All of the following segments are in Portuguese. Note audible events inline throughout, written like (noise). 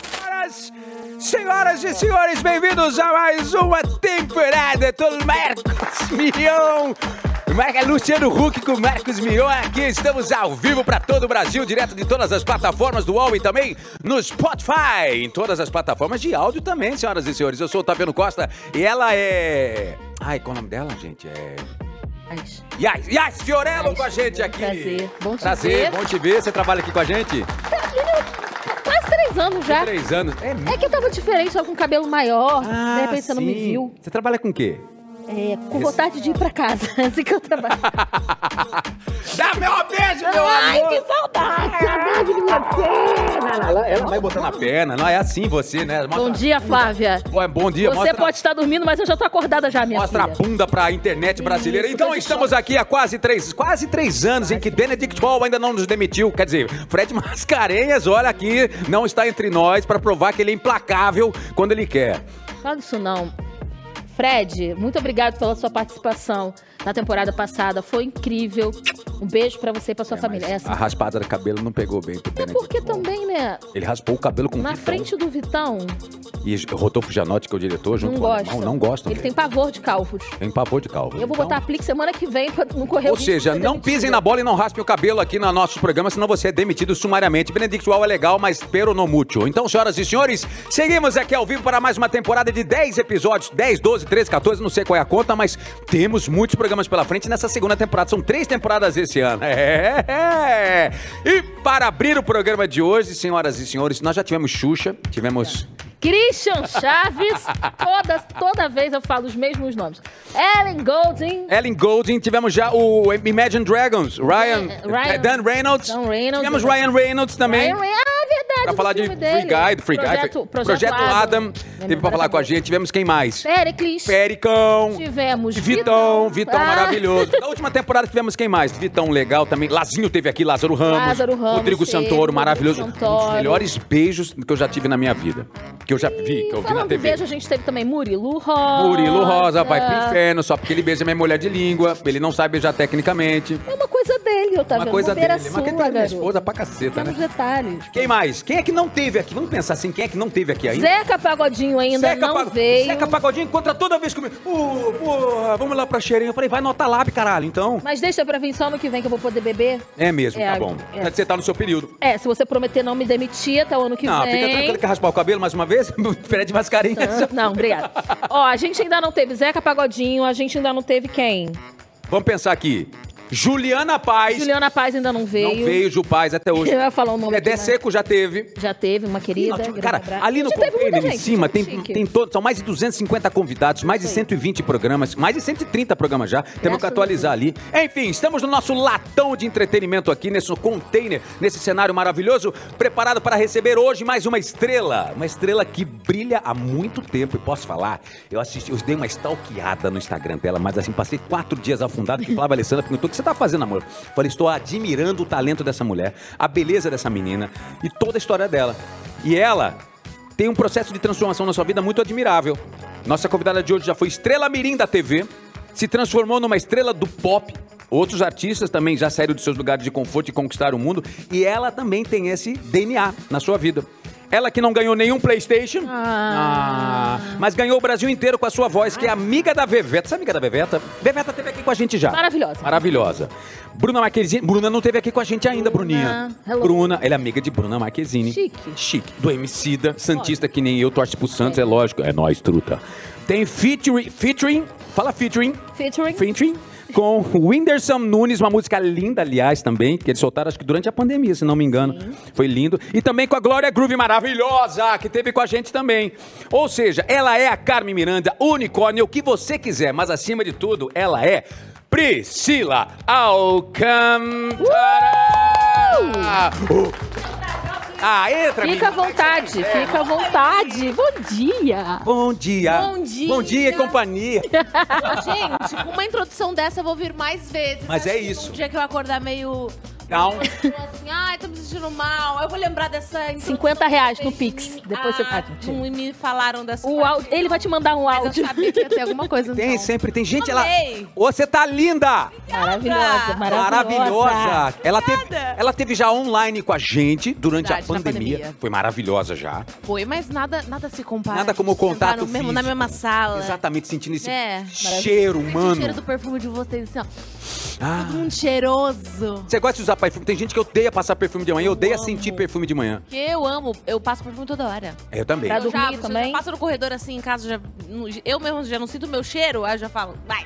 Mas, senhoras e senhores, bem-vindos a mais uma temporada do Marcos Mion. Marca é? Luciano Huck com Marcos Mion aqui. Estamos ao vivo para todo o Brasil, direto de todas as plataformas do UOL e também no Spotify. Em todas as plataformas de áudio também, senhoras e senhores. Eu sou o Taviano Costa e ela é. Ai, qual é o nome dela, gente? É. Mas, Yas, Yas Fiorello Yas, com a gente aqui. prazer. Bom te Prazer, ver. bom te ver. Você trabalha aqui com a gente? Quase três anos já. Três anos. É É que eu tava diferente, tava com cabelo maior. Ah, de repente você não me sim. viu. Você trabalha com o quê? É, com vontade de ir pra casa. (laughs) É assim que eu trabalho. (laughs) Dá meu beijo, (laughs) meu Ai, amor! que saudade! Ela, ela É, vai botando a perna, não é assim você, né? Mostra- Bom dia, Flávia. Ué, bom dia, você mostra, pode estar dormindo, mas eu já tô acordada já, minha mostra a filha. bunda pra internet brasileira. Isso, então tô de estamos aqui há quase três, quase três anos em que Benedict Ball ainda não nos demitiu. Quer dizer, Fred (laughs) Mascarenhas, olha aqui, não está entre nós pra provar que ele é implacável quando ele quer. Fala isso não. Fred, muito obrigado pela sua participação na temporada passada. Foi incrível. Um beijo pra você e pra sua família. É Mas assim. A raspada do cabelo não pegou bem pro É Benedict porque Ball. também, né? Ele raspou o cabelo com o Na Vitão. frente do Vitão, E Rodolfo Janotti, que é o diretor, junto não com o gosta. alemão, não gostam. Ele tem dele. pavor de calvos. Tem pavor de calvo. Eu vou Então- botar aplique semana que vem pra não correr o Ou risco de seja, ser não demitida. pisem na bola e não raspem o cabelo aqui no nosso programa, senão você é demitido sumariamente. Benedict Uau é legal, mas pero no mútil. Então, senhoras e senhores, seguimos aqui ao vivo para mais uma temporada de 10 episódios, 10, 12, 13, 14, não sei qual é a conta, mas temos muitos programas pela frente nessa segunda temporada. São três temporadas esse ano. (laughs) É. E para abrir o programa de hoje, senhoras e senhores, nós já tivemos Xuxa, tivemos... Christian Chaves, toda, toda vez eu falo os mesmos nomes. Ellen Golding, Ellen Golding, tivemos já o Imagine Dragons, Ryan, É, Ryan- Dan Reynolds, Dan Reynolds. tivemos Ryan Reynolds também. Ryan Ray- ah, é verdade, Pra do falar de filme Free dele. Guy, do Free projeto, Guy. Projeto, Adam. teve pra Memória falar com a acabou. gente. Tivemos quem mais? Pericles, Pericão. tivemos Vitão, Vitão Ah, maravilhoso. Na última temporada tivemos quem mais? Vitão legal também. Lazinho teve aqui, Lázaro Ramos. Lázaro Ramos, Rodrigo teve, Santoro, maravilhoso. Rodrigo Um dos Santoro. melhores beijos que eu já tive na minha vida. Que eu já vi, que eu vi na Falando de TV. beijo, a gente teve também Murilo Rosa. Murilo Rosa vai pro inferno, só porque ele beija minha mulher de língua. Ele não sabe beijar tecnicamente. É uma coisa dele, eu tava uma coisa Bandeira dele. Sua, Mas quem tá minha garoto. esposa pra caceta, né? Pequenos detalhes. Quem mais? Quem é que não teve aqui? Vamos pensar assim, quem é que não teve aqui ainda? Zeca Pagodinho ainda não Pag- veio. Zeca Pagodinho encontra toda vez comigo. Ô, porra, vamos lá pra cheirinha. Eu falei, vai nota lab, caralho, então. Mas deixa pra vir só ano que vem que eu vou poder beber. É mesmo, É, tá bom. é. Você tá no seu período. É, se você prometer não me demitir até o ano que não, vem. Ah, fica tranquilo que raspar o cabelo mais uma vez. (laughs) Fred Mascarinha. Não, obrigada. Ó, a gente ainda não teve Zeca Pagodinho, a gente ainda não teve quem? Vamos pensar aqui. Juliana Paz. Juliana Paz ainda não veio. Não veio Ju Paz (laughs) até hoje. Eu ia falar o nome Dedé aqui, né? mas- Seco já teve. Já teve uma querida. Não, tipo, grande cara, abraço. ali no Já teve muita container em gente, cima gente tem, chique. tem todos, são mais de 250 convidados, mais de 120 programas, mais de 130 programas já. Temos que Graças atualizar ali. Enfim, estamos no nosso latão de entretenimento aqui, nesse container, nesse cenário maravilhoso, preparado para receber hoje mais uma estrela. Uma estrela que brilha há muito tempo. E posso falar, eu assisti, eu dei uma stalkeada no Instagram dela, mas assim, passei quatro dias afundado, que Flávia Alessandra perguntou: o que você tá fazendo, amor? Falei, estou admirando o talento dessa mulher, a beleza dessa menina e toda a história dela. E ela tem um processo de transformação na sua vida muito admirável. Nossa convidada de hoje já foi estrela mirim da TV, se transformou numa estrela do pop. Outros artistas também já saíram dos seus lugares de conforto e conquistaram o mundo. E ela também tem esse DNA na sua vida. Ela que não ganhou nenhum PlayStation, Ah. ah, mas ganhou o Brasil inteiro com a sua voz, que é amiga da Veveta. Você é amiga da Veveta? Veveta teve aqui com a gente já. Maravilhosa. Maravilhosa. Bruna Marquezine. Bruna não teve aqui com a gente ainda, Bruninha. hello. Bruna, ela é amiga de Bruna Marquezine. Chique. Chique. Do Emicida, Santista que nem eu, torce pro Santos, é, lógico. É nóis, truta. Tem featuring, featuring, fala featuring, Featuring. featuring com o Whindersson Nunes, uma música linda, aliás, também, que eles soltaram acho que durante a pandemia, se não me engano. Foi lindo. E também com a Glória Groove maravilhosa, que teve com a gente também. Ou seja, ela é a Carmen Miranda, unicórnio, o que você quiser, mas acima de tudo, ela é Priscila Alcântara. Uh! Ah, entra, Fica menina. à vontade, fica à vontade. Bom dia. Bom dia. Bom dia. Bom dia e companhia. Gente, com uma introdução dessa eu vou vir mais vezes. Mas Acho é que isso. Um dia que eu acordar meio. Down. assim, ai, tô me sentindo no mal. Eu vou lembrar dessa. introdução 50 reais que no fez Pix, em mim. depois você Ah, paga. não me falaram dessa. O áudio, ele vai te mandar um Mas eu áudio. sabia que ia (laughs) ter alguma coisa. Tem, então. sempre tem. Gente, ela. Amei. Você tá linda! Maravilhosa, maravilhosa. Maravilhosa. Ela teve, ela teve já online com a gente durante Verdade, a na pandemia. pandemia. Foi maravilhosa já. Foi, mas nada, nada se compara. Nada como o Sentar contato no mesmo, na físico. mesma sala. Exatamente, sentindo esse É, cheiro Sente O humano. cheiro do perfume de vocês, assim, ó. Ah. Todo mundo cheiroso. Você gosta de usar perfume? Tem gente que odeia passar perfume de manhã, eu Eu odeia amo. sentir perfume de manhã. É, Que eu amo, eu passo perfume toda hora. Eu também. Pra eu já, dormir eu também? já passo no corredor assim em casa, já, não- eu mesmo já não sinto o meu cheiro, aí eu já falo, vai.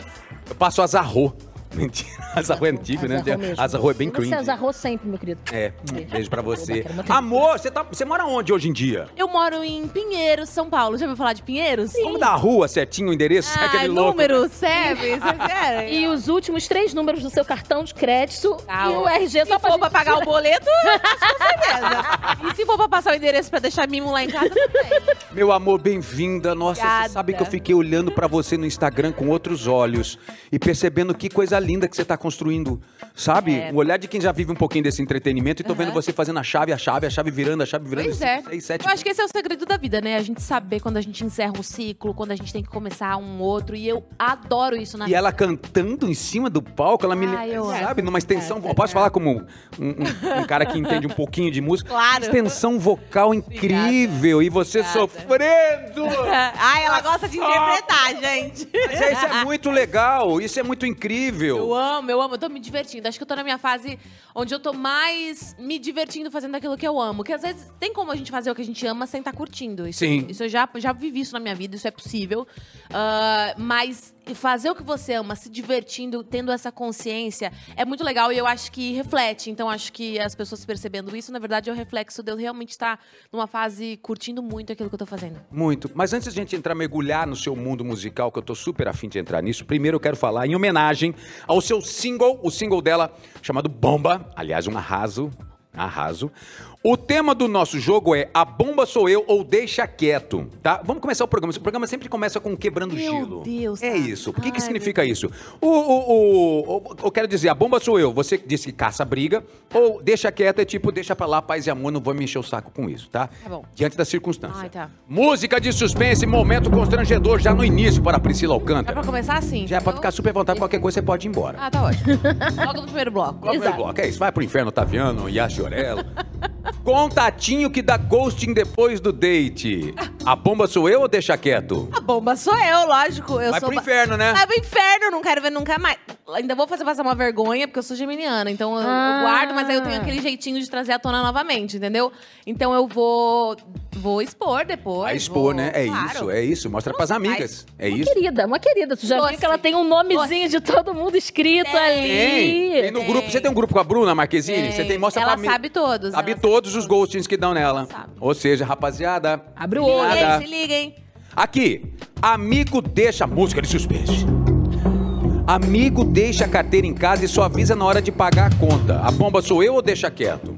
Eu passo azarro. (laughs) Mentira, azarro é antigo, né? Azarrou mesmo. Azarro é bem E Você cringe. azarrou sempre, meu querido. É, Beijo. beijo pra você. Oba, quero Amor, você, tá, você mora onde hoje em dia? Eu moro em Pinheiros, São Paulo. Já ouviu falar de Pinheiros? Vamos dar a rua certinho, o endereço? Ah, É Aquele louco. né? número, serve, vocês querem? (laughs) E os últimos três números do seu cartão de crédito Ah, e o ó. RG Se só for pra pra pagar o boleto, eu faço com certeza. E se for pra passar o endereço pra deixar mimo lá em casa, também. Meu amor, bem-vinda. Nossa, Obrigada. você sabe que eu fiquei olhando pra você no Instagram com outros olhos e percebendo que coisa linda que você tá construindo. Sabe? É. Um olhar de quem já vive um pouquinho desse entretenimento e tô Aham. vendo você fazendo a chave, a chave, a chave virando, a chave virando. Pois é. Seis, sete. Eu acho que esse é o segredo da vida, né? A gente saber quando a gente encerra um ciclo, quando a gente tem que começar um outro. E eu adoro isso na E ela cantando em cima do palco, ela me. Ah, eu É, sabe? Numa extensão. Posso falar como um, um- um cara que entende um pouquinho de música? Claro. Extensão vocal incrível. E você Obrigada. sofrendo! Ai, ela gosta de interpretar, gente. Mas é, isso é muito legal, isso é muito incrível. Eu amo, eu amo, eu tô me divertindo. Acho que eu tô na minha fase onde eu tô mais me divertindo fazendo aquilo que eu amo. Que às vezes tem como a gente fazer o que a gente ama sem estar curtindo. Isso, Sim. Isso eu já, já vivi isso na minha vida, isso é possível. Ah, mas fazer o que você ama, se divertindo, tendo essa consciência, é muito legal e eu acho que reflete. Então acho que as pessoas percebendo isso, na verdade, é o reflexo de eu realmente estar numa fase curtindo muito aquilo que eu tô fazendo. Muito. Mas antes de a gente entrar, mergulhar no seu mundo musical, que eu tô super afim de entrar nisso, primeiro eu quero falar em homenagem ao seu single, o single dela, chamado Bomba. Aliás, um arraso. Arraso. O tema do nosso jogo é A Bomba Sou Eu ou Deixa Quieto, tá? Vamos começar o programa. O programa sempre começa com Quebrando o Meu Gelo. Deus, É cara. isso. Por que, que Ai, significa isso? O, o- o- o- eu quero dizer, A Bomba Sou Eu. Você que disse que caça a briga ou Deixa Quieto é tipo, deixa pra lá, paz e amor, não vou me encher o saco com isso, tá? Tá bom. Diante das circunstâncias. Ai, tá. Música de suspense, momento constrangedor já no início para Priscila Dá Alcântara. pra começar assim? Já é pra entendeu? ficar super à vontade, qualquer coisa você pode ir embora. Ah, (laughs) tá ótimo. Logo no primeiro bloco. Qual é o primeiro bloco? É isso, vai pro inferno, Taviano, Yashi Orello. Contatinho que dá ghosting depois do date. A bomba sou eu ou deixa quieto? A bomba sou eu, lógico. Eu Vai sou pro ba- inferno, né? Vai pro inferno, não quero ver nunca mais. Ainda vou fazer passar uma vergonha, porque eu sou geminiana. Então eu, eu Ah. guardo, mas aí eu tenho aquele jeitinho de trazer à tona novamente, entendeu? Então eu vou. Vou expor depois. Vai expor, vou- né? É claro. isso, é isso. Mostra pras amigas. É Uma isso. querida, uma querida. Tu já Doce. viu que ela tem um nomezinho de todo mundo escrito Tem. Tem. ali. Tem no grupo. Você tem um grupo com a Bruna Marquezine? Tem. é Você tem, mostra ela pra mim. sabe todos. né? Sabe ela todos os ghostings que dão nela. Sabe. Ou seja, rapaziada. Abre o Se olho. liga, obrigada. hein, se liga, hein? Aqui, amigo deixa a música de suspense. Amigo deixa a carteira em casa e só avisa na hora de pagar a conta. A bomba sou eu ou deixa quieto?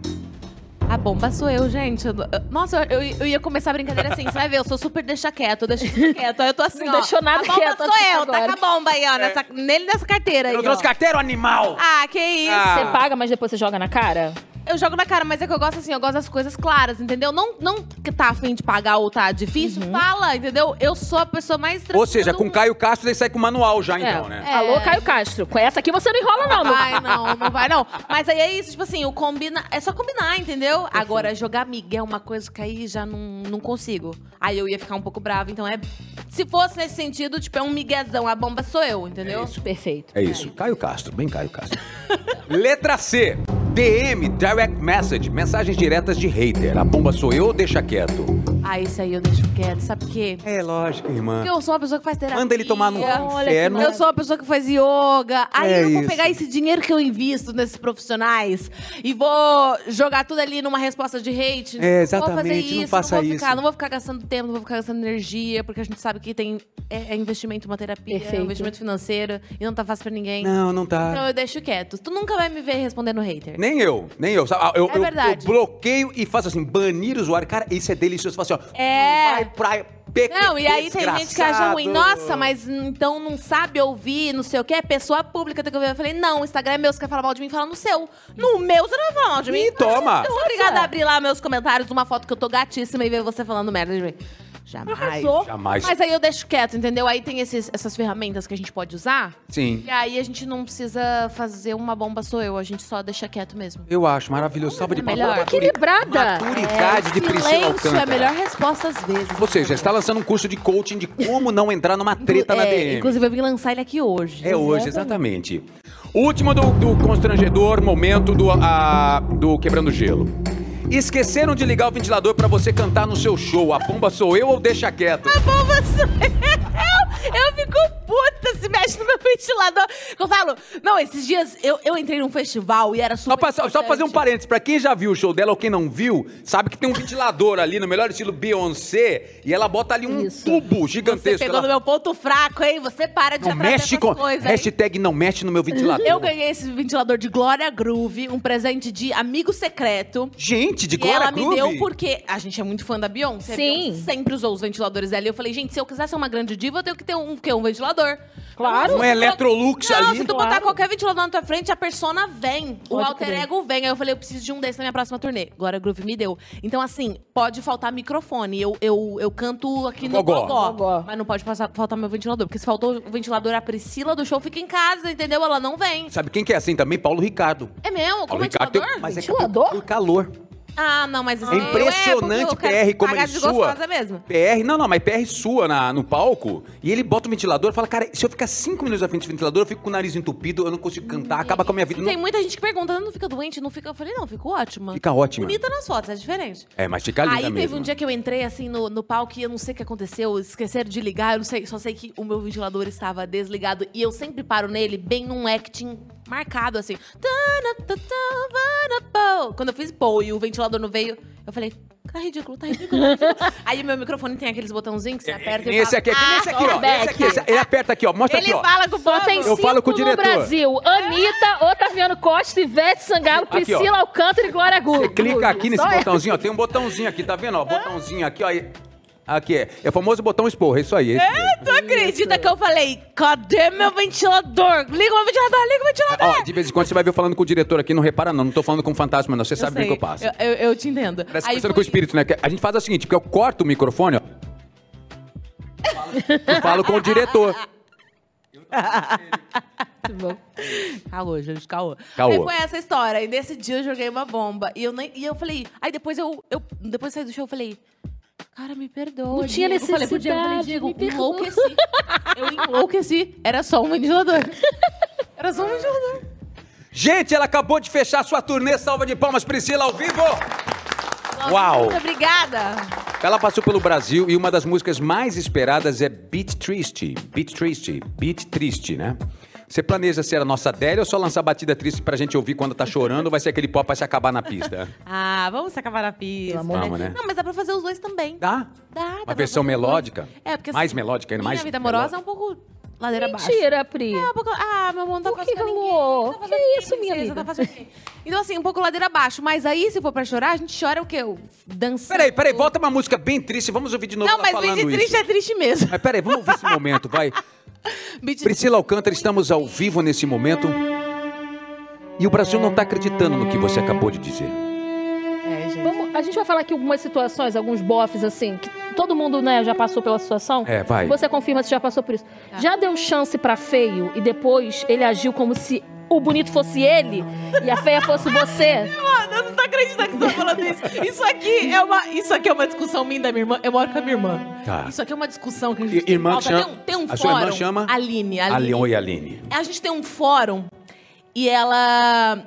A bomba sou eu, gente. Eu- eu- Nossa, eu, eu ia começar a brincadeira assim. Você vai ver, eu sou super deixa quieto, eu deixo tudo quieto. Aí eu tô assim, Não ó. deixou nada a bomba quieto sou até eu, agora. tá com a bomba aí, ó. Nessa, nele nessa carteira aí, Eu É. trouxe ó. carteira, animal! Ah, que isso. Ah. Você paga, mas depois você joga na cara? Eu jogo na cara, mas é que eu gosto assim, eu gosto das coisas claras, entendeu? Não, não que tá afim de pagar ou tá difícil, Uhum. fala, entendeu? Eu sou a pessoa mais ou seja, com do Caio Castro ele sai com o manual já, então, né? É. Alô, Caio Castro. Com essa aqui você não enrola, não, mundo. meu Vai, não, não vai, não. Mas aí é isso, tipo assim, o combina. É só combinar, entendeu? Agora, jogar Miguel é uma coisa que aí já não, não consigo. Aí eu ia ficar um pouco brava, então é. Se fosse nesse sentido, tipo, é um miguezão, a bomba sou eu, entendeu? Perfeito. É isso. Caio Castro, bem Caio Castro. (laughs) Letra C. DM, Direct Message, mensagens diretas de hater. A bomba sou eu ou deixa quieto? Ah, isso aí eu deixo quieto, sabe por quê? É lógico, irmã. Porque eu sou uma pessoa que faz terapia. Manda ele tomar no Olha que inferno. Eu sou uma pessoa que faz yoga. Aí É eu vou isso. pegar esse dinheiro que eu invisto nesses profissionais e vou jogar tudo ali numa resposta de hate. É, Vou fazer exatamente, não isso, faça não vou isso. Ficar, não vou ficar gastando tempo, não vou ficar gastando energia, porque a gente sabe que tem é, é investimento, uma terapia, é Perfeito. investimento financeiro e não tá fácil pra ninguém. Não, não tá. Então eu deixo quieto. Tu nunca vai me ver respondendo hater. Nem eu, nem eu. sabe? Ah, Eu, É eu- eu verdade. bloqueio e faço assim, banir o usuário. Cara, isso é delicioso. Você fala assim, ó. É. Vai pra PQP, Não, e aí tem gente que acha ruim. desgraçado. Nossa, mas então não sabe ouvir, não sei o quê. É pessoa pública tem que ouvir. Eu falei, não, o Instagram é meu, você quer falar mal de mim, fala no seu. No meu, você não vai falar mal de mim. Ih, toma. Eu sou obrigada obrigada a abrir lá meus comentários uma foto que eu tô gatíssima e ver você falando merda de mim. Jamais. Arrasou. Jamais. Mas aí eu deixo quieto, entendeu? Aí tem esses- essas ferramentas que a gente pode usar. Sim. E aí a gente não precisa fazer uma bomba sou eu, a gente só deixa quieto mesmo. Eu acho maravilhoso. Salva de palmas. melhor. pra Maturi- Equilibrada. Maturidade É, de Priscila Silêncio é a Alcântara. melhor resposta às vezes. Você já está lançando um curso de coaching de como não entrar numa treta na É, DM. Inclusive, eu vim lançar ele aqui hoje. É hoje, exatamente. Último do, do constrangedor momento do, ah, do Quebrando Gelo. Esqueceram de ligar o ventilador pra você cantar no seu show. A bomba sou eu ou deixa quieto? Bomba sou eu! Tá (laughs) Eu fico puta se mexe no meu ventilador. Eu falo, não, esses dias eu, eu entrei num festival e era super. Só, pra, só- só importante. fazer um parênteses, pra quem já viu o show dela ou quem não viu, sabe que tem um ventilador ali no melhor estilo Beyoncé e ela bota ali um Isso. tubo Você gigantesco. pegou no Ela, meu ponto fraco, hein? Você para de não atrasar mexe essas com. coisas, hein? hashtag não mexe no meu ventilador. Eu ganhei esse ventilador de Glória Groove, um presente de amigo secreto. Gente, de E ela Glória me deu porque a gente é muito fã da Beyoncé. A Sim. Beyoncé sempre usou os ventiladores dela. E eu falei, gente, se eu quiser ser uma grande diva, eu tenho que ter um, que, um ventilador. Claro. Um Electrolux não, ali. se tu Claro. botar qualquer ventilador na tua frente, a persona vem. o Pode alter crer. ego vem. Aí eu falei, eu preciso de um desse na minha próxima turnê. Glória Groove me deu. Então, assim, pode faltar microfone. Eu, eu, eu canto aqui no Gogó. gogó. Gogó. Mas não pode passar- faltar meu ventilador. Porque se faltou o ventilador, a Priscila do show fica em casa, entendeu? Ela não vem. Sabe quem que é assim também? Paulo Ricardo. É mesmo? Com Paulo Ricardo tem- ventilador? mas é que Ventilador? por calor. Ah, não, mas isso É aí eu- impressionante porque eu quero PR como pagar ele de sua. gostosa mesmo. PR, não, não, mas PR sua na, no palco, e ele bota o ventilador e fala, cara, se eu ficar cinco minutos na frente do ventilador, eu fico com o nariz entupido, eu não consigo cantar, acaba com a minha vida. E Hum, Tem muita gente que pergunta, não fica doente? Não fica... Eu falei, não, fico ótima. Fica ótima. Bonita nas fotos, é diferente. É, mas fica linda Aí teve mesmo. um dia que eu entrei assim no, no palco e eu não sei o que aconteceu, esqueceram de ligar, eu não sei, só sei que o meu ventilador estava desligado e eu sempre paro nele bem num acting marcado assim. Tana, ta, ta, vana, pô. Quando eu fiz pô e o ventilador não veio, eu falei, tá ridículo, tá ridículo. tá (laughs) ridículo. Aí meu microfone tem aqueles botãozinhos que você aperta e Esse fala, "Ah, aqui, é que nem esse aqui, ó. Beck. Esse aqui, esse- ele aperta aqui, ó. Mostra Ele aqui, ó. fala com o Só tem povo. Eu falo com o cinco no diretor. Brasil. Anitta, Otaviano Costa, Ivete Sangalo, Aqui, ó. Priscila Alcântara e Glória Gu. Você clica aqui nesse Só é. botãozinho, ó. Tem um botãozinho aqui, tá vendo? Ó, botãozinho aqui, ó. e- Aqui é. É o famoso botão esporra, é isso aí. é isso aí. "Ah, Tu acredita que eu falei, cadê meu ventilador? Liga o meu ventilador, liga o ventilador! Ó, de vez em quando você vai ver eu falando com o diretor aqui, não repara não, não tô falando com fantasma não, você sabe bem que sei, eu passo. Eu, eu- eu te entendo. Parece Aí que pensando fui- com o espírito, né? Que A gente faz o seguinte, porque eu corto o microfone, ó. E falo com o diretor. Caô, gente, caô. Caô. Aí foi essa história. E nesse dia eu joguei uma bomba. E eu, nem, e eu falei... Aí depois eu, eu... Depois eu saí do show, eu falei... Cara, me perdoa, Não tinha Diego. Eu falei pro Diego, eu falei, necessidade, Diego, me perdoa. enlouqueci. Eu enlouqueci. Era só um ventilador. Era só um ventilador. Gente, ela acabou de fechar sua turnê, salva de palmas, Priscila, ao vivo! Uau. Muito obrigada. Ela passou pelo Brasil e uma das músicas mais esperadas é Beat Triste. Beat Triste, Beat Triste, né? Você planeja ser a nossa Adélia ou só lançar batida triste pra gente ouvir quando tá chorando ou vai ser aquele pop pra se acabar na pista? Ah, vamos se acabar na pista. Pelo amor de Vamos, Deus. né? Não, mas dá pra fazer os dois também. Dá? Dá, dá Uma pra versão fazer os dois. melódica? É, porque Mais assim, melódica, ainda minha mais vida amorosa meló- é um pouco ladeira abaixo. Mentira, Pri. É, um pouco... Ah, meu amor, não tá Por que, fácil pra ninguém. amor? não tá fácil Que pra ninguém, isso, minha princesa, amiga? Tá fácil pra ninguém. então, assim, um pouco ladeira abaixo. Mas aí, se for pra chorar, a gente chora o quê? O- Dançando. Peraí, peraí, volta uma música bem triste, vamos ouvir de novo Não, ela mas falando vídeo isso. triste é triste mesmo. Mas peraí, vamos ouvir esse momento, vai. Beat Priscila Alcântara, estamos ao vivo nesse momento. E o Brasil não tá acreditando no que você acabou de dizer. É, gente. Vamos- a gente vai falar aqui algumas situações, alguns bofes, assim, que todo mundo, né, já passou pela situação. É, vai. Você confirma se já passou por isso. Tá. Já deu chance pra feio e depois ele agiu como se o bonito fosse ele e a feia fosse você? Mano, eu não tô acreditando que você tá falando isso. Isso aqui é uma, isso aqui é uma discussão minha e da minha irmã. Eu moro com a minha irmã. Tá. Isso aqui é uma discussão que a gente I- irmã tem. que pauta. chama- Tem um, tem um a sua irmã fórum. chama? Aline. Aline. Ali, oi, Aline. A gente tem um fórum e ela.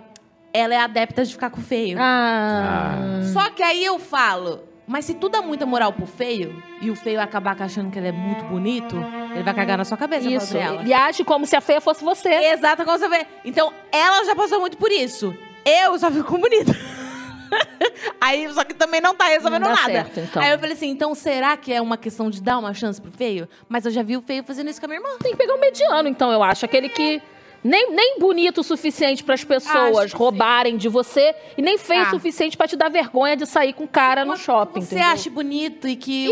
Ela é adepta de ficar com o feio. Ah. Só que aí eu falo, mas se tu dá muita moral pro feio e o feio acabar achando que ele é muito bonito, ele vai cagar na sua cabeça, eu falo Isso. é pra ela. Ele age como se a feia fosse você. Exato, como você vê. Então, ela já passou muito por isso. Eu só fico bonita. (laughs) Aí, só que também não tá resolvendo Não dá nada. certo, então. Aí eu falei assim, então será que é uma questão de dar uma chance pro feio? Mas eu já vi o feio fazendo isso com a minha irmã. um Tem que pegar o mediano, então, eu acho. Aquele que nem, nem bonito o suficiente para as Acho que pessoas sim. roubarem de você e nem feio Tá. o suficiente para te dar vergonha de sair com o cara no Uma- shopping. Você entendeu? acha bonito e que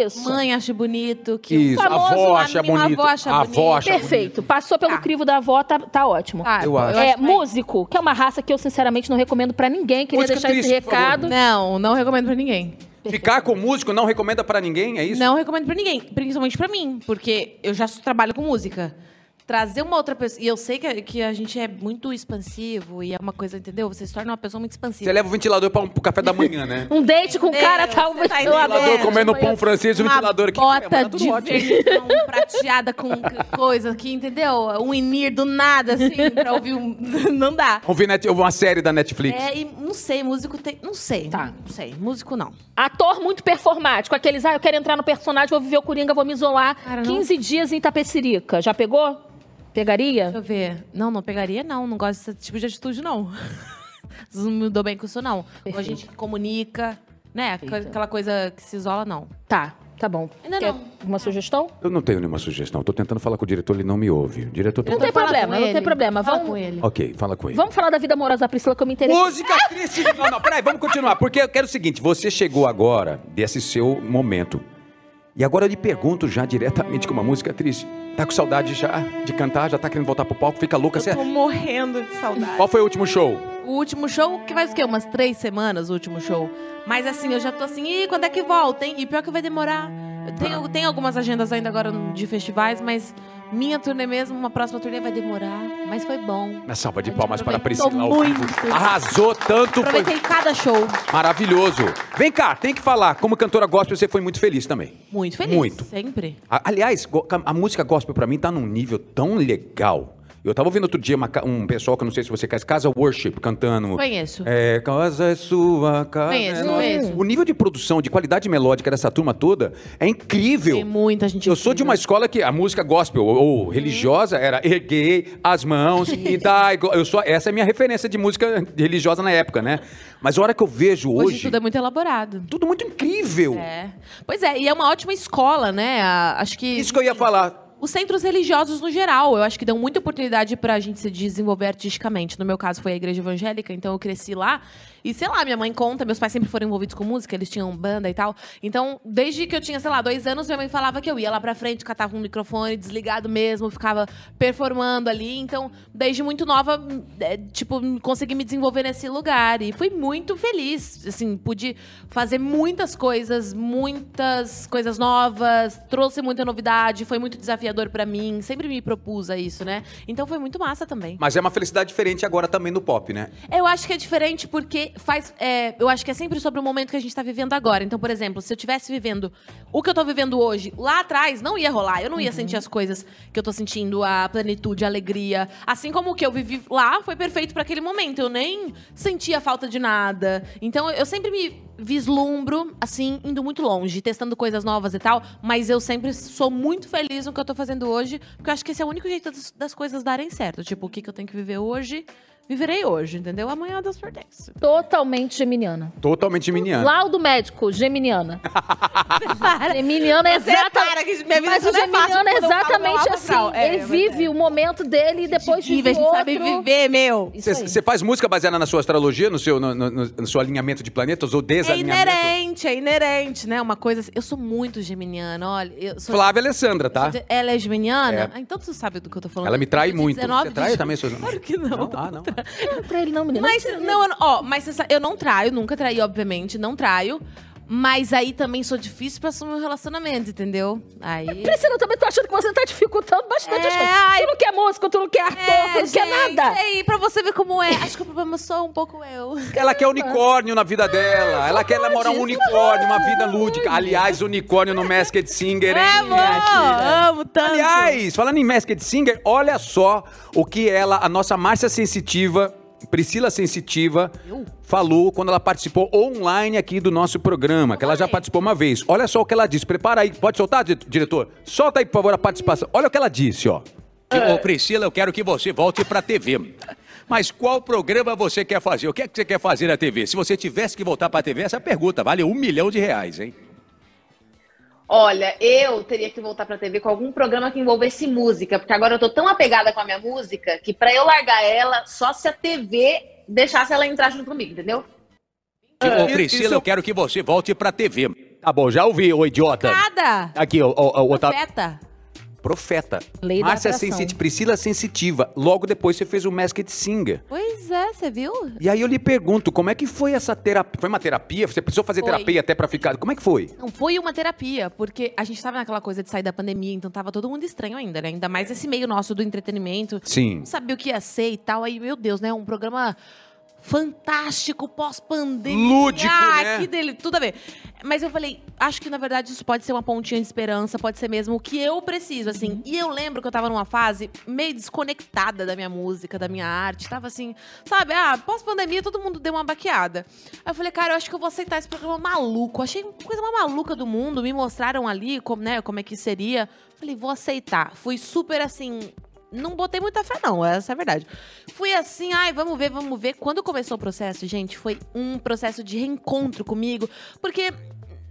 Isso. uma mãe acha bonito, que Isso, o a famoso avó lá, acha menino, bonito, A avó acha a avó bonito. acha Perfeito. Passou pelo Tá. crivo da avó, tá, tá ótimo. Tá, Eu acho. é, que vai. músico, que é uma raça que eu sinceramente não recomendo pra ninguém. Queria Música deixar esse triste, por favor. recado. Não, não recomendo pra ninguém. Ficar com músico não recomenda pra ninguém, é isso? Não recomendo pra ninguém, principalmente pra mim, porque eu já trabalho com música. Trazer uma outra pessoa. E eu sei que, que a gente é muito expansivo e é uma coisa, entendeu? Você se torna uma pessoa muito Você expansiva. leva o ventilador pra um, pro café da manhã, né? Um date com o cara, Deus, tá, um você (laughs) tá O ventilador É, comendo pão francês, o uma um ventilador aqui. É, bota Maravilhoso, de ótimo. vernição (laughs) prateada com coisa aqui, entendeu? Um inir do nada, assim, pra ouvir um... (laughs) Não dá. Vamos ver net- uma série da Netflix. É, e não sei, músico tem... Não sei, Tá. não sei. Músico não. Ator muito performático. Aqueles, ah, eu quero entrar no personagem, vou viver o Coringa, vou me isolar. Cara, não. 15 dias em Tapecerica. Já pegou? Pegaria? Deixa eu ver. Não, não pegaria, não. Não gosto desse tipo de atitude, não. (laughs) Não me dou bem com isso, não. Quando a Perfeito. gente comunica, né? Perfeito. Aquela coisa que se isola, não. Tá, tá bom. Ainda Quer não. uma sugestão? Eu não tenho nenhuma sugestão. Tô tentando falar com o diretor, ele não me ouve. O diretor tá... Não tem Fala com problema, não ele. tem problema. Fala Vamos- com ele. Ok, fala com ele. Vamos falar da vida amorosa da Priscila, que eu me interessei. Música "Ah!" triste. Não, não, peraí, vamos continuar. Porque eu quero o seguinte: você chegou agora desse seu momento. E agora eu lhe pergunto já diretamente com uma música triste. Tá com saudade já de cantar? Já tá querendo voltar pro palco? Fica louca? Você... é Eu tô morrendo de saudade. Qual foi o último show? O último show, que faz o quê? Umas três semanas o último show. Mas assim, eu já tô assim, ih, quando é que volta, hein? E pior que vai demorar. Eu tenho, tenho algumas agendas ainda agora de festivais, mas minha turnê mesmo, uma próxima turnê vai demorar. Mas foi bom. Na salva de palmas para a Aproveitou Priscila. ao vivo. muito. Arrasou tanto, foi Aproveitei cada show. maravilhoso. Vem cá, tem que falar. Como cantora gospel, você foi muito feliz também. Muito feliz. Muito. Sempre. A- Aliás, go- a, a música gospel pra mim tá num nível tão legal. Eu tava ouvindo outro dia uma ca- um pessoal que eu não sei se você conhece, Casa Worship, cantando. Conheço. É, casa é sua, casa Conheço, é nossa. conheço. O nível de produção, de qualidade melódica dessa turma toda é incrível. Tem muita gente Eu sou de incrível. uma escola que a música gospel ou, ou religiosa era erguei as mãos (laughs) e dai. glo-". Eu sou, essa é a minha referência de música religiosa na época, né? Mas a hora que eu vejo Hoje, hoje, tudo é muito elaborado. tudo muito incrível. É. Pois é, e é uma ótima escola, né? A- acho que. Isso que eu ia falar. Os centros religiosos no geral, eu acho que dão muita oportunidade pra gente se desenvolver artisticamente. No meu caso foi a igreja evangélica, então eu cresci lá. E sei lá, minha mãe conta, meus pais sempre foram envolvidos com música, eles tinham banda e tal. Então, desde que eu tinha, sei lá, dois anos, minha mãe falava que eu ia lá pra frente, catava um microfone desligado mesmo, ficava performando ali. Então, desde muito nova, é, tipo, consegui me desenvolver nesse lugar. E fui muito feliz. Assim, pude fazer muitas coisas, muitas coisas novas, trouxe muita novidade, foi muito desafiador pra mim. Sempre me propus a isso, né? Então foi muito massa também. Mas é uma felicidade diferente agora também no pop, né? Eu acho que é diferente porque faz. é, eu acho que é sempre sobre o momento que a gente tá vivendo agora. Então, por exemplo, se eu tivesse vivendo o que eu tô vivendo hoje lá atrás, não ia rolar. Eu não ia sentir as coisas que eu tô sentindo, a plenitude, a alegria. Assim como o que eu vivi lá foi perfeito pra aquele momento. Eu nem sentia falta de nada. Então, eu sempre me vislumbro, assim, indo muito longe, testando coisas novas e tal. Mas eu sempre sou muito feliz no que eu tô fazendo hoje, porque eu acho que esse é o único jeito das, das coisas darem certo. Tipo, o que, que eu tenho que viver hoje. Viverei hoje, entendeu? Amanhã Deus pertence. Totalmente geminiana. Totalmente miniana. Laudo médico, (laughs) geminiana. Geminiano é Você exatamente. repara que minha vida Mas o não é fácil geminiano é quando eu falo meu exatamente alto assim. astral. É, ele mas vive o momento dele e depois Vive, vive a gente outro. sabe viver, meu. Isso aí. Você faz música baseada na sua astrologia, no seu, no, no- no- no seu alinhamento de planetas ou É desalinhamento? inerente, é inerente, né? Uma coisa assim. Eu sou muito geminiana, olha. Eu sou, Flávia Alessandra, tá? sou de- Ela é geminiana? É. Ah, então tu sabe do que eu tô falando. Ela me trai Eu sou de muito. 19 Você trai de- também, Suzana? Claro que não. Tá. Não, ah, não. Não é pra ele, não, menina. Mas, não, eu, não- ó, mas você sa- eu não traio, nunca traí, obviamente, não traio. Mas aí também sou difícil pra assumir um relacionamento, entendeu? Aí. Priscila, eu também tô achando que você tá dificultando bastante É, as coisas. ai. É, Tu não quer música, tu não quer ator, tu não quer gente, é nada. aí, pra você ver como é. Acho que o problema sou um pouco eu. Ela quer unicórnio na vida dela. Ela quer namorar um unicórnio, uma vida lúdica. Aliás, unicórnio no Masked Singer, hein? É, amor! Amo tanto! Aliás, falando em Masked Singer, olha só o que ela, a nossa Márcia Sensitiva, Priscila Sensitiva, falou quando ela participou online aqui do nosso programa, que ela já participou uma vez. Olha só o que ela disse. Prepara aí. Pode soltar, di- diretor? Solta aí, por favor, a participação. Olha o que ela disse, ó. Ô, Priscila, eu quero que você volte pra TV. Mas qual programa você quer fazer? O que é que você quer fazer é na TV? Se você tivesse que voltar pra TV, essa pergunta vale um milhão de reais, hein? Olha, eu teria que voltar pra TV com algum programa que envolvesse música, porque agora eu tô tão apegada com a minha música que pra eu largar ela, só se a TV deixasse ela entrar junto comigo, entendeu? Ô, e- Priscila, É, isso- eu quero que você volte pra TV. Tá bom, já ouvi, ô idiota. Nada! Aqui, ô, ô, ô, Otávio. Profeta. Profeta. Lei da tá- Márcia atração. Sensitiva. Priscila é Sensitiva. Logo depois você fez o Masked Singer. Pois é, você viu? E aí eu lhe pergunto, como é que foi essa terapia? Foi uma terapia? Você precisou fazer Foi. terapia até pra ficar. Como é que foi? Não foi uma terapia, porque a gente tava naquela coisa de sair da pandemia, então tava todo mundo estranho ainda, né? Ainda mais esse meio nosso do entretenimento. Sim. Não sabia o que ia ser e tal. Aí, meu Deus, né? Um programa fantástico, pós-pandemia. Lúdico, Ah, né? que dele, tudo a ver. Mas eu falei, acho que na verdade isso pode ser uma pontinha de esperança, pode ser mesmo o que eu preciso, assim. E eu lembro que eu tava numa fase meio desconectada da minha música, da minha arte. Tava assim, sabe? Ah, pós-pandemia todo mundo deu uma baqueada. Aí eu falei, cara, eu acho que eu vou aceitar esse programa maluco. Achei uma coisa mais maluca do mundo. Me mostraram ali como, né, como é que seria. Falei, vou aceitar. Fui super assim, não botei muita fé, não, essa é a verdade. Fui assim, ai, vamos ver, vamos ver. Quando começou o processo, gente, foi um processo de reencontro comigo, porque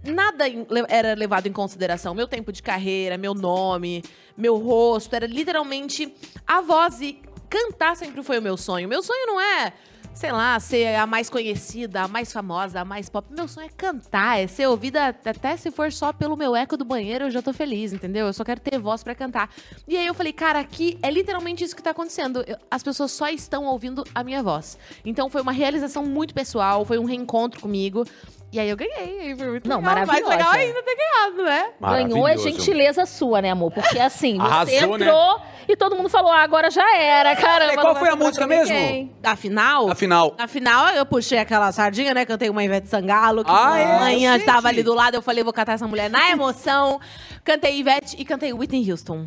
nada em- le- era levado em consideração. Meu tempo de carreira, meu nome, meu rosto, era literalmente a voz. E cantar sempre foi o meu sonho. Meu sonho não é, sei lá, ser a mais conhecida, a mais famosa, a mais pop. Meu sonho é cantar, é ser ouvida at- até se for só pelo meu eco do banheiro, eu já tô feliz, entendeu? Eu só quero ter voz pra cantar. E aí eu falei, cara, aqui é literalmente isso que tá acontecendo. Eu- as pessoas só estão ouvindo a minha voz. Então foi uma realização muito pessoal, foi um reencontro comigo. E aí eu ganhei, aí foi muito Não, legal. Mais legal maravilhosa. ainda ter ganhado, né? Ganhou é Maravilhoso. gentileza sua, né, amor? Porque assim, você Arrasou, né? entrou e todo mundo falou, ah, agora já era, caramba. Qual não vai foi a sobrar música pra mesmo? ninguém. Afinal, Afinal. Na final, eu puxei aquela sardinha, né? Cantei uma Ivete Sangalo, que Ah, é? minha mãe Gente. estava ali do lado. Eu falei, vou catar essa mulher na emoção. Cantei Ivete e cantei Whitney Houston.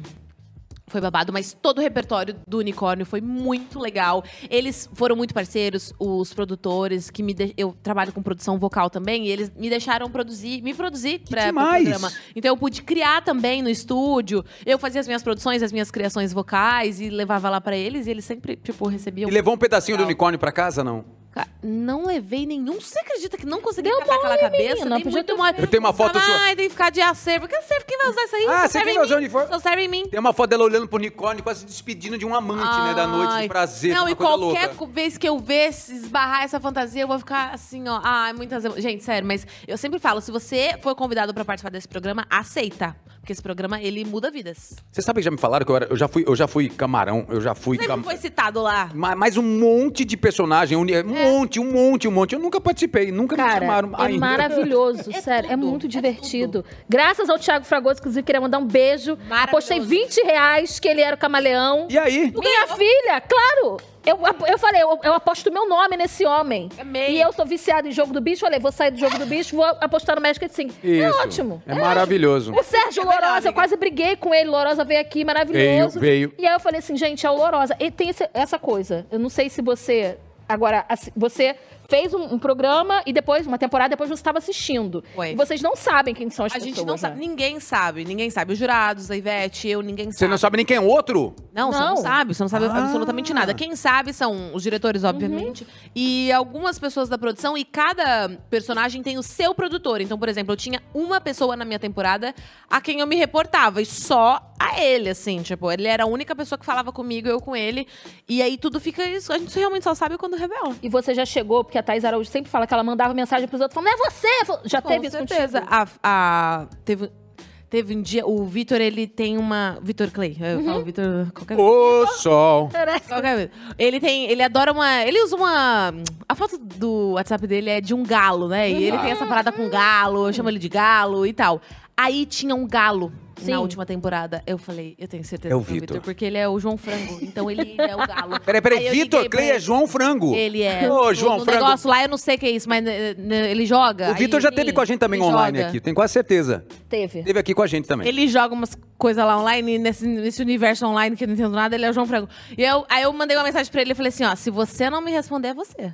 Foi babado, mas todo o repertório do Unicórnio foi muito legal. Eles foram muito parceiros, os produtores, que me de- eu trabalho com produção vocal também, e eles me deixaram produzir, me produzir para o demais! programa. Então eu pude criar também no estúdio. Eu fazia as minhas produções, as minhas criações vocais e levava lá para eles, e eles sempre, tipo, recebiam E levou um pedacinho do unicórnio pra casa, não? Ca- Não levei nenhum. Você acredita que não consegui catar aquela cabeça? menina, Dei podia muito ter mole. Eu tenho uma foto Ai, sua. tem que ficar de acervo. Que acervo? Quem vai usar isso aí? Ah, Só você serve quem em vai usar mim. uniforme? Só serve em mim. Tem uma foto dela olhando pro unicórnio, quase se despedindo de um amante, né? Da noite de Ai. prazer. Não, uma e coisa qualquer louca. co- vez que eu ver se esbarrar essa fantasia, eu vou ficar assim, ó. Ai, muitas. emo- Gente, sério, mas eu sempre falo: se você for convidado pra participar desse programa, aceita. Porque esse programa, ele muda vidas. Você sabe que já me falaram que eu, era- eu já, fui, eu já fui camarão, eu já fui Sempre cam- foi citado lá. Ma- Mas um monte de personagem, um É. um monte, um monte, um monte. Eu nunca participei, nunca me Cara, chamaram é ainda. maravilhoso, É sério. é tudo, muito é divertido. Graças ao Thiago Fragoso, inclusive, queria mandar um beijo. Maravilhoso. Apostei 20 reais que ele era o camaleão. E aí? Minha filha, claro! Eu, eu falei, eu, eu aposto meu nome nesse homem. Amei. E eu sou viciada em jogo do bicho. Falei, vou sair do jogo do bicho, vou apostar no Magic Sim. É Isso. ótimo. É maravilhoso. O Sérgio É melhor, Lourosa, eu amiga. quase briguei com ele. Lourosa veio aqui, maravilhoso. Veio, veio. E aí eu falei assim, gente, é o Lourosa. E tem esse- essa coisa. Eu não sei se você. Agora, assi- você fez um, um programa e depois, uma temporada, depois você estava assistindo. Foi. E vocês não sabem quem são as A pessoas. gente não sabe. né? Ninguém sabe. Ninguém sabe. Os jurados, a Ivete, eu, ninguém Você sabe. não sabe nem quem é o outro? Não, você Não. não sabe, você não sabe Ah. absolutamente nada. Quem sabe são os diretores, Uhum. obviamente, e algumas pessoas da produção, e cada personagem tem o seu produtor. Então, por exemplo, eu tinha uma pessoa na minha temporada a quem eu me reportava, e só a ele, assim, tipo, ele era a única pessoa que falava comigo, eu com ele. E aí tudo fica isso. A gente realmente só sabe quando revela. E você já chegou, porque a Thais Araújo sempre fala que ela mandava mensagem pros outros, falando, não é você! Já Com teve isso certeza. contigo? A, a- teve, teve um dia. O Vitor, ele tem uma. Vitor Clay. Eu Uhum. falo Vitor. Qualquer O sol. Parece. Qual que é? Ele tem. Ele adora uma. Ele usa uma. A foto do WhatsApp dele é de um galo, né? E ele tem essa parada com galo, eu chamo ele de galo e tal. Aí tinha um galo. Sim. Na última temporada, eu falei, eu tenho certeza É o que Vitor. porque ele é o João Frango. Então ele é o galo. Peraí, Aí peraí. eu Vitor liguei pra Clay é João Frango. Ele é. Ô, no- João no Frango. negócio lá, eu não sei o que é isso, mas né, né, ele joga. O Vitor aí já ele- teve com a gente também ele online joga. aqui, tenho quase certeza. Teve. Teve aqui com a gente também. Ele joga umas coisas lá online, nesse, nesse universo online que eu não entendo nada, ele é o João Franco. E eu, aí eu mandei uma mensagem pra ele e falei assim: ó, se você não me responder, é você.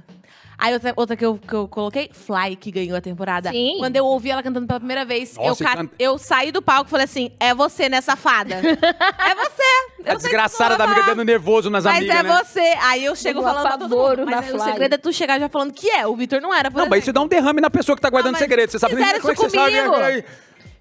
Aí outra, outra que, eu, que eu coloquei, Fly, que ganhou a temporada. Sim. Quando eu ouvi ela cantando pela primeira vez, eu, Nossa, ca- e canta- eu saí do palco e falei assim: é você, (laughs) né, safada? é você! Eu a sei que você desgraçada não da vai amiga falar, dando nervoso nas Mas amigas, é né? você. Aí eu chego Deu um falando pra todo apavoro mundo. na Mas aí o Fly. segredo é tu chegar já falando que é. O Vitor não era, por Não, mas isso dá um derrame na pessoa que tá guardando Ah, mas segredo. Você sabe fizeram como é que isso você sabe, né? comigo. Peraí.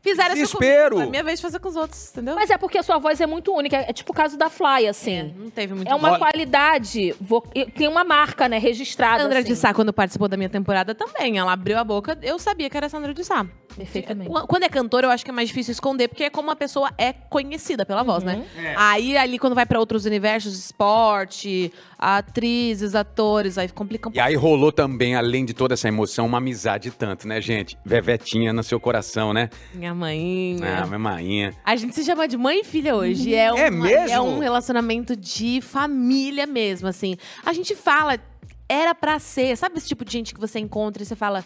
Fizeram isso Desespero. comigo. É minha vez de fazer com os outros, entendeu? Mas é porque a sua voz é muito única. É tipo o caso da Fly, assim. não teve muito É uma jeito. qualidade. vo- e Tem uma marca, né? Registrada. Sandra assim. de Sá, quando participou da minha temporada, também. Ela abriu a boca, eu sabia que era Sandra de Sá. Perfeitamente. Qu- Quando é cantora, eu acho que é mais difícil esconder, porque é como a pessoa é conhecida pela voz, né? Aí, ali, quando vai pra outros universos, esporte, atrizes, atores, aí complica um E aí rolou também, além de toda essa emoção, uma amizade tanto, né, gente? Vevetinha no seu coração, né? Minha mãe. né? Ah, minha mainha. A gente se chama de mãe e filha hoje. É, É uma- mesmo? É um relacionamento de família mesmo, assim. A gente fala, era pra ser. Sabe esse tipo de gente que você encontra e você fala,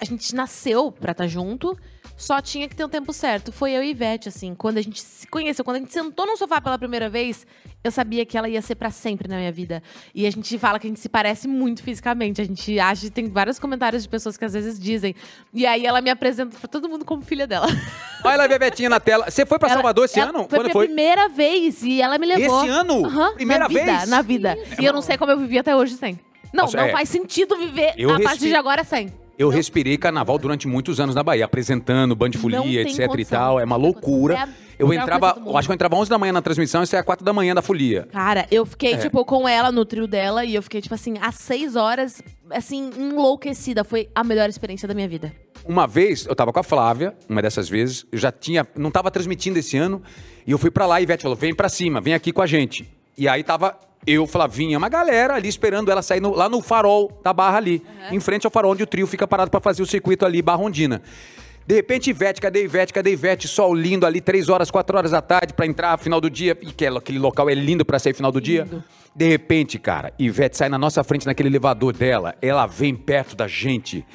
a gente nasceu pra estar junto, só tinha que ter um tempo certo. Foi eu e Ivete, assim. Quando a gente se conheceu, quando a gente sentou no sofá pela primeira vez, eu sabia que ela ia ser pra sempre na minha vida. E a gente fala que a gente se parece muito fisicamente. A gente acha, tem vários comentários de pessoas que às vezes dizem. E aí ela me apresenta pra todo mundo como filha dela. (laughs) Olha lá a Vevetinha na tela. Você foi pra Ela- Salvador esse ela- ano? Foi Quando minha foi? primeira vez e ela me levou. Esse ano? Aham, Primeira na vida, vez? Na vida. E eu não sei como eu vivi até hoje sem. Não, Nossa, não é. faz sentido viver Eu a partir respeito- de agora sem. Eu respirei carnaval durante muitos anos na Bahia, apresentando, band de Não folia, tem etc e condição. tal. É uma Não tem condição. É loucura. a Eu melhor entrava, coisa do mundo. eu acho que eu entrava 11 da manhã na transmissão, isso é 4 da manhã da folia. Cara, eu fiquei, tipo, com ela no trio dela e eu fiquei, tipo assim, às seis horas, assim, enlouquecida. Foi a melhor experiência da minha vida. Uma vez, eu tava com a Flávia, uma dessas vezes, eu já tinha, não tava transmitindo esse ano, e eu fui pra lá e a Ivete falou: vem pra cima, vem aqui com a gente. E aí tava eu, Flavinha, uma galera ali esperando ela sair no- lá no farol da barra ali, em frente ao farol onde o trio fica parado pra fazer o circuito ali, Barra Rondina. De repente, Ivete, cadê Ivete? Cadê Ivete? Sol lindo ali, 3 horas, 4 horas da tarde pra entrar final do dia. E que- aquele local é lindo pra sair final do dia. De repente, cara, Ivete sai na nossa frente naquele elevador dela. Ela vem perto da gente.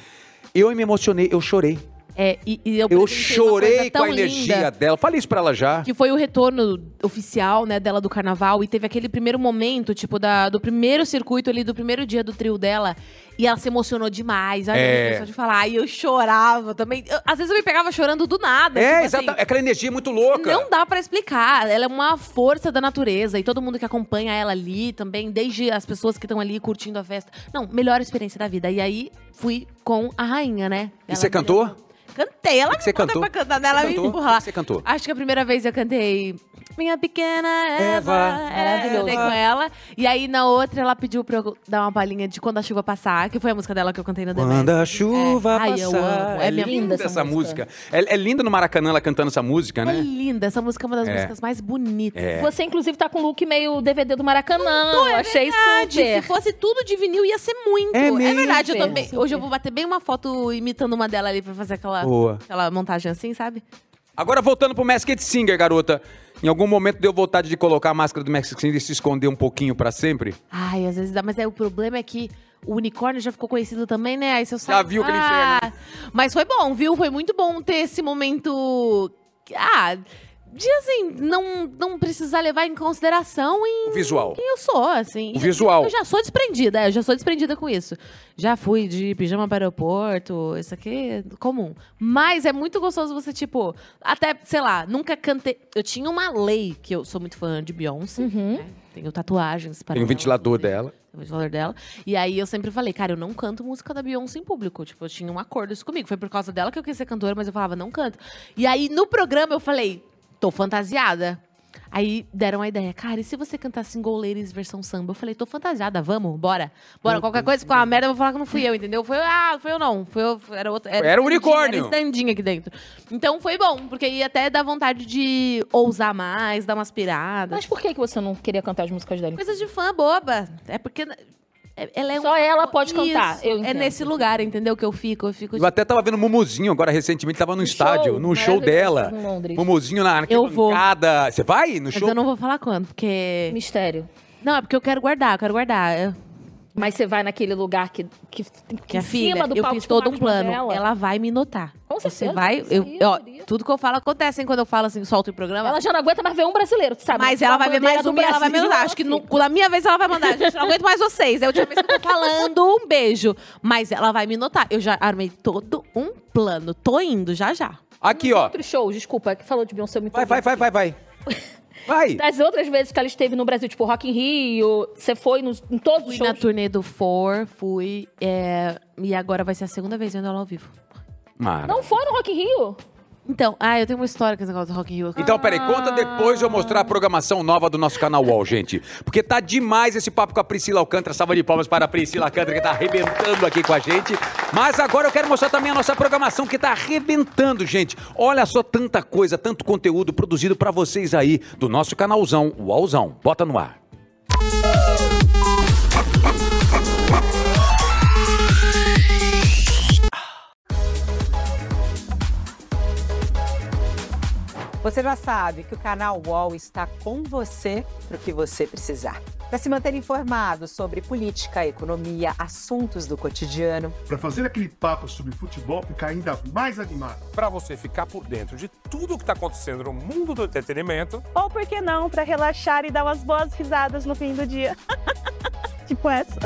Eu me emocionei, eu chorei. É, e, e eu Eu presenciei uma coisa chorei com tão a energia linda. dela. Falei isso pra ela já. Que foi o retorno oficial, né, dela do carnaval. E teve aquele primeiro momento, tipo, da, do primeiro circuito ali, do primeiro dia do trio dela. E ela se emocionou demais. Olha, É. é. só de falar. E eu chorava também. Eu- às vezes eu me pegava chorando do nada. É, tipo exatamente. assim, Aquela energia muito louca. Não dá pra explicar. Ela é uma força da natureza. E todo mundo que acompanha ela ali também, desde as pessoas que estão ali curtindo a festa. Não, melhor experiência da vida. E aí fui com a rainha, né? E Ela você me cantou? levou. Cantei, ela O que você me botou cantou? pra cantar, né? Você ela me cantou? empurra lá. É, O que você cantou? Acho que a primeira vez eu cantei Minha Pequena Eva. Eva. Maravilhoso. Cantei com ela. E aí na outra ela pediu pra eu dar uma palhinha de Quando a Chuva Passar, que foi a música dela que eu cantei no Quando Demais. a chuva É. Ai, eu passar. amo. É minha- linda essa essa música. música. É, é linda no Maracanã ela cantando essa música, Foi né? linda, essa música é uma das É. músicas mais bonitas. é Você, inclusive, tá com um look meio DVD do Maracanã. Eu achei verdade. Se super. fosse tudo de vinil, ia ser muito. É É, mesmo. verdade, eu Super, também. super. Hoje eu vou bater bem uma foto imitando uma dela ali pra fazer aquela, Boa. aquela montagem assim, sabe? Agora voltando pro Masked Singer, garota. Em algum momento deu vontade de colocar a máscara do Masked Singer e se esconder um pouquinho pra sempre? Ai, às vezes dá, mas aí o problema é que o unicórnio já ficou conhecido também, né? Aí você Ah, Já viu aquele inferno, Mas foi bom, viu? Foi muito bom ter esse momento. Ah, de assim, não, não precisar levar em consideração em O visual. quem eu sou, assim. O visual. Eu já sou desprendida, é, eu já sou desprendida com isso. Já fui de pijama para o aeroporto, isso aqui é comum. Mas é muito gostoso você, tipo, até, sei lá, nunca cantei. Eu tinha uma lei que eu sou muito fã de Beyoncé. né? Tenho tatuagens para Tem um ela, ventilador inclusive. dela. Tem um ventilador dela. E aí eu sempre falei, cara, eu não canto música da Beyoncé em público. Tipo, eu tinha um acordo isso comigo. Foi por causa dela que eu quis ser cantora, mas eu falava, não canto. E aí no programa eu falei, tô fantasiada. Aí deram a ideia, cara, e se você cantar Single Ladies versão samba? Eu falei, tô fantasiada, vamos, bora. Bora, qualquer coisa com a merda, eu vou falar que não fui eu, entendeu? Foi, ah, foi eu não. Foi eu, era outro. Era o standinho, unicórnio. Era standinho aqui dentro. Então foi bom, porque aí até dá vontade de ousar mais, dar umas piradas. Mas por que, que você não queria cantar as músicas dela? Coisa de fã boba. É porque. é- Ela é um- Só ela pode Isso. cantar. Eu é entendo. nesse lugar, entendeu? Que eu fico. Eu fico. tipo, Eu até tava vendo o Mumuzinho agora recentemente, tava é, no Um estádio, show né, num show maravilhoso dela. em Londres. Mumuzinho na Eu vou. arquibancada. Você vai no Mas show? eu não vou falar quando, porque. Mistério. Não, é porque eu quero guardar, eu quero guardar. Eu- Mas você vai naquele lugar que, que, que em Minha filha, cima do eu palco fiz tem todo uma um plano. novela. Ela vai me notar. Com Você certeza, vai. isso Eu, aí, ó, querida. tudo que eu falo acontece, hein? Quando eu falo assim, solto o programa. Ela já não aguenta mais ver um brasileiro, tu sabe? Mas ela A vai ver bandeira mais do um e ela vai me Brasil, mandar. Acho que fica. no, na minha vez ela vai mandar. Gente, não aguento mais vocês. É a última vez que eu tô falando. Um beijo. Mas ela vai me notar. Eu já armei todo um plano. Tô indo, já já. Aqui, ó. Outro show, desculpa, que falou de Beyoncé, eu me Vai, vai, vai, vai, (laughs) vai. Vai. Tá. Das outras vezes que ela esteve no Brasil, tipo Rock in Rio, você foi nos, em todos os Fui shows. na turnê do For, fui. é, e agora vai ser a segunda vez vendo ela ao vivo. Mara. Não foi no Rock in Rio? Então, ah, eu tenho uma história com esse negócio do Rock in Rio. Então, peraí, conta depois de eu mostrar a programação nova do nosso canal UOL, gente. Porque tá demais esse papo com a Priscila Alcântara. Salva de palmas para a Priscila Alcântara, que tá arrebentando aqui com a gente. Mas agora eu quero mostrar também a nossa programação, que tá arrebentando, gente. Olha só tanta coisa, tanto conteúdo produzido pra vocês aí, do nosso canalzão, UOLzão. Bota no ar. Você já sabe que o canal UOL está com você para o que você precisar. Para se manter informado sobre política, economia, assuntos do cotidiano, Pra fazer aquele papo sobre futebol ficar ainda mais animado. Pra você ficar por dentro de tudo o que tá acontecendo no mundo do entretenimento. Ou por que não, para relaxar e dar umas boas risadas no fim do dia. (laughs) tipo essa.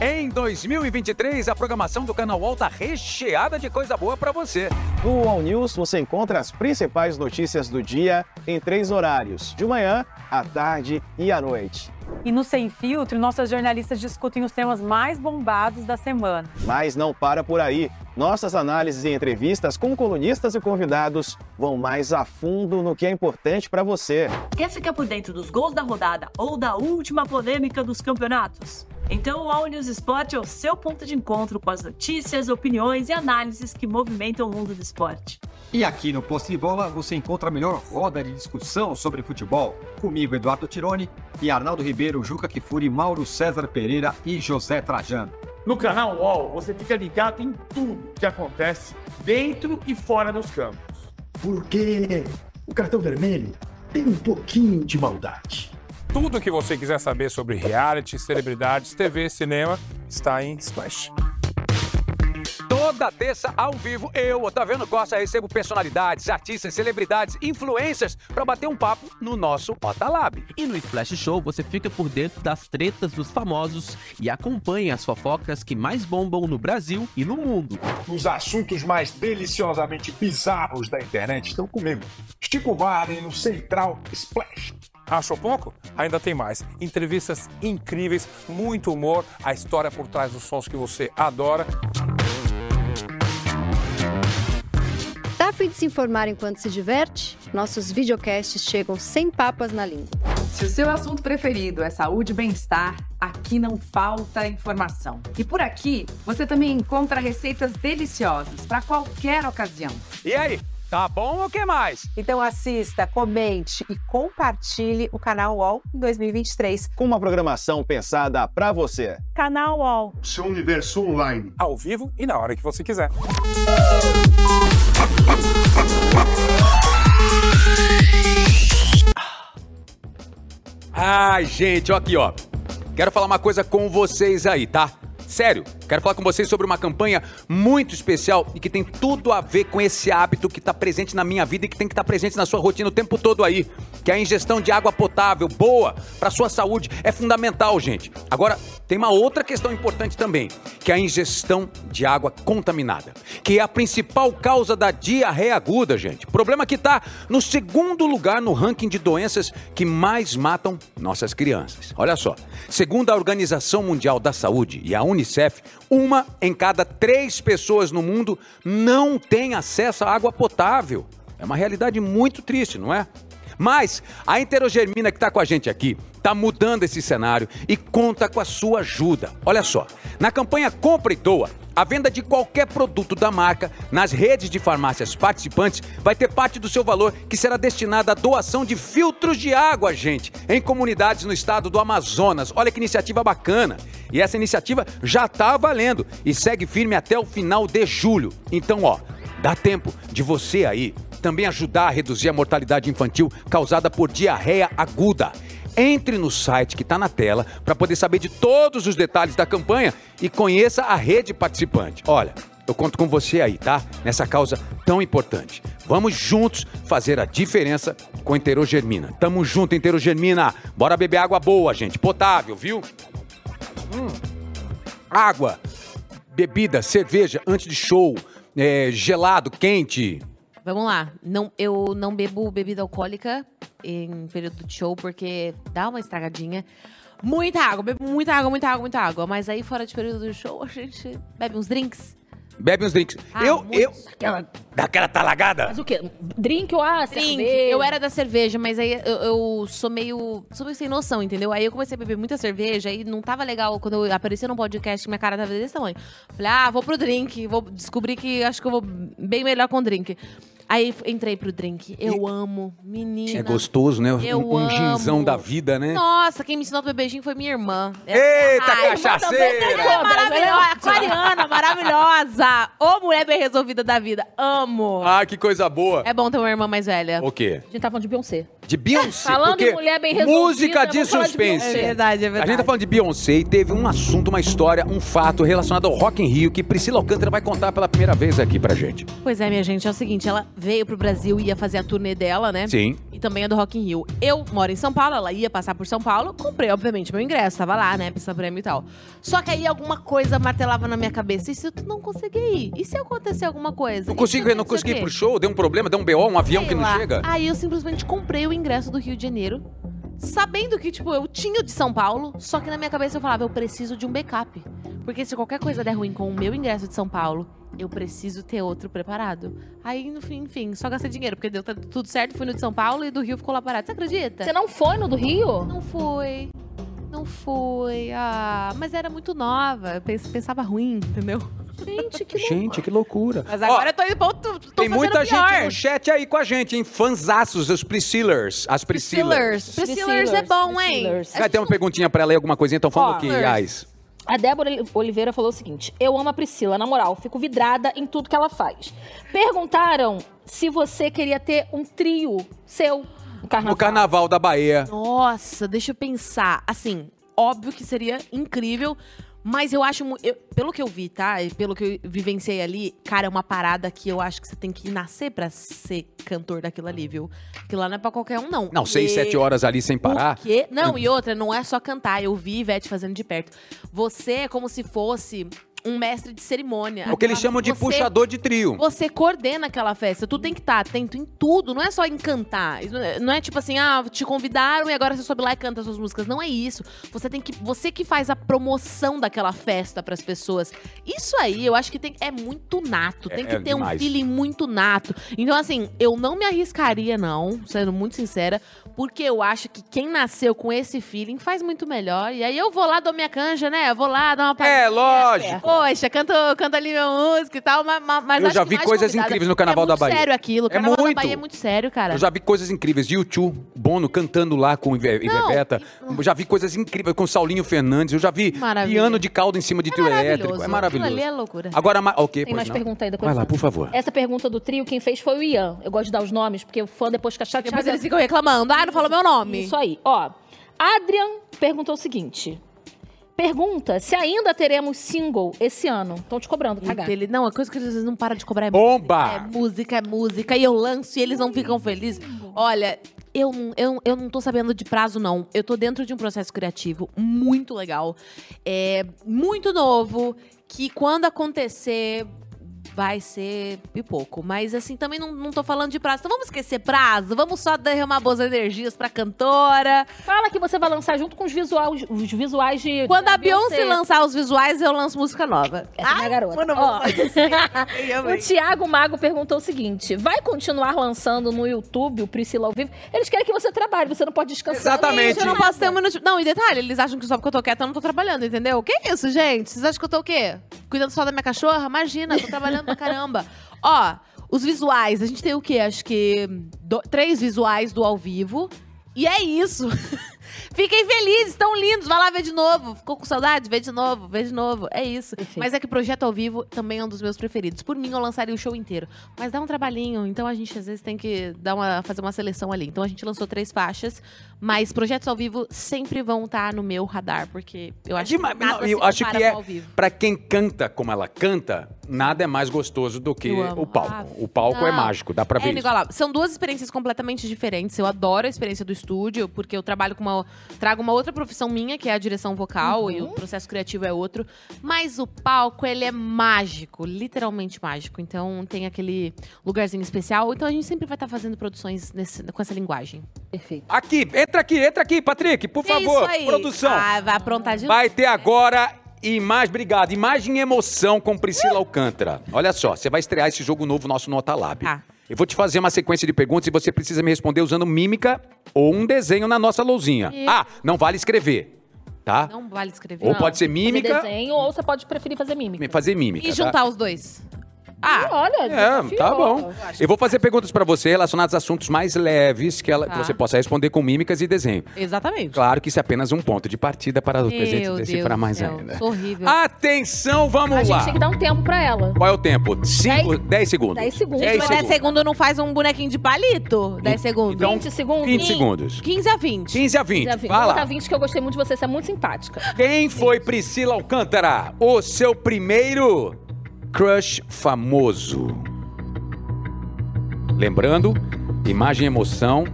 Em 2023, a programação do canal UOL tá recheada de coisa boa pra você. No All News você encontra as principais notícias do dia em três horários: de manhã, à tarde e à noite. E no Sem Filtro, nossas jornalistas discutem os temas mais bombados da semana. Mas não para por aí. Nossas análises e entrevistas com colunistas e convidados vão mais a fundo no que é importante para você. Quer ficar por dentro dos gols da rodada ou da última polêmica dos campeonatos? Então o All News Esporte é o seu ponto de encontro com as notícias, opiniões e análises que movimentam o mundo do esporte. E aqui no Posse de Bola você encontra a melhor roda de discussão sobre futebol. Comigo, Eduardo Tironi e Arnaldo Ribeiro, Juca Kifuri, Mauro César Pereira e José Trajano. No canal UOL, você fica ligado em tudo que acontece dentro e fora dos campos. Porque o cartão vermelho tem um pouquinho de maldade. Tudo o que você quiser saber sobre reality, celebridades, TV, cinema, está em Splash. Toda terça, ao vivo, eu, Otaviano Costa, recebo personalidades, artistas, celebridades, influencers pra bater um papo no nosso Otalab. E no Splash Show você fica por dentro das tretas dos famosos e acompanha as fofocas que mais bombam no Brasil e no mundo. Os assuntos mais deliciosamente bizarros da internet estão comigo. Chico Barney no Central Splash. Achou pouco? Ainda tem mais. Entrevistas incríveis, muito humor, a história por trás dos sons que você adora. Tá a fim de se informar enquanto se diverte? Nossos videocasts chegam sem papas na língua. Se o seu assunto preferido é saúde e bem-estar, aqui não falta informação. E por aqui você também encontra receitas deliciosas para qualquer ocasião. E aí, tá bom ou o que mais? então assista, comente e compartilhe o canal UOL em 2023. Com uma programação pensada para você. Canal UOL. Seu universo online. Ao vivo e na hora que você quiser. Ai, gente, ó aqui, ó. Quero falar uma coisa com vocês aí, tá? Sério, quero falar com vocês sobre uma campanha muito especial e que tem tudo a ver com esse hábito que tá presente na minha vida e que tem que estar presente na sua rotina o tempo todo aí, que é a ingestão de água potável boa pra sua saúde é fundamental, gente. Agora, tem uma outra questão importante também, que é a ingestão de água contaminada, que é a principal causa da diarreia aguda, gente. Problema que tá no segundo lugar no ranking de doenças que mais matam nossas crianças. Olha só, segundo a Organização Mundial da Saúde e a Unicef, uma em cada três pessoas no mundo não tem acesso a água potável. É uma realidade muito triste, não é? Mas a Interogermina que está com a gente aqui está mudando esse cenário e conta com a sua ajuda. Olha só, na campanha Compra e Doa, a venda de qualquer produto da marca nas redes de farmácias participantes vai ter parte do seu valor que será destinada à doação de filtros de água, gente, em comunidades no estado do Amazonas. Olha que iniciativa bacana. E essa iniciativa já está valendo e segue firme até o final de julho. Então, ó, dá tempo de você aí também ajudar a reduzir a mortalidade infantil causada por diarreia aguda. Entre no site que está na tela para poder saber de todos os detalhes da campanha e conheça a rede participante. Olha, eu conto com você aí, tá? Nessa causa tão importante. Vamos juntos fazer a diferença com a Interogermina. Tamo junto, Interogermina. Bora beber água boa, gente. Potável, viu? água, bebida, cerveja antes de show, é, gelado, quente. Vamos lá. Não, eu não bebo bebida alcoólica em período de show, porque dá uma estragadinha. Muita água, bebo muita água, muita água, muita água. Mas aí, fora de período do show, a gente bebe uns drinks. Bebe uns drinks. eu, eu. Daquela talagada? Mas o quê? Drink ou a Drink. cerveja? Eu era da cerveja, mas aí eu, eu sou meio. sou meio sem noção, entendeu? Aí eu comecei a beber muita cerveja aí não tava legal quando eu apareci num podcast que minha cara tava desse tamanho. Falei, ah, vou pro drink, vou descobrir que acho que eu vou bem melhor com drink. Aí f- entrei pro drink. Eu amo, menina. É gostoso, né? Eu um um ginzão amo. da vida, né? Nossa, quem me ensinou a beber gin foi minha irmã. Eita, Ai, cachaceira! Ela é maravilhosa, aquariana, maravilhosa. Ô, mulher bem resolvida da vida. Amo. Ah, que coisa boa. É bom ter uma irmã mais velha. O quê? A gente tá falando de Beyoncé. De Beyoncé. Falando porque em mulher bem resolvida, Música de vamos falar de suspense. Beyoncé. É verdade, é A verdade. gente tá falando de Beyoncé e teve um assunto, uma história, um fato relacionado ao Rock in Rio que Priscila Alcântara vai contar pela primeira vez aqui pra gente. Pois é, minha gente, é o seguinte, ela veio pro Brasil e ia fazer a turnê dela, né? Sim. E também a do Rock in Rio. Eu moro em São Paulo, ela ia passar por São Paulo, comprei, obviamente, meu ingresso, tava lá, né, pista prêmio e tal. Só que aí alguma coisa martelava na minha cabeça, e se tu não conseguir ir? E se acontecer alguma coisa? Não E consegui, se não consegui ir sei o pro quê? show, deu um problema, deu um BO, um avião Sei que não lá. chega. Aí eu simplesmente comprei o ingresso do Rio de Janeiro, sabendo que, tipo, eu tinha o de São Paulo, só que na minha cabeça eu falava, eu preciso de um backup. Porque se qualquer coisa der ruim com o meu ingresso de São Paulo, eu preciso ter outro preparado. Aí, no fim, enfim, só gastei dinheiro, porque deu t- tudo certo, fui no de São Paulo e do Rio ficou lá parado. Você acredita? Você não foi no do Rio? Não foi. Não foi. Ah, mas era muito nova. Eu pens- pensava ruim, entendeu? Gente, que Gente, que loucura. Mas Ó, agora eu tô indo pra outro. Tô Tem fazendo muita gente pior. no chat aí com a gente, hein? Fanzaços, os Priscillers. As Priscillers. Priscillers. Priscillers é bom, hein? Vai ter uma perguntinha pra ela aí, alguma coisinha? Estão falando Ó. o quê, Yas? A Débora Oliveira falou o seguinte: Eu amo a Priscila, na moral, fico vidrada em tudo que ela faz. Perguntaram se você queria ter um trio seu no carnaval. No Carnaval da Bahia. Nossa, deixa eu pensar. Assim, óbvio que seria incrível, mas eu acho. mu- Eu, pelo que eu vi, tá? E Pelo que eu vivenciei ali, cara, é uma parada que eu acho que você tem que nascer pra ser cantor daquilo ali, viu? Que lá não é pra qualquer um, não. Não, seis, E- sete horas ali sem parar. que- Não, e outra, não é só cantar. Eu vi Ivete fazendo de perto. Você é como se fosse um mestre de cerimônia. É o que eles chamam de Você- puxador de trio. Você coordena aquela festa, tu tem que estar atento em tudo, não é só em cantar. Isso não é- Não é tipo assim, ah, te convidaram e agora você sobe lá e canta suas músicas. Não é isso. Você tem que. Você que faz a promoção daquela festa pras pessoas. Isso aí, eu acho que tem, é muito nato. Tem É, que é ter um demais. feeling muito nato. Então, assim, eu não me arriscaria, não, sendo muito sincera, porque eu acho que quem nasceu com esse feeling faz muito melhor. E aí eu vou lá, dou minha canja, né? Eu vou lá, É, dar uma palhinha. lógico. Poxa, canto, canto ali minha música e tal, ma- ma- mas Eu acho já que vi mais coisas convidada. incríveis no Carnaval é muito da Bahia. sério aquilo. O É Carnaval muito. da Bahia é muito sério, cara. Eu já vi coisas incríveis. YouTube, Bono cantando lá com Ive- Não, Ivebeta. Eu já vi coisas incríveis com Saulinho Fernandes. Eu já vi Maravilha. piano de caldo em cima de trio elétrico. É maravilhoso. Aquilo ali é loucura. Agora, ma- ok, Tem pois mais não. pergunta aí da Vai lá, por favor. Essa pergunta do trio, quem fez foi o Ian. Eu gosto de dar os nomes, porque o fã depois fica chateado. é Depois eles ficam reclamando. Ah, não falou meu nome. Isso aí. Ó, Adrian perguntou o seguinte. Pergunta se ainda teremos single esse ano. Estão te cobrando, cagar. Ele, não, a coisa que eles não param de cobrar é Bomba! música. É música, é música. E eu lanço e eles não ficam felizes. Olha, eu, não- eu, eu não tô sabendo de prazo, não. Eu tô dentro de um processo criativo muito legal. É muito novo. Que quando acontecer, vai ser pipoco. Mas assim, também não, não tô falando de prazo. Então vamos esquecer prazo? Vamos só derramar boas energias pra cantora. Fala que você vai lançar junto com os visuais, os visuais de. Quando da a Beyoncé, lançar os visuais, eu lanço música nova. Essa é minha garota. Ó. o Thiago Mago perguntou o seguinte: vai continuar lançando no YouTube o Priscila ao vivo? Eles querem que você trabalhe, você não pode descansar. né? Gente, eu não posso ter um minuto. Não, e detalhe, eles acham que só porque eu tô quieta eu não tô trabalhando, entendeu? Que isso, gente? Vocês acham que eu tô o quê? Cuidando só da minha cachorra? Imagina, tô trabalhando pra caramba. Ó, os visuais, a gente tem o quê? Acho que do- três visuais do ao vivo. E é isso. (laughs) Fiquem felizes, estão lindos. Vai lá ver de novo. Ficou com saudade? Vê de novo, vê de novo. É isso. Mas é que o projeto ao vivo também é um dos meus preferidos. Por mim, eu lançaria o show inteiro. Mas dá um trabalhinho, então a gente às vezes tem que dar uma, fazer uma seleção ali. Então a gente lançou três faixas, mas projetos ao vivo sempre vão estar no meu radar, porque eu acho Demais, que. mas nada não, se eu acho compara que com ao é vivo. pra quem canta como ela canta, nada é mais gostoso do que Eu amo. o palco. Ah, o palco é não. mágico, dá pra é, ver. isso. Nicolau, são duas experiências completamente diferentes. Eu adoro a experiência do estúdio, porque eu trabalho com uma. Trago uma outra profissão minha, que é a direção vocal, e o Uhum. processo criativo é outro. Mas o palco, ele é mágico, literalmente mágico. Então tem aquele lugarzinho especial. Então a gente sempre vai estar fazendo produções nesse- com essa linguagem. É Perfeito. Aqui, entra aqui, entra aqui, Patrick, por favor, isso aí. produção. Ah, vai aprontar de novo. Vai ter agora E mais, obrigado. E mais em emoção com Uh! Priscila Alcântara. Olha só, você vai estrear esse jogo novo nosso no Otalab. Tá. Eu vou te fazer uma sequência de perguntas e você precisa me responder usando mímica ou um desenho na nossa lousinha. Ih. Ah, não vale escrever, tá? Não vale escrever. Ou Não. pode ser Fazer mímica, desenho, ou você pode preferir fazer mímica. fazer mímica. E tá? juntar os dois. Ah, olha. É, tá bom. Eu vou fazer perguntas pra você relacionadas a assuntos mais leves que, ela, que Tá. você possa responder com mímicas e desenho. Exatamente. Claro que isso é apenas um ponto de partida para o Meu presente decifrar Deus mais do céu, ainda. sou horrível. Atenção, vamos A lá. gente tem que dar um tempo pra ela. Qual é o tempo? 5, 10 segundos. 10 segundos. Dez Gente, mas 10 segundos. segundos não faz um bonequinho de palito. 10 segundos. É então, 20 segundos. 20 segundos. 15 a 20. 15 a 20. Já vi. Vai Vamos dar lá. 20 que eu gostei muito de você, você é muito simpática. Quem foi Priscila Alcântara? O seu primeiro crush famoso. Lembrando, imagem e emoção.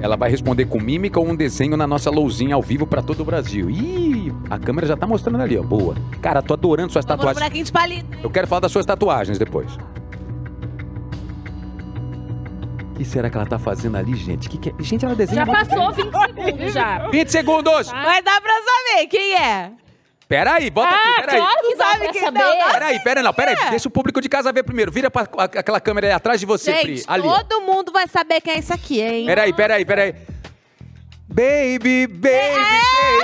Ela vai responder com mímica ou um desenho na nossa lousinha ao vivo pra todo o Brasil. Ih, a câmera já tá mostrando ali, ó. Boa. Cara, tô adorando suas Vamos no tatuagens. bonequinho de palito. Eu quero falar das suas tatuagens depois. O que será que ela tá fazendo ali, gente? Que que é? Gente, ela desenha. Já muito passou bem. 20 segundos já. 20 segundos! Mas dá pra saber quem é. Peraí, bota aqui, Ah, peraí. claro que dá pra saber. Não, tá? Peraí, peraí, não, peraí. Deixa o público de casa ver primeiro. Vira pra a- aquela câmera aí atrás de você, Pri. Gente, Ali. ó. todo mundo vai saber quem é esse aqui, hein? Peraí, peraí, peraí. Baby, baby,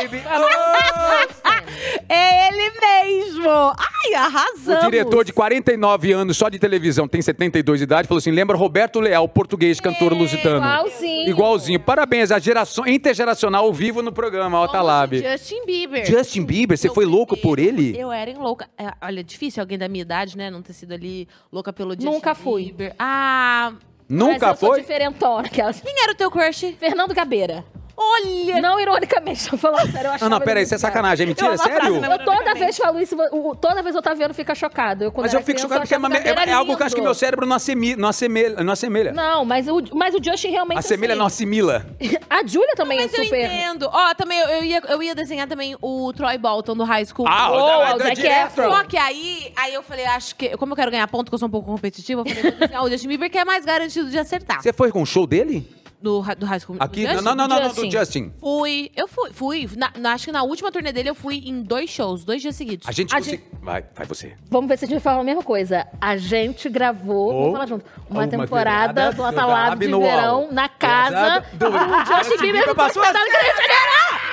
baby. é ele mesmo. Ai, arrasamos. O diretor de 49 anos, só de televisão, tem 72 de idade, falou assim: lembra Roberto Leal, português, cantor lusitano. igualzinho. Igualzinho. Parabéns, a geração intergeracional ao vivo no programa, tá Otalab. Justin Bieber. Justin Bieber, você foi louco por ele? Eu era em louca. É, olha, difícil alguém da minha idade, né? Não ter sido ali louca pelo Justin Nunca fui. Bieber. Ah. Nunca mas eu Sou foi? diferentona. aquelas. Quem era o teu crush? Fernando Gabeira. Olha! Não, ironicamente, tô falando sério. Eu achava Ana, peraí, ele isso é muito legal. sacanagem, é mentira, é sério? Eu toda vez falo isso, o- toda vez o Otaviano fica chocado. Eu, quando Mas eu era fico criança, chocado porque é, achava uma- o Gabeira é- é algo que eu lindo. acho que meu cérebro não, assemi, não, assemelha, não assemelha. Não, é mas o, mas o Justin realmente. assim, assemelha, não assimila. (laughs) A Júlia também é Mas eu entendo. Ó, também eu, eu ia, eu ia desenhar também o Troy Bolton do High School. Ah, o Boa, da- o da- Zac direto. Efron. É, Só que aí, aí eu falei, acho que... Como eu quero ganhar ponto, que eu sou um pouco competitiva, eu falei, vou desenhar o Justin Bieber, que é mais garantido de acertar. Você foi com o show dele? Do, do High School Aqui? Justin? Não, não, não, não, do Justin. Fui, eu fui, fui. Na- na- acho que na última turnê dele eu fui em dois shows, dois dias seguidos. A gente consegui- Vai, vai você. Vamos ver se a gente vai falar a mesma coisa. A gente gravou, Oh. vamos falar junto, uma, Uma temporada temporada do Atalab do Atalab de no verão UOL. na casa Pesado, do duro. Justin Bieber no Passou Hospital as- do Rio de Janeiro.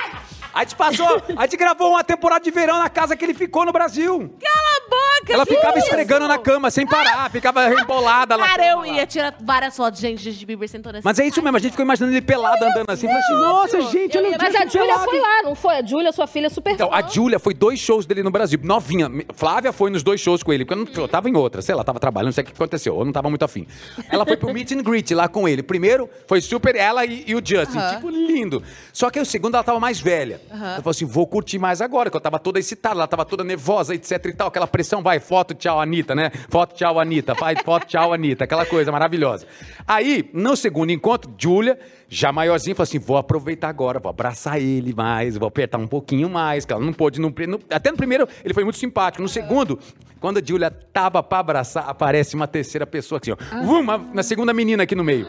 A gente passou, a gente gravou uma temporada de verão na casa que ele ficou no Brasil. Cala a boca, Ela que ficava isso? esfregando na cama sem parar, ficava rebolada lá. Cara, eu ia tirar várias fotos, gente, de Justin Bieber sentando assim. Mas é isso mesmo, a gente ficou imaginando ele pelado andando assim. Falei assim, nossa, gente, olha o Mas Justin a Júlia pelado. foi lá, não foi? A Júlia, sua filha, super Então, a Júlia foi dois shows dele no Brasil, novinha. Flávia foi nos dois shows com ele, porque eu, não, eu tava em outra, sei lá, tava trabalhando, não sei o que aconteceu, eu não tava muito afim. Ela foi pro meet and greet lá com ele. Primeiro, foi super ela e, e o Justin, Aham. tipo, lindo. Só que aí o segundo, ela tava mais velha. Aham. Ela falou assim, vou curtir mais agora, que eu tava toda excitada, ela tava toda nervosa, etc e tal. Aquela pressão, vai, foto, tchau, Anitta, né? Foto, tchau, Anitta, vai, foto, tchau, Anitta. Aquela coisa maravilhosa. Aí, no segundo encontro, Júlia, já maiorzinha, falou assim, vou aproveitar agora, vou abraçar ele mais, vou apertar um pouquinho mais, que ela não pôde, no pri- no- até no primeiro ele foi muito simpático. No segundo, quando a Júlia tava pra abraçar, aparece uma terceira pessoa assim, ó. Vum, uma- na segunda menina aqui no meio.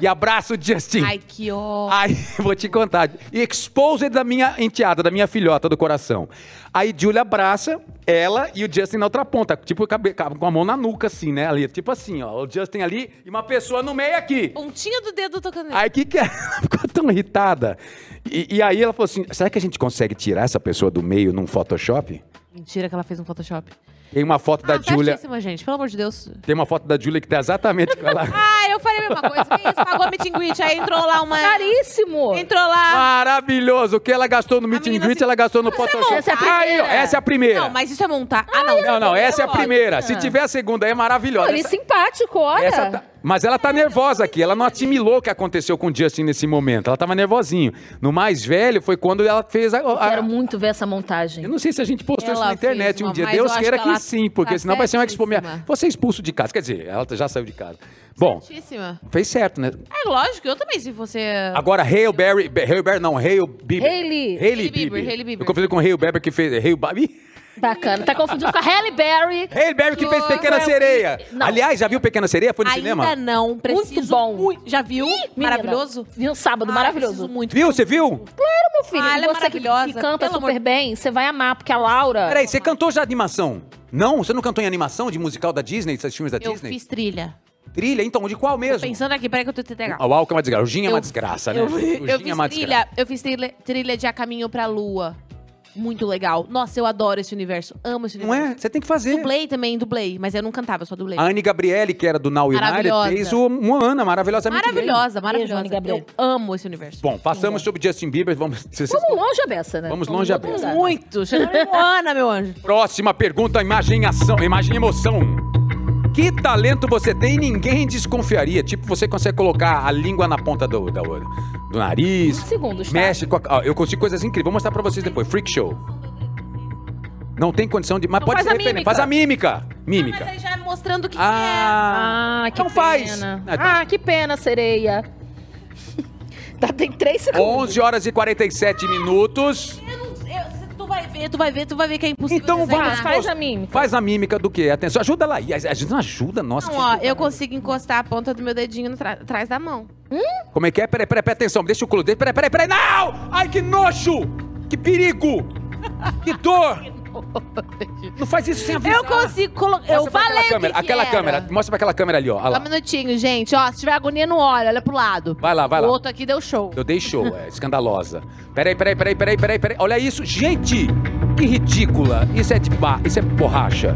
E abraça o Justin. Ai, que ó. Aí, (laughs) vou te contar. E exposed da minha enteada, da minha filhota do coração. Aí, Julia abraça ela e o Justin na outra ponta. Tipo, cabe- cabe- com a mão na nuca, assim, né? Ali, tipo assim, ó. O Justin ali e uma pessoa no meio aqui. Pontinha do dedo tocando nele. Aí, o que que é? Ela (laughs) ficou tão irritada. E, e aí, ela falou assim, será que a gente consegue tirar essa pessoa do meio num Photoshop? Mentira que ela fez um Photoshop. Tem uma foto Ah, da Julia... Certíssima, gente, pelo amor de Deus. Tem uma foto da Julia que tá exatamente com ela... (laughs) Ah, eu falei a mesma coisa. Que isso? Pagou meet and greet, aí entrou lá uma... Caríssimo! Entrou lá... Maravilhoso! O que ela gastou no meet and greet, ela gastou no Photoshop. Essa é a Aí, ó, primeira. essa é a primeira. Não, mas isso é montar. Ah, não. Não, não, essa é a pode. primeira. Se tiver a segunda, aí é maravilhosa. Ele é Essa- simpático, olha. essa tá- Mas ela tá nervosa aqui, ela não assimilou o que aconteceu com o Justin nesse momento. Ela tava nervosinho. No mais velho foi quando ela fez a. a- Quero muito ver essa montagem. Eu Ah. não sei se a gente postou isso Ela na internet fez um uma, dia. mas eu Deus acho queira que que, ela sim, porque tá senão vai ser uma expo. certíssima. Você é expulso de casa. Quer dizer, ela já saiu de casa. Bom, Certíssima. fez certo, né? É lógico, eu também, se você... Agora, Hail Berry. Be- Hail Berry, não, Hail Bieber. Hailey. Hailey Hailey Bieber, Bieber. Hailey Bieber. Eu confio com Hail Bieber que fez. Hail Bobby. Bacana. Tá confundindo com a Halle Berry. Halle Berry que fez é Pequena Sereia. Aliás, já viu Pequena Sereia? Foi no Ainda cinema? não, preciso. Muito bom. já viu? maravilhoso? Vi um sábado, maravilhoso. Muito. Viu? Você viu? Claro, meu filho. Ah, E ela é você que- maravilhosa. Que canta Pelo super bem, você vai amar, porque a Laura... Peraí, você cantou já animação? Não? Você não cantou em animação de musical da Disney, desses filmes da Eu Disney? fiz trilha. Trilha? Então, de qual mesmo? Pensando aqui, peraí que eu tô TTH. Ah, o álcool é uma desgraça. O gin é Eu- uma desgraça, né? Eu, O gin eu é uma fiz desgraça. trilha, eu fiz trilha, trilha de A Caminho pra Lua. Muito legal. Nossa, eu adoro esse universo. Amo esse Não universo. é? Ah, Você tem que fazer. Dublei também, dublei. Mas eu não cantava, eu só dublei. A Anne Gabriele, que era do Now United, Maravilhosa. fez o Moana maravilhosamente é bem. Maravilhosa, maravilhosa. Eu amo esse universo. Bom, passamos sobre Justin Bieber. Vamos, (laughs) Vamos longe a beça, né? Vamos longe a beça. Muito. Chegamos em Moana, meu anjo. Próxima pergunta, imagem em ação, imagem em emoção. Que talento você tem e ninguém desconfiaria? Tipo, você consegue colocar a língua na ponta do, da- do nariz. Segundos, tá? Mexe com a, ó, Eu consigo coisas incríveis. Vou mostrar pra vocês depois. Freak show. Não tem condição de. Mas pode faz ser a referente. mímica. Faz a mímica. Mímica. Aí já é mostrando o que é. Ah, Ah, que Então faz. pena. Ah, então- Ah, que pena, sereia. (laughs) tá, tem três segundos. 11 horas e 47 minutos. que é. Tu vai ver, tu vai ver, tu vai ver que é impossível. Então desenhar. vamos. mostrar. Faz a mímica do quê? Atenção. Ajuda lá. E a- a gente não ajuda, nossa. Não, ó, eu consigo encostar a ponta do meu dedinho no tra- atrás da mão. Como é que é? Peraí, peraí, peraí, atenção, deixa o culo. Deixa, peraí, peraí, peraí, não! Ai, que nojo! Que perigo! Que (laughs) dor! Não faz isso sem avisar. Eu consigo colocar. Eu Mostra pra falei aquela câmera, o que que aquela era. câmera, mostra pra aquela câmera ali, ó. Olha Só um lá. minutinho, gente. Ó, se tiver agonia, não olha. Olha pro lado. Vai lá, vai lá. O outro aqui deu show. Eu dei show, é escandalosa. Peraí, peraí, peraí, peraí, peraí, peraí. Olha isso, gente! Que ridícula! Isso é de ba... isso é borracha.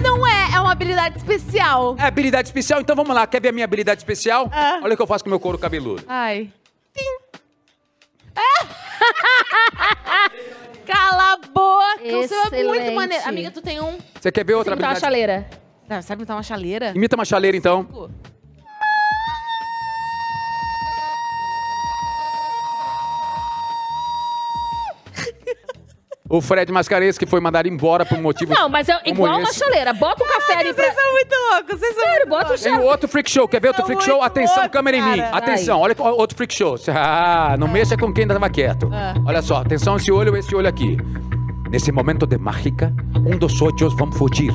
Não é, é uma habilidade especial. É habilidade especial, então vamos lá. Quer ver a minha habilidade especial? Ah. Olha o que eu faço com o meu couro cabeludo. Ai. Tim. Ah! (laughs) Cala a boca. O seu é muito Excelente. maneiro. Amiga, tu tem um. Você quer ver outra Imitar uma habilidade? tá chaleira. Ah, sabe imitar uma chaleira? Imita uma chaleira, então. O Fred Mascarenhas, que foi mandado embora por motivos Não, mas é igual uma comunistas. chaleira. Bota Ah, um café ali pra... Vocês são muito loucos. Vocês são Sério, bota um Tem chaleira. outro freak show. Quer ver outro freak show? Atenção, loucos, câmera em mim. cara. Atenção, olha co- outro freak show. Ah, não mexa com quem estava quieto. Ah. Olha só, atenção esse olho, esse olho aqui. Nesse momento de mágica, um dos olhos vão fugir.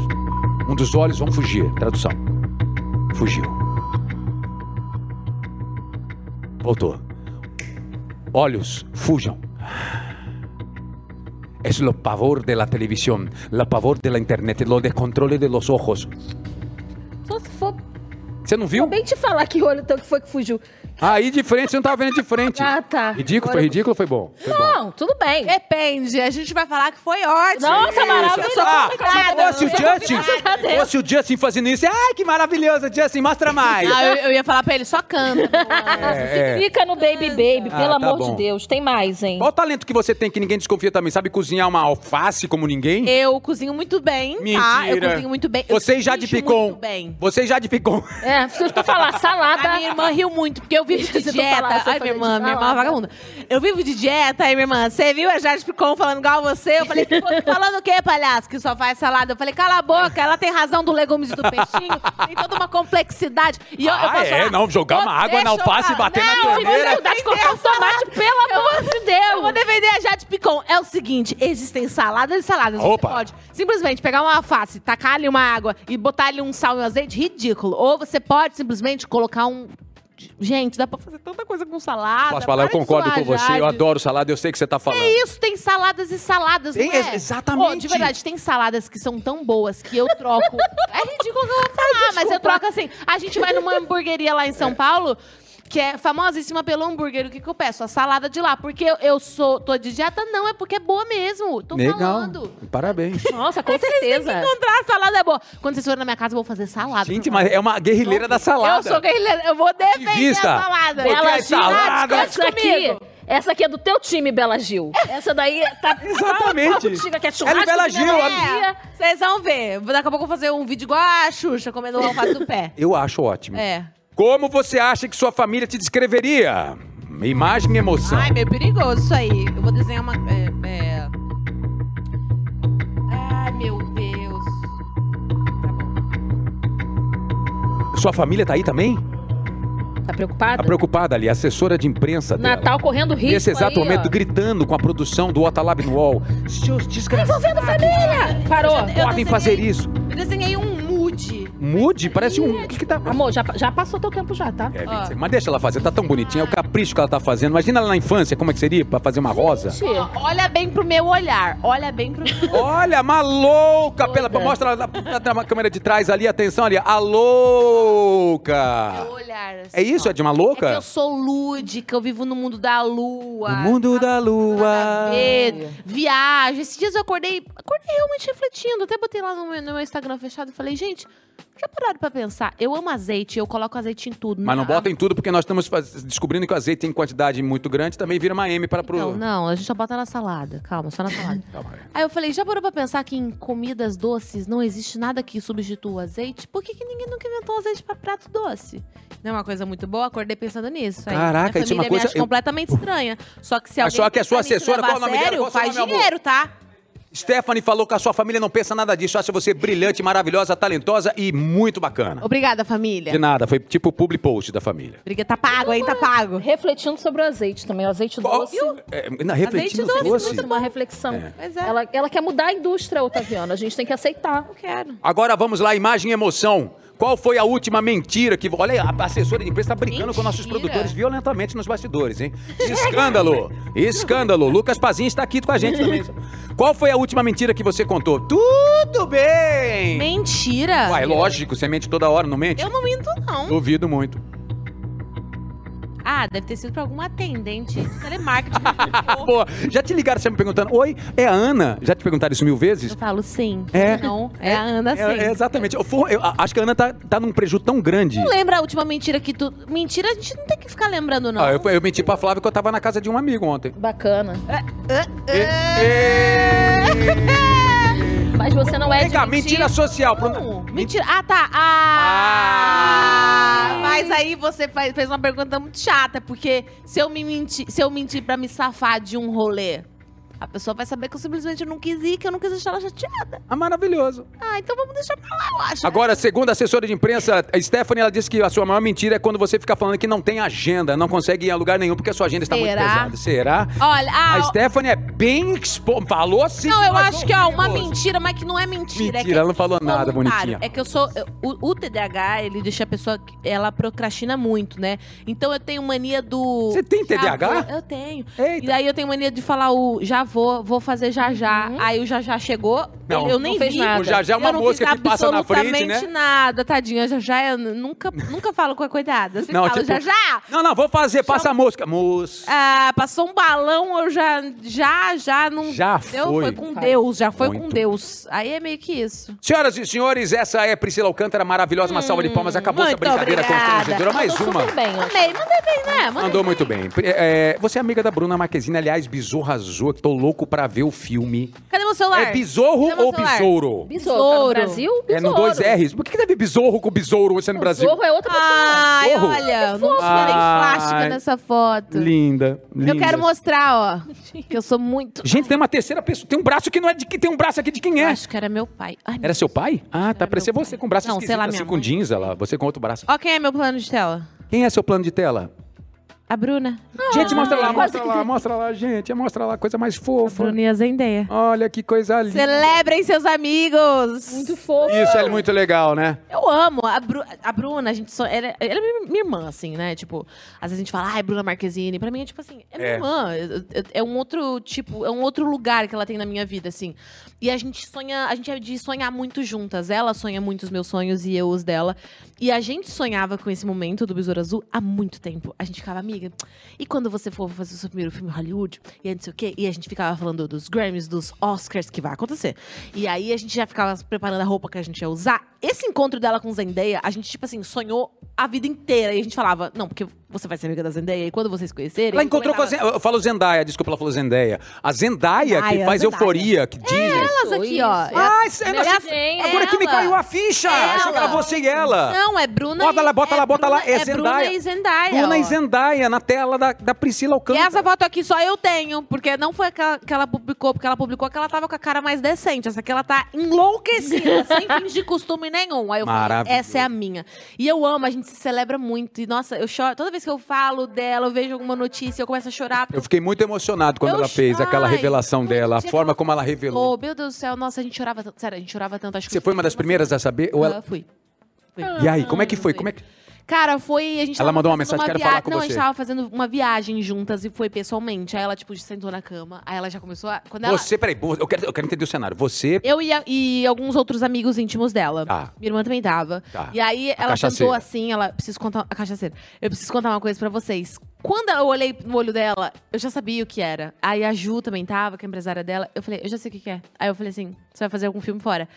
Um dos olhos vão fugir. Tradução. Fugiu. Voltou. Olhos, fujam. Es lo pavor de la televisión, la pavor de la internet, lo descontrole de los ojos. Só se for... Você não viu? Acabei de falar que olho então que foi que fugiu. Aí Ah, de frente, você não tava vendo de frente. Ah, tá. Ridículo, Agora- foi ridículo, foi bom. Foi bom. Não, tudo bem. Depende. A gente vai falar que foi ótimo. Nossa, maravilhoso. Ah, se fosse o Justin, Deus. se fosse o Justin fazendo isso, ai que maravilhoso, Justin, mostra mais. Ah, eu, eu ia falar pra ele, só canta. (laughs) É, é. Fica no Baby Baby, Ah, pelo tá amor bom. de Deus. Tem mais, hein? Qual o talento que você tem que ninguém desconfia também? Sabe cozinhar uma alface como ninguém? Eu cozinho muito bem, tá? Eu Mentira. cozinho muito bem. Eu Você já de cozinho Picon. Muito bem. Você já de picom. É, preciso tu falar, salada. A minha irmã riu muito, porque eu vivo de Preciso tá. dieta. falar, você Ai, minha falou irmã, de minha irmã é uma salada. vagabunda. Eu vivo de dieta, aí, minha irmã, você viu a Jade Picon falando igual a você? Eu falei, "Pô, falando o quê, palhaço, que só faz salada? Eu falei, cala a boca, ela tem razão do legumes e do peixinho, tem toda uma complexidade. E eu, eu Ah, posso é? falar, Não, jogar uma água na deixa eu alface e falar. bater na Não, eu vou torneira. defender de cortar o um tomate, pelo amor de Deus. Eu vou defender a Jade Picon. É o seguinte, existem saladas e saladas. Opa. Você pode simplesmente pegar uma alface, tacar ali uma água e botar ali um sal e um azeite, ridículo. Ou você pode simplesmente colocar um... Gente, dá pra fazer tanta coisa com salada. Posso falar, eu Para de concordo zoar com a você, eu Jade. adoro salada, eu sei o que você tá falando. É isso, tem saladas e saladas, Tem, não é? ex- exatamente. Ô, de verdade, tem saladas que são tão boas que eu troco. (laughs) é ridículo que eu vou falar, mas eu troco assim. A gente vai numa hamburgueria lá em É. São Paulo, que é famosíssima pelo hambúrguer. O que, que eu peço? A salada de lá. Porque eu, eu sou, tô de dieta? Não, é porque é boa mesmo. Tô Legal. falando. Parabéns. Nossa, com certeza. Encontrar a salada é boa. Quando vocês forem na minha casa, eu vou fazer salada. Gente, mas é uma guerrilheira da Eu salada. sou guerrilheira, eu vou defender Ativista. a salada. Porque é salada. Essa "Ah, aqui, essa aqui é do teu time, Bela Gil. Essa daí tá... (laughs) Exatamente. Tiga, que é Ela churrasco é Bela de Gil, melancia. a- Vocês vão ver. Daqui a pouco eu vou fazer um vídeo igual a Xuxa comendo o alface do (laughs) pé. Eu acho ótimo. É. Como você acha que sua família te descreveria? Imagem e emoção. Ai, meio perigoso isso aí. Eu vou desenhar uma. É, é. Ai, meu Deus. Sua família tá aí também? Tá preocupada? Tá preocupada ali, a assessora de imprensa dela. Natal correndo risco Nesse exato aí, momento, ó. gritando com a produção do Otalab no UOL. Seus desgraçados Envolvendo família! É, Parou. podem fazer isso. Eu desenhei um mood. Mude, parece um... que, que tá... Amor, já, já passou teu tempo já, tá? É, Vinícius, Mas deixa ela fazer, tá tão bonitinha, é o capricho que ela tá fazendo. Imagina ela na infância, como é que seria pra fazer uma rosa? Ó, olha bem pro meu olhar. Olha bem (laughs) pro meu Olha, maluca! Pela, mostra na, na, na câmera de trás ali, atenção ali. A louca! olhar. É isso? É de uma louca? É que eu sou lúdica, eu vivo no mundo da lua. O mundo da lua. medo, viagem. Esses dias eu acordei, acordei realmente refletindo. Até botei lá no meu, no meu Instagram fechado e falei, gente, já pararam pra pensar? Eu amo azeite, eu coloco azeite em tudo. né?" Ah, Mas não Na- bota em tudo, porque nós estamos faz- descobrindo que o azeite em quantidade muito grande também vira uma M para pro... Então, Não, não, a gente só bota na salada. Calma, só na salada. Calma aí. Aí eu falei, já parou pra pensar que em comidas doces não existe nada que substitua o azeite? Por que, que ninguém nunca inventou azeite pra prato doce? Não é uma coisa muito boa, acordei pensando nisso. Aí Caraca, minha isso é uma família me coisa- acha eu- completamente estranha. Só que se Mas alguém. só que a sua pensar nisso e assessora, levar qual é o a nome dela? sério, Qual o seu Faz nome, amor? dinheiro, tá? Stephanie falou que a sua família não pensa nada disso, acha você brilhante, maravilhosa, talentosa e muito bacana. Obrigada, família. De nada, foi tipo o publi post da família. Briga, tá pago, hein? Tá pago. Refletindo sobre o azeite também. O azeite doce. é É, na, refletindo doce. É. Uma reflexão. Ela, ela quer mudar a indústria, Otaviano. A gente tem que aceitar. Eu quero. Agora vamos lá, imagem e emoção. Qual foi a última mentira que... Olha, aí, a assessora de imprensa tá brigando com nossos produtores violentamente nos bastidores, hein? Escândalo! Escândalo! Lucas Pazin está aqui com a gente também. Qual foi a última mentira que você contou? Tudo bem! Mentira? Uai, é lógico, você mente toda hora, não mente? Eu não minto, não. Duvido muito. Ah, deve ter sido pra algum atendente de telemarketing. (laughs) Boa. Ah, Já te ligaram sempre perguntando, oi, é a Ana? Já te perguntaram isso mil vezes? Eu falo sim. É. Não, é a Ana sim. É, é, exatamente. Eu, for- eu a- acho que a Ana tá, tá num prejuízo tão grande. Não lembra a última mentira que tu. Mentira, a gente não tem que ficar lembrando, não. Ah, eu, eu menti pra Flávia que eu tava na casa de um amigo ontem. Bacana. É. Mas você não é Vem de cá, mentir. mentira social. Pro- Mentira. Ah, tá. Ah! Mas aí você faz- fez uma pergunta muito chata, porque se eu me mentir, se eu mentir pra me safar de um rolê, a pessoa vai saber que eu simplesmente não quis ir, que eu não quis deixar ela chateada. Ah, maravilhoso. Ah, então vamos deixar pra lá, eu acho. Agora, segundo a assessora de imprensa, a Stephanie, ela disse que a sua maior mentira é quando você fica falando que não tem agenda, não consegue ir a lugar nenhum porque a sua agenda está muito Será? pesada. Será? Olha, ah, a Stephanie é bem expo... Falou assim sim. Não, eu mas acho que é uma horroroso. mentira, mas que não é mentira. é que Mentira, ela não falou nada, Claro, bonitinha. é que eu sou. eu- O, o TDAH, ele deixa a pessoa. que- Ela procrastina muito, né? Então eu tenho mania do. Você tem TDAH? eu tenho. E daí eu tenho mania de falar o já vou, vou fazer já já. Aí o já já chegou, Não, eu nem Uhum. não fez vi. nada. O já já é uma Eu não mosca fiz que passa na frente, né? absolutamente nada, tadinha. Já já eu n- nunca, nunca falo com a coitada. Eu sempre tipo, falo já já. Não, não, vou fazer, passa a mosca. Mosca. Ah, passou um balão, eu já, já, já não. Já É, entendeu? foi. Foi com Deus, já foi com Muito. Deus. Aí é meio que isso. Senhoras e senhores, essa é Priscila Alcântara, maravilhosa, uma salva de palmas. Acabou essa Hum, muito brincadeira obrigada. constrangedora. Mais uma. Mandei, mandei bem, né? Mandei Mandou muito bem. Pri- é, você é amiga da Bruna Marquezine, aliás, Besouro Azul, que tô louco pra ver o filme. Cadê meu celular? É besouro Cadê meu ou celular? besouro? Besouro. Tá no Brasil? É no dois R's. Por que, que deve besouro com besouro sendo Brasil? Zorro é outra pessoa. Ai, Zorro? olha, Que fofo. não tinha nem plástica Ai. nessa foto. Linda, linda. Eu quero mostrar, ó, que eu sou muito... Gente, tem uma terceira pessoa. Tem um braço que não é de que tem um braço aqui de quem é? acho que era meu pai. Ai, Era seu pai? Ah, tá. Parecia você com um braço Não, sei esquisito, lá, assim, minha com jeans, olha lá. Você com outro braço. Ó quem é meu plano de tela. Quem é seu plano de tela? A Bruna. Gente, mostra lá, Ai. mostra lá, mostra lá, gente. Mostra lá, coisa mais fofa. Bruna é e a Zendeia. Olha que coisa linda. Celebrem seus amigos. Muito fofo. Isso é muito legal, né? Eu amo. A, Bru- a Bruna, a gente só. Ela, ela é minha- minha irmã, assim, né? Tipo, às vezes a gente fala, ai, Bruna Marquezine. Pra mim é tipo assim, é minha É. irmã. Eu- eu- É um outro tipo, é um outro lugar que ela tem na minha vida, assim. E a gente sonha, a gente é de sonhar muito juntas. Ela sonha muito os meus sonhos e eu os dela. E a gente sonhava com esse momento do Besouro Azul há muito tempo. A gente ficava, amiga, e quando você for fazer o seu primeiro filme em Hollywood? E aí não sei o quê. E a gente ficava falando dos Grammys, dos Oscars que vai acontecer. E aí a gente já ficava preparando a roupa que a gente ia usar. Esse encontro dela com Zendaya, a gente, tipo assim, sonhou a vida inteira. E a gente falava, não, porque você vai ser amiga da Zendaya. E quando vocês conhecerem... Ela encontrou com a começava- Zendaya. Eu falo Zendaya, desculpa, ela falou Zendaya. A Zendaya, que Zendaya, faz Zendaya. É euforia, que diz. Elas aqui, ó. isso. Ah, isso- eu não Ela- achei- é. agora que me ela. caiu a ficha. É Ela. Achei que era você e ela. Não, é Bruna Bota e- lá, bota é lá, bota lá. Bruna- É é Bruna Zendaya. e Zendaya, Bruna e ó. Zendaya, na tela da, da Priscila E Alcântara. essa foto aqui só eu tenho, porque não foi aquela que ela publicou, porque ela publicou que ela tava com a cara mais decente. Essa aqui (laughs) ela tá enlouquecida, sem fins de costume nenhum. Aí eu falei, Maravilhoso. essa é a minha. E eu amo, a gente se celebra muito. E, nossa, eu choro. Toda vez que eu falo dela, eu vejo alguma notícia, eu começo a chorar. Eu fiquei muito emocionado quando Eu ela fez aquela chai. revelação dela, a forma como ela revelou. Oh, meu Deus do céu, nossa, a gente chorava tanto. Sério, a gente chorava tanto. Acho que Você foi uma das primeiras a saber? Ou Ah, ela... fui. Ah, Fui. E aí, como é que foi? Como é que... Cara, foi. A gente Ela tava mandou uma fazendo mensagem, "Quero falar com Não, a gente você." tava fazendo uma viagem juntas e foi pessoalmente. Aí ela, tipo, sentou na cama. Aí ela já começou a. Quando ela... Você, peraí, bo- eu quero, eu quero entender o cenário. Você... Eu e, a- e alguns outros amigos íntimos dela. Tá. Minha irmã também tava. Tá. E aí A ela sentou cachaceira. assim, ela. Preciso contar. A cachaceira. Eu preciso contar uma coisa pra vocês. Quando eu olhei no olho dela, eu já sabia o que era. Aí a Ju também tava, que é a empresária dela. Eu falei, eu já sei o que, que é. Aí eu falei assim: você vai fazer algum filme fora.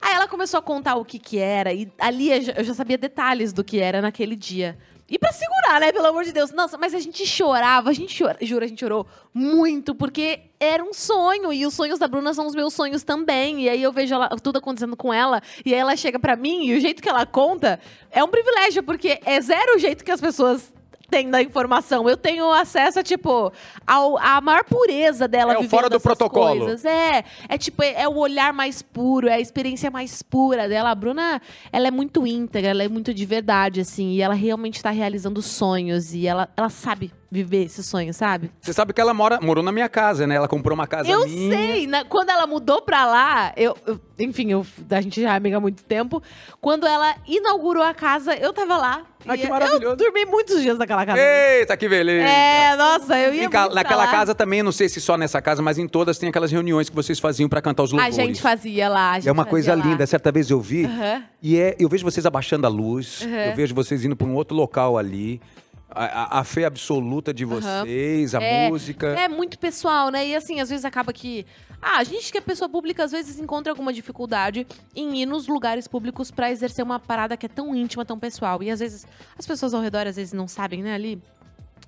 Aí ela começou a contar o que que era, e ali eu já- eu já sabia detalhes do que era naquele dia. E pra segurar, né? Pelo amor de Deus. Nossa, mas a gente chorava, a gente chora, juro, a gente chorou muito, porque era um sonho. E os sonhos da Bruna são os meus sonhos também. E aí eu vejo ela- tudo acontecendo com ela, e aí ela chega pra mim, e o jeito que ela conta é um privilégio, porque é zero o jeito que as pessoas têm da informação. Eu tenho acesso a, tipo, ao, a maior pureza dela É o vivendo fora do essas protocolo. coisas. É, é tipo, é, é o olhar mais puro, é a experiência mais pura dela. A Bruna, ela é muito íntegra, ela é muito de verdade, assim, e ela realmente tá realizando sonhos e ela, ela sabe viver esse sonho, sabe? Você sabe que ela mora, morou na minha casa, né? Ela comprou uma casa Eu minha. sei, na- quando ela mudou pra lá, eu, eu- enfim, eu, a gente já é amiga há muito tempo. Quando ela inaugurou a casa, eu tava lá. Ah, que E Eu maravilhoso. dormi muitos dias naquela casa. Eita, que beleza! É, nossa, eu ia Vem cá, muito pra naquela lá. casa também, não sei se só nessa casa, mas em todas tem aquelas reuniões que vocês faziam pra cantar os A louvores. gente fazia lá. a gente é uma coisa fazia lá. linda. Certa vez eu vi Aham. e é, eu vejo vocês abaixando a luz, Uhum. eu vejo vocês indo pra um outro local ali. A, a- a fé absoluta de Aham. vocês, a É, música. É muito pessoal, né? E assim, às vezes acaba que. Ah, a gente que é pessoa pública, às vezes encontra alguma dificuldade em ir nos lugares públicos pra exercer uma parada que é tão íntima, tão pessoal. E às vezes as pessoas ao redor, às vezes, não sabem, né, ali.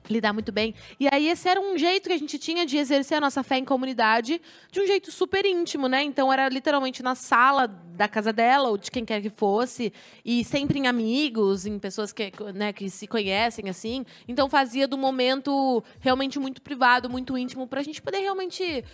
Lidar muito bem. E aí, esse era um jeito que a gente tinha de exercer a nossa fé em comunidade de um jeito super íntimo, né? Então, era literalmente na sala da casa dela ou de quem quer que fosse, e sempre em amigos, em pessoas que, né, que se conhecem, assim. Então, fazia do momento realmente muito privado, muito íntimo, pra gente poder realmente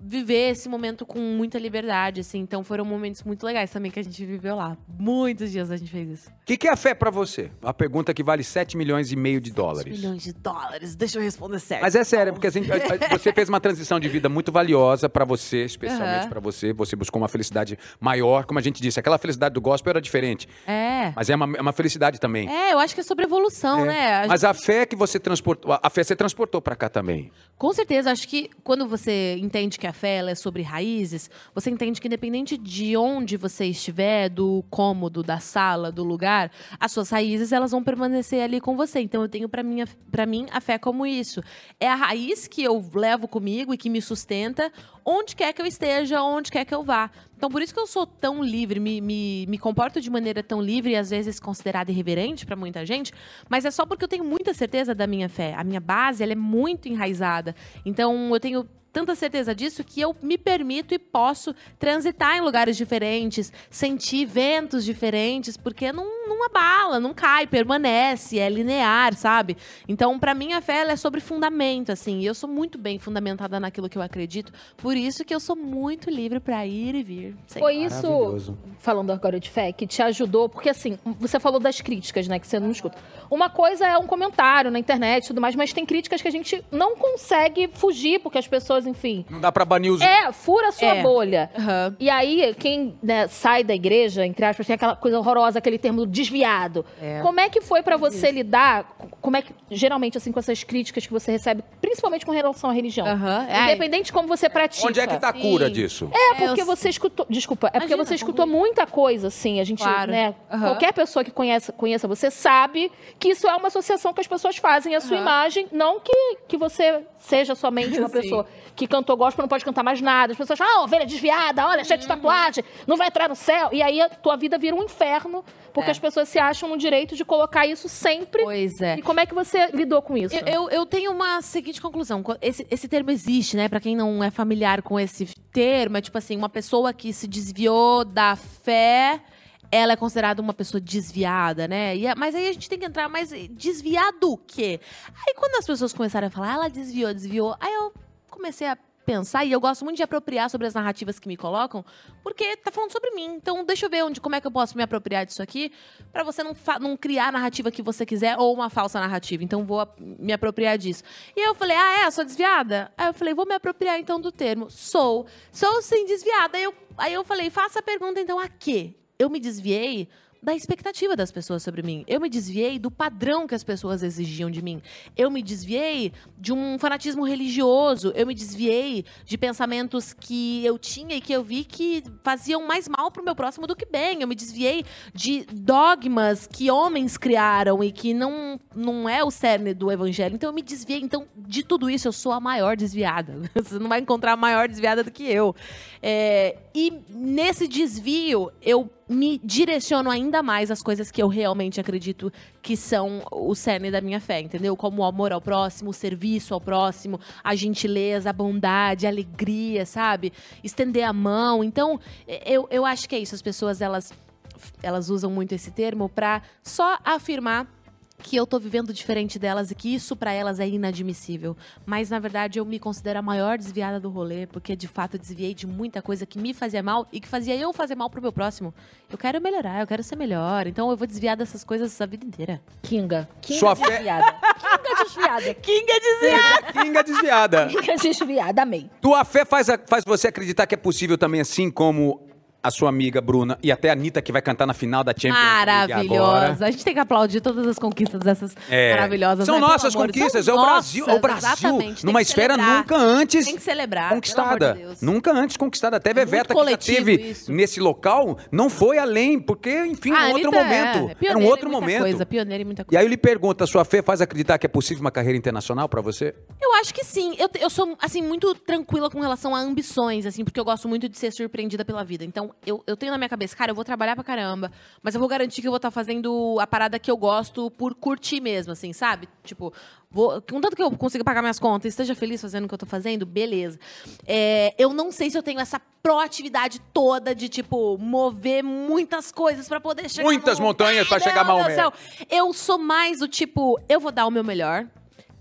viver esse momento com muita liberdade, assim. Então, foram momentos muito legais também que a gente viveu lá. Muitos dias a gente fez isso. O que, que é a fé pra você? A pergunta que vale 7 milhões e meio de dólares. Milhões de dólares, deixa eu responder certo. Mas é sério, porque assim, a- a- você fez uma transição de vida muito valiosa pra você, especialmente Aham. pra você. Você buscou uma felicidade maior, como a gente disse. Aquela felicidade do gospel era diferente, É. mas é uma, é uma felicidade também. É, eu acho que é sobre evolução, né? A Mas a fé que você transportou, a- a fé você transportou pra cá também. Com certeza, acho que quando você entende que a fé ela é sobre raízes, você entende que independente de onde você estiver, do cômodo, da sala, do lugar, as suas raízes elas vão permanecer ali com você. Então eu tenho pra mim, para mim a fé como isso. É a raiz que eu levo comigo e que me sustenta onde quer que eu esteja, onde quer que eu vá. Então por isso que eu sou tão livre, me, me, me comporto de maneira tão livre e às vezes considerada irreverente pra muita gente, mas é só porque eu tenho muita certeza da minha fé. A minha base ela é muito enraizada. Então eu tenho tanta certeza disso que eu me permito e posso transitar em lugares diferentes, sentir ventos diferentes, porque não, não abala, não cai, permanece, é linear, sabe? Então, pra mim, a fé ela é sobre fundamento, assim. E eu sou muito bem fundamentada naquilo que eu acredito, por isso que eu sou muito livre pra ir e vir. é Sei Foi lá. isso, falando agora de fé, que te ajudou, porque assim, você falou das críticas, né, que você não escuta. Uma coisa é um comentário na internet e tudo mais, mas tem críticas que a gente não consegue fugir, porque as pessoas, enfim. Não dá pra banir os. É, fura a sua É. bolha. E aí, quem né, sai da igreja, entre aspas, tem aquela coisa horrorosa, aquele termo desviado. É. Como é que foi pra você lidar, como é que, geralmente, assim, com essas críticas que você recebe, principalmente com relação à religião? Independente de como você pratica. Onde é que tá a cura disso? É, porque você escutou. Desculpa, é porque você escutou muita coisa, assim. A gente, Claro. né? Aham. Qualquer pessoa que conheça, conheça você sabe que isso é uma associação que as pessoas fazem à sua imagem. Não que, que você seja somente (laughs) uma Sim. pessoa que cantou gospel, não pode cantar mais nada. As pessoas falam, ah, ovelha desviada, olha, cheia de Uhum. tatuagem, não vai entrar no céu. E aí a tua vida vira um inferno, porque as pessoas se acham no direito de colocar isso sempre. É. Pois é. E como é que você lidou com isso? Eu, eu, eu tenho uma seguinte conclusão. Co- Esse, esse termo existe, né? Pra quem não é familiar com esse termo, é tipo assim, uma pessoa que se desviou da fé, ela é considerada uma pessoa desviada, né? E, a- mas aí a gente tem que entrar, mas desviado o quê? Aí quando as pessoas começaram a falar, "Ah, ela desviou, desviou, aí eu comecei a pensar, e eu gosto muito de apropriar sobre as narrativas que me colocam, porque tá falando sobre mim. Então, deixa eu ver onde, como é que eu posso me apropriar disso aqui, pra você não, fa- não criar a narrativa que você quiser ou uma falsa narrativa. Então, vou ap- me apropriar disso. E aí eu falei, ah, é? Sou desviada? Aí eu falei, vou me apropriar então do termo. Sou. Sou sim desviada. Aí eu, aí eu falei, faça a pergunta então a quê? Eu me desviei da expectativa das pessoas sobre mim. Eu me desviei do padrão que as pessoas exigiam de mim. Eu me desviei de um fanatismo religioso. Eu me desviei de pensamentos que eu tinha e que eu vi que faziam mais mal pro meu próximo do que bem. Eu me desviei de dogmas que homens criaram e que não, não é o cerne do evangelho. Então eu me desviei. Então, de tudo isso, eu sou a maior desviada. (laughs) Você não vai encontrar a maior desviada do que eu. É, e nesse desvio, eu me direciono ainda mais às coisas que eu realmente acredito que são o cerne da minha fé, entendeu? Como o amor ao próximo, o serviço ao próximo, a gentileza, a bondade, a alegria, sabe? Estender a mão. Então, eu, eu acho que é isso. As pessoas, elas, elas usam muito esse termo pra só afirmar que eu tô vivendo diferente delas e que isso pra elas é inadmissível. Mas na verdade eu me considero a maior desviada do rolê, porque de fato eu desviei de muita coisa que me fazia mal e que fazia eu fazer mal pro meu próximo. Eu quero melhorar, eu quero ser melhor, então eu vou desviar dessas coisas a vida inteira. Kinga. Kinga Sua fé- desviada. Kinga desviada. (laughs) Kinga desviada. Kinga desviada. Kinga desviada, amei. Tua fé faz, a- faz você acreditar que é possível também, assim como a sua amiga Bruna e até a Anitta, que vai cantar na final da Champions League agora. Ah, Maravilhosa. A gente tem que aplaudir todas as conquistas dessas É. maravilhosas. São né? Pelo nossas amor, conquistas, são é o Brasil- é o nossas, Brasil, exatamente. Tem numa que esfera celebrar. nunca antes Tem que celebrar. pelo amor Conquistada. de Deus. Nunca antes conquistada. Até Veveta, que já É coletivo teve nesse local, não foi além, porque, enfim, um Ah, outro Anitta é- momento. é pioneira Era um em outro muita momento. coisa, pioneira em muita E aí eu lhe pergunto, a sua fé faz acreditar que é possível uma carreira internacional pra você? Eu acho que sim. Eu, eu sou, assim, muito tranquila com relação a ambições, assim, porque eu gosto muito de ser surpreendida pela vida. Então, eu, eu tenho na minha cabeça, cara, eu vou trabalhar pra caramba, mas eu vou garantir que eu vou estar fazendo a parada que eu gosto por curtir mesmo, assim, sabe? Tipo, vou, contanto que eu consiga pagar minhas contas e esteja feliz fazendo o que eu tô fazendo, beleza. É, eu não sei se eu tenho essa proatividade toda de, tipo, mover muitas coisas pra poder chegar Muitas num- montanhas pra Ai, chegar a meu Maomé. Deus do céu. Eu sou mais o tipo, eu vou dar o meu melhor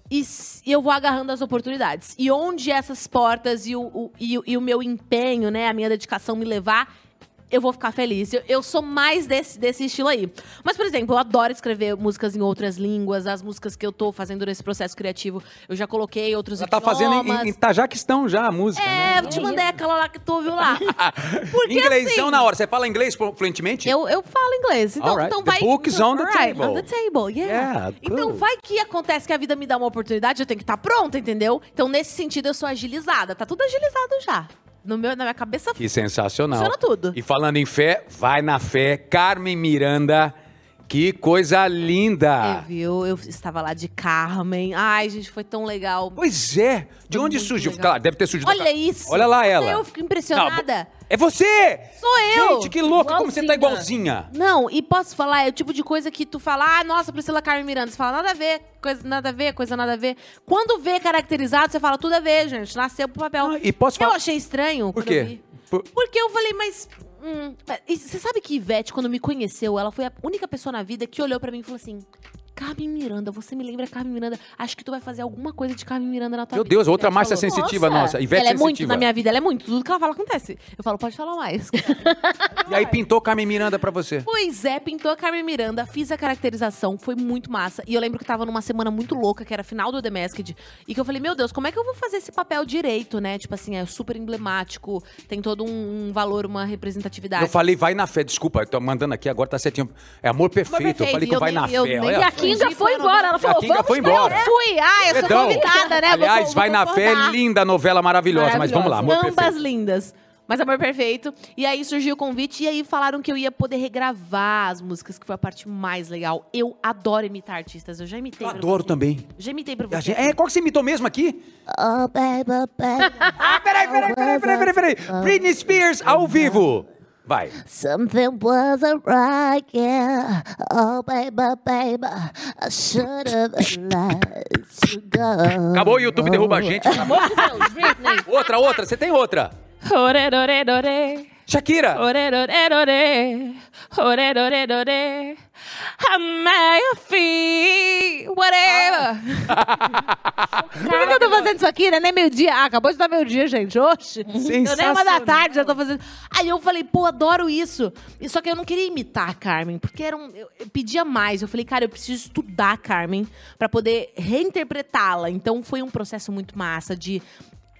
e s- e eu vou agarrando as oportunidades. E onde essas portas e o, o- e, o- e o meu empenho, né, a minha dedicação me levar, eu vou ficar feliz. Eu, eu sou mais desse, desse estilo aí. Mas, por exemplo, eu adoro escrever músicas em outras línguas, as músicas que eu tô fazendo nesse processo criativo. Eu já coloquei outros Ela tá fazendo em, idiomas. em, em Tajaquistão já a música. né? Ah, É, eu te mandei aquela lá que tu (laughs) ouviu lá. Porque Inglêsão assim- na hora. Você fala inglês flu- fluentemente? Eu, eu falo inglês. Então, Tipo, Alright. então The vai. book is on the Right, table. on the table, yeah. Yeah, então good. vai que acontece que a vida me dá uma oportunidade, eu tenho que estar pronta, entendeu? Então, nesse sentido, eu sou agilizada. Tá tudo agilizado já. No meu, na minha cabeça. Que sensacional. Funciona tudo. E falando em fé, vai na fé. Carmen Miranda, que coisa linda. É, Viu? Eu estava lá de Carmen. Ai, gente, foi tão legal. Pois é. De onde surgiu? Claro, deve ter surgido. da Olha Car- isso. Olha lá ela. Eu fico impressionada. É você! Sou eu! Gente, que louca! Como você tá igualzinha? Não, e posso falar, é o tipo de coisa que tu fala, ah, nossa, Priscila Carmen Miranda. Você fala, nada a ver, coisa nada a ver, coisa nada a ver. Quando vê caracterizado, você fala, tudo a ver, gente, nasceu pro papel. e posso falar- Eu achei estranho. Por quando eu quê? vi. Porque eu falei, mas. hum, e você sabe que Ivete, quando me conheceu, ela foi a única pessoa na vida que olhou pra mim e falou assim. Carmen Miranda, você me lembra Carmen Miranda. Acho que tu vai fazer alguma coisa de Carmen Miranda na tua Meu vida. Deus, outra Ivete Márcia falou. sensitiva nossa, Ivete ela é muito sensitiva. na minha vida, ela é muito. Tudo que ela fala acontece. Eu falo, pode falar mais. E aí pintou Carmen Miranda pra você. Pois é, pintou a Carmen Miranda, fiz a caracterização, foi muito massa. E eu lembro que tava numa semana muito louca, que era final do The Masked, e que eu falei, meu Deus, como é que eu vou fazer esse papel direito, né? Tipo assim, é super emblemático, tem todo um, um valor, uma representatividade. Eu falei, vai na fé, desculpa, eu tô mandando aqui agora, tá certinho. É amor perfeito, eu falei que eu vai nem- na eu fé. nem- olha e só. a Kinga foi embora, ela falou, A Kinga "Vamos foi pra embora." Eu fui, ah, eu Então, sou convidada, né? Vou- Aliás, vou vai na fé, concordar. linda novela maravilhosa, mas vamos lá, amor Ambas perfeito. lindas. Mas Amor Perfeito. E aí surgiu o convite, e aí falaram que eu ia poder regravar as músicas, que foi a parte mais legal. Eu adoro imitar artistas, eu já imitei. Eu pra adoro também. você. Já imitei pra A você. gente- É, qual que você imitou mesmo aqui? (laughs) ah, peraí, peraí, peraí, peraí, peraí, peraí. Britney Spears ao vivo. Vai. Something wasn't right, yeah. Oh, baby, baby, I should have let you go. Acabou, o YouTube derruba a gente. outra, outra, você tem outra. Orerorerore. Shakira. Orerorerore. Orerorerore. I'm at your feet. Ai, whatever. Ah. Por que eu tô fazendo isso aqui, né? Nem meio-dia. Ah, acabou de dar meio-dia, gente, hoje. Eu nem uma da Sensacional. tarde já tô fazendo. Aí eu falei, pô, adoro isso. E só que eu não queria imitar a Carmen, porque era um, eu, eu pedia mais. Eu falei, cara, eu preciso estudar a Carmen pra poder reinterpretá-la. Então foi um processo muito massa de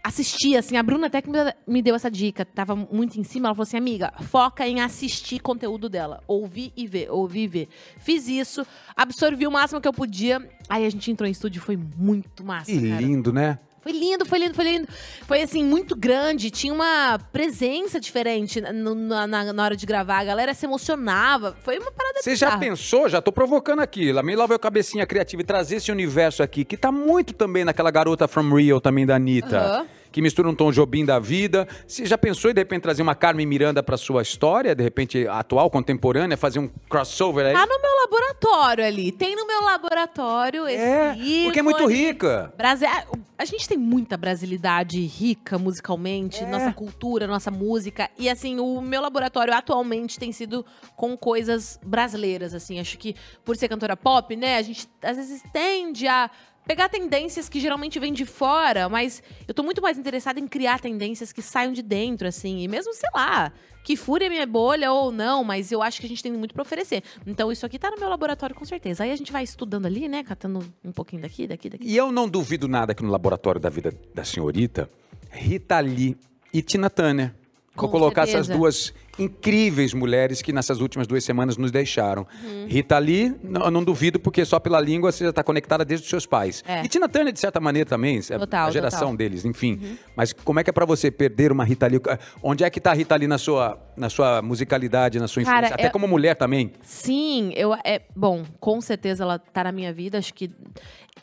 assistir, assim. A Bruna até que me, me deu essa dica, tava muito em cima. Ela falou assim, amiga, foca em assistir conteúdo dela. Ouvir e ver, ouvir e ver. Fiz isso, absorvi o máximo que eu podia. Aí a gente entrou em estúdio, foi muito massa, Que cara. lindo, né? Foi lindo, foi lindo, foi lindo. Foi assim, muito grande. Tinha uma presença diferente no- na, na- na hora de gravar. A galera se emocionava. Foi uma parada Você já bizarra. pensou, já tô provocando aqui, lá me lá veio a cabecinha criativa e trazer esse universo aqui, que tá muito também naquela garota from Rio também da Anitta, Aham. que mistura um tom Jobim da vida. Você já pensou em, de repente, trazer uma Carmen Miranda pra sua história, de repente, atual, contemporânea, fazer um crossover aí? Tá no meu laboratório ali. Tem no meu laboratório esse é, Porque é muito rica. Brasi- a- A gente tem muita brasilidade rica musicalmente, É. nossa cultura, nossa música. E assim, o meu laboratório atualmente tem sido com coisas brasileiras, assim. Acho que por ser cantora pop, né, a gente às vezes tende a pegar tendências que geralmente vêm de fora, mas eu tô muito mais interessada em criar tendências que saiam de dentro, assim. E mesmo, sei lá, que fure a minha bolha ou não, mas eu acho que a gente tem muito pra oferecer. Então isso aqui tá no meu laboratório com certeza. Aí a gente vai estudando ali, né, catando um pouquinho daqui, daqui, daqui. E eu não duvido nada que no laboratório da vida da senhorita, Rita Lee e Tina Turner. Vou Com colocar certeza. essas duas incríveis mulheres que nessas últimas duas semanas nos deixaram. Uhum. Rita Lee, não, eu não duvido, porque só pela língua você já está conectada desde os seus pais. É. E Tina Turner, de certa maneira, também, é a- Total, Uhum. a geração total. deles, enfim. Mas como é que é para você perder uma Rita Lee? Onde é que está a Rita Lee na sua, na sua musicalidade, na sua Cara, influência? Até eu- como mulher também. Sim, eu é bom, com certeza ela tá na minha vida, acho que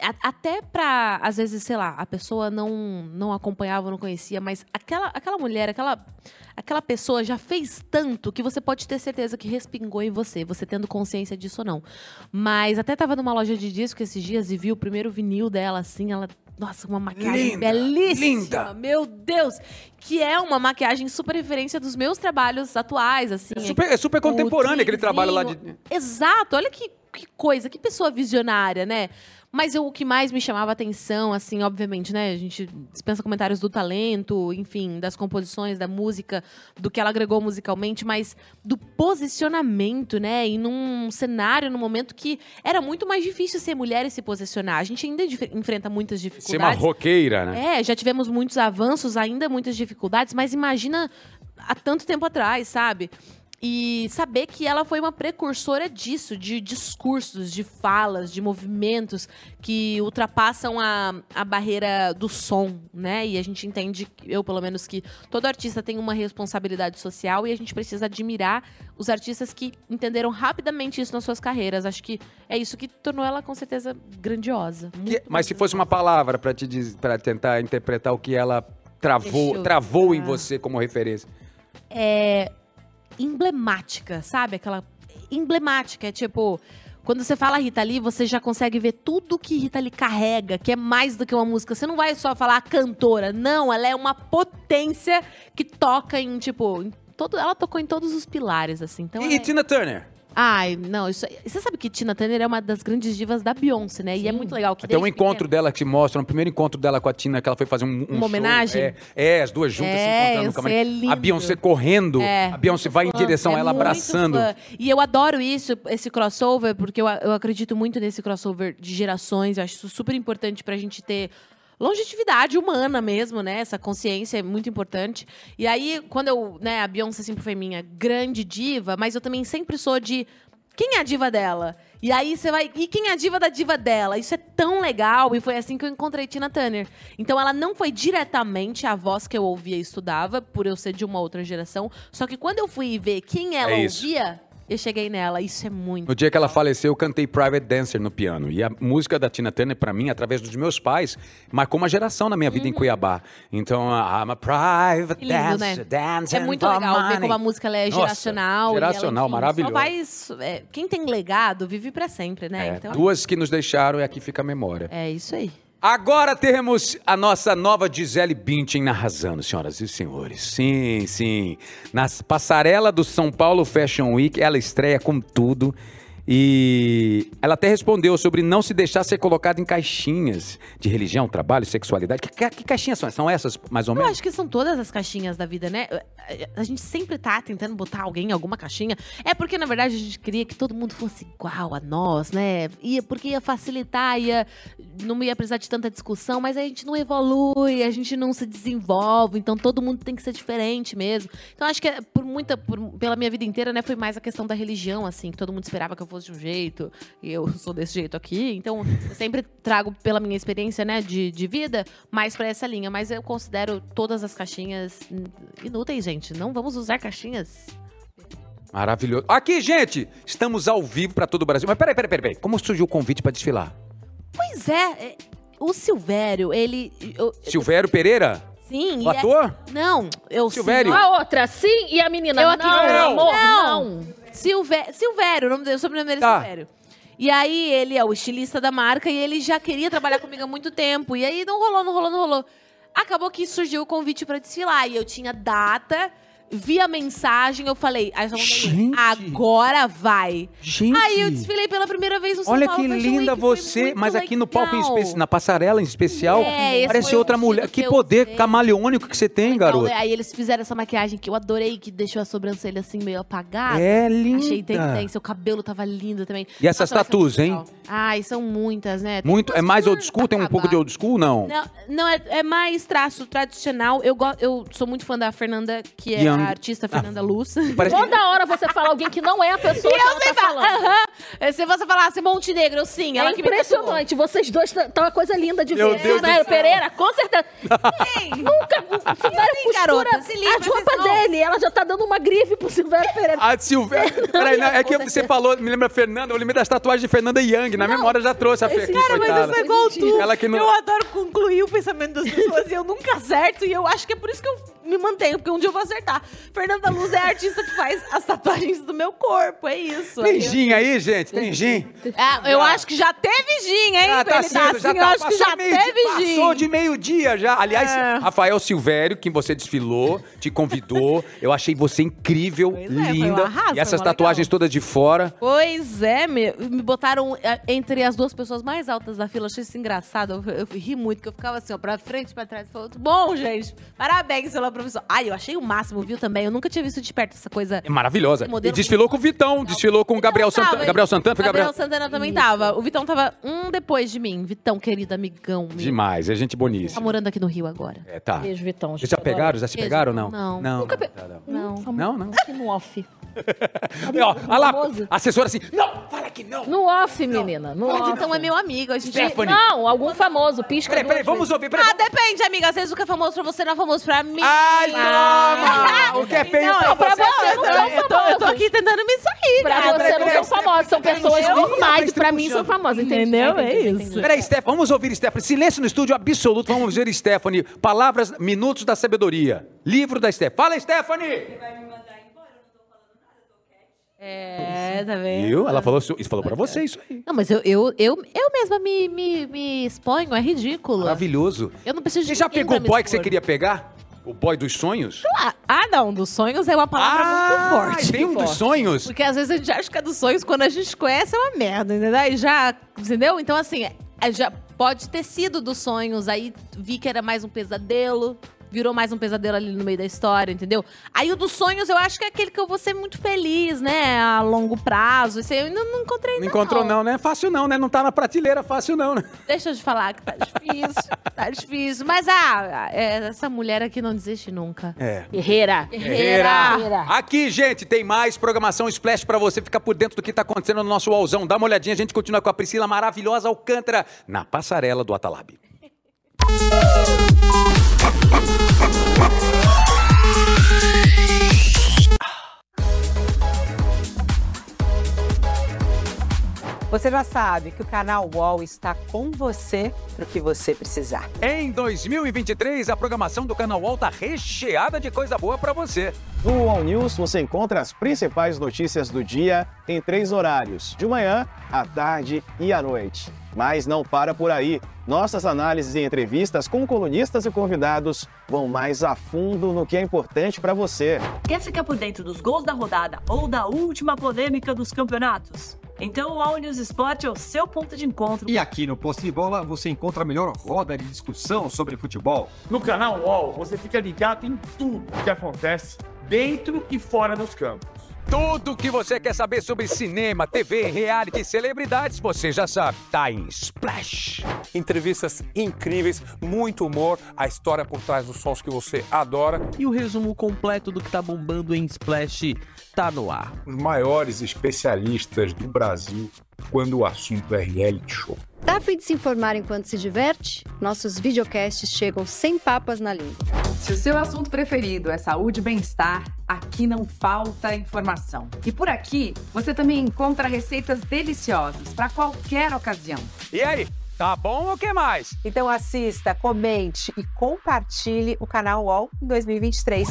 a- até pra, às vezes, sei lá, a pessoa não não acompanhava, não conhecia, mas aquela aquela mulher, aquela aquela pessoa já fez tanto que você pode ter certeza que respingou em você, você tendo consciência disso ou não. Mas até tava numa loja de disco esses dias e vi o primeiro vinil dela assim, ela nossa, uma maquiagem Linda, belíssima. linda. Meu Deus! Que é uma maquiagem super referência dos meus trabalhos atuais, assim. É super, é super com o contemporâneo aquele trabalho lá de. trenzinho. Exato, olha que, que coisa, que pessoa visionária, né? Mas eu- o que mais me chamava atenção, assim, obviamente, né? A gente dispensa comentários do talento, enfim, das composições, da música, do que ela agregou musicalmente, mas do posicionamento, né? E num cenário, num momento que era muito mais difícil ser mulher e se posicionar. A gente ainda dif- enfrenta muitas dificuldades. Ser uma roqueira, né? É, já tivemos muitos avanços, ainda muitas dificuldades, mas imagina há tanto tempo atrás, sabe? E saber que ela foi uma precursora disso, de discursos, de falas, de movimentos que ultrapassam a, a barreira do som, né? E a gente entende, eu pelo menos, que todo artista tem uma responsabilidade social e a gente precisa admirar os artistas que entenderam rapidamente isso nas suas carreiras. Acho que é isso que tornou ela, com certeza, grandiosa. Que- mas se fosse uma palavra pra te diz- pra tentar interpretar o que ela Deixa travou, eu travou em pensar. você como referência. é, emblemática, sabe? Aquela emblemática, é tipo... Quando você fala Rita Lee, você já consegue ver tudo que Rita Lee carrega, que é mais do que uma música. Você não vai só falar a cantora, não. Ela é uma potência que toca em, tipo... em todo, ela tocou em todos os pilares, assim. Então, ela e é- Tina Turner. Ai, não, isso... Você sabe que Tina Turner é uma das grandes divas da Beyoncé, né? E é muito legal que Tem um desde encontro dela que te mostra, um primeiro encontro dela com a Tina, que ela foi fazer um, um Uma show. homenagem? É, é, as duas juntas É, se encontrando eu no camarim. sei, é lindo. A Beyoncé correndo, É, a Beyoncé vai em fã, direção a é ela, muito abraçando. fã. E eu adoro isso, esse crossover, porque eu, eu acredito muito nesse crossover de gerações. Eu acho isso super importante pra gente ter longevidade humana mesmo, né? Essa consciência é muito importante. E aí, quando eu, né, a Beyoncé sempre foi minha grande diva, mas eu também sempre sou de quem é a diva dela? E aí você vai. E quem é a diva da diva dela? Isso é tão legal. E foi assim que eu encontrei Tina Turner. Então ela não foi diretamente a voz que eu ouvia e estudava, por eu ser de uma outra geração. Só que quando eu fui ver quem ela É isso. ouvia, eu cheguei nela. Isso é muito. No dia que ela faleceu, eu cantei Private Dancer no piano. E a música da Tina Turner, pra mim, através dos meus pais, marcou uma geração na minha vida em Cuiabá. Então, a- I'm a private Hum. Que lindo, dancer, né? dancer É muito for legal ver money. como a música ela é Nossa, geracional. e ela, geracional, enfim, maravilhoso. Só vai, isso- é, quem tem legado vive pra sempre, né? É, então, duas que nos deixaram e aqui fica a memória. É isso aí. Agora temos a nossa nova Gisele Bündchen arrasando, senhoras e senhores. Sim, sim. Na passarela do São Paulo Fashion Week, ela estreia com tudo. E ela até respondeu sobre não se deixar ser colocado em caixinhas de religião, trabalho, sexualidade. Que, ca- que caixinhas são? São essas, mais ou Eu menos? acho que são todas as caixinhas da vida, né? A- A gente sempre tá tentando botar alguém em alguma caixinha. É porque, na verdade, a gente queria que todo mundo fosse igual a nós, né? Ia, porque ia facilitar, ia, não ia precisar de tanta discussão, mas a gente não evolui, a gente não se desenvolve, então todo mundo tem que ser diferente mesmo. Então acho que é por muita, por- pela minha vida inteira, né, foi mais a questão da religião, assim, que todo mundo esperava que eu fosse de um jeito, e eu sou desse jeito aqui. Então eu sempre trago pela minha experiência, né, de, de vida, mais pra essa linha. Mas eu considero todas as caixinhas in- inúteis, gente. Não vamos usar caixinhas. Maravilhoso. Aqui, gente, estamos ao vivo para todo o Brasil. Mas peraí, peraí, peraí, peraí. Como surgiu o convite para desfilar? Pois é, é, o Silvério, ele. eu- Silvério Pereira? sim, O e é- ator? Não, eu Silvério. A outra sim e a menina Eu aqui, não, não, amor, não. não. Silvé- Silvério, o nome dele, o sobrenome dele é Tá. Silvério. E aí, ele é o estilista da marca e ele já queria trabalhar comigo há muito tempo. E aí, não rolou, não rolou, não rolou. Acabou que surgiu o convite pra desfilar. E eu tinha data, vi a mensagem, eu falei... Aí eu só mandei, agora vai. Gente. Aí eu desfilei pela primeira vez no São Olha Paulo que Fashion linda Week, foi você, muito mas aqui no palco, em legal. espe- na passarela em especial, É, esse parece foi o outra vestido mulher. que Que eu poder camaleônico que você tem, Então, garoto. Aí eles fizeram essa maquiagem que eu adorei, que deixou a sobrancelha assim meio apagada. É linda. Achei tem, tem. Seu cabelo tava lindo também. E essas Nossa, vai ser muito tatus, hein? legal. Ai, são muitas, né? Tem Muito, umas é mais que old school? Tem um pouco de old school? Não. tá não, não é, é mais traço tradicional. Eu, go- eu sou muito fã da Fernanda, que é Young. a artista Fernanda Ah, Luz. (laughs) parece- Toda hora você fala alguém que não é a pessoa E que eu ela tá sei fa- falando. Aham. É, Se você falasse Montenegro, eu sim. É ela que me tatuou. impressionante. Vocês dois estão uma coisa linda de Meu ver. Deus do Silvério céu. Pereira, com (laughs) certeza. Nunca. o Silvério Sim, costura garota, se liga, a roupa vocês não. dele. Ela já tá dando uma grife pro Silvério Pereira. A Silvério. Ah, Peraí, não, é que Com você falou, me lembra Fernanda, eu lembrei das tatuagens de Fernanda Young. Na mesma hora eu já trouxe a Fê aqui, Cara, mas eu coitada. sou igual tu. Ela que não. Eu adoro concluir o pensamento das pessoas e eu nunca acerto. E eu acho que é por isso que eu me mantenho, porque um dia eu vou acertar. Fernanda Luz é a artista que faz as tatuagens do meu corpo, é isso. Tem gin aí, gente? Tem gin? É, eu acho que já teve gin, hein? Ah, tá Ele cedo, já assim, tá. Eu acho que passou já meio- teve gin. Passou de meio-dia já. Aliás, É. Rafael Silvério, quem você desfilou, te convidou. Eu achei você incrível, foi um linda. arraso, e essas mó tatuagens todas de fora. Pois é, me, me botaram eh, entre as duas pessoas mais altas da fila. Achei isso engraçado. Eu, eu ri muito, que eu ficava assim, ó, pra frente, pra trás. Falando, bom, gente, parabéns pela profissão. Ai, eu achei o máximo, viu, também. Eu nunca tinha visto de perto essa coisa. É maravilhosa. Esse E modelo desfilou com o Vitão, desfilou com o Gabriel Santana. Tava, Gabriel Santana, foi Gabriel Gabriel. Santana também tava. O Vitão tava um depois de mim. Vitão, querido amigão. meu. Demais, é gente Tá boníssima. morando aqui no Rio agora. É, tá. Beijo, Vitão. Vocês já pegaram? Já se Beijo, pegaram ou não? Vitão. Não. Não. Nunca não, pe- não, não. Não. Não, não. Aqui no off. Ó, olha lá, a assessora assim, não, fala que não. No off, menina. No O off. Vitão é meu amigo. A gente... Stephanie. Não, algum famoso. Pisca Peraí, peraí, duas vamos Ah, ouvir, peraí. Ah, depende, amiga. Às vezes o que é famoso pra você não é famoso pra mim. Ai, toma! O que é feio Não, pra é pra você, você, não são eu tô- famosos. Eu tô aqui tentando me sair, Pra cara. você não são famosos, são pessoas Entendeu? normais. Pra mim são famosas, entendeu? É isso. Peraí, Steph, vamos ouvir Stephanie. Silêncio no estúdio absoluto. Vamos ouvir Stephanie. Palavras, minutos da sabedoria. Livro da Steph. Fala, Stephanie! É, tá vendo? Viu? Ela falou isso isso falou pra você, isso aí. Não, mas eu, eu, eu, eu mesma me, me, me exponho, é ridículo. Maravilhoso. Eu não preciso de Você já ninguém pegou o pra me boy que você expor. queria pegar? O boy dos sonhos? Ah, ah, não, dos sonhos é uma palavra muito Ah, forte. tem um dos forte. sonhos? Porque às vezes a gente acha que é dos sonhos, quando a gente conhece é uma merda, entendeu? E já, entendeu? Então, assim, é- já pode ter sido dos sonhos, aí vi que era mais um pesadelo, virou mais um pesadelo ali no meio da história, entendeu? Aí o dos sonhos eu acho que é aquele que eu vou ser muito feliz, né? A longo prazo, isso aí eu ainda não encontrei Não encontrou não, né? Fácil não, né? Não tá na prateleira, fácil não, né? Deixa eu te falar que tá difícil, (laughs) tá difícil. Mas ah, é, essa mulher aqui não desiste nunca. É. Guerreira. Guerreira. Aqui, gente, tem mais programação Splash pra você ficar por dentro do que tá acontecendo no nosso Alzão. Dá uma olhadinha, a gente continua com a Priscila maravilhosa Alcântara na passarela do Atalab. Você já sabe que o canal UOL está com você para o que você precisar. Em 2023, a programação do Canal UOL tá recheada de coisa boa pra você. No UOL News você encontra as principais notícias do dia em três horários: de manhã, à tarde e à noite. Mas não para por aí. Nossas análises e entrevistas com colunistas e convidados vão mais a fundo no que é importante para você. Quer ficar por dentro dos gols da rodada ou da última polêmica dos campeonatos? Então o All News Esporte é o seu ponto de encontro. E aqui no Posse de Bola você encontra a melhor roda de discussão sobre futebol. No canal UOL, você fica ligado em tudo que acontece dentro e fora dos campos. Tudo que você quer saber sobre cinema, TV, reality, celebridades, você já sabe. Tá em Splash. Entrevistas incríveis, muito humor, a história por trás dos sons que você adora. E o resumo completo do que tá bombando em Splash tá no ar. Os maiores especialistas do Brasil quando o assunto é reality show. Tá a fim de se informar enquanto se diverte? Nossos videocasts chegam sem papas na língua. Se o seu assunto preferido é saúde e bem-estar, aqui não falta informação. E por aqui você também encontra receitas deliciosas para qualquer ocasião. E aí, tá bom ou o que mais? Então assista, comente e compartilhe o canal UOL em 2023.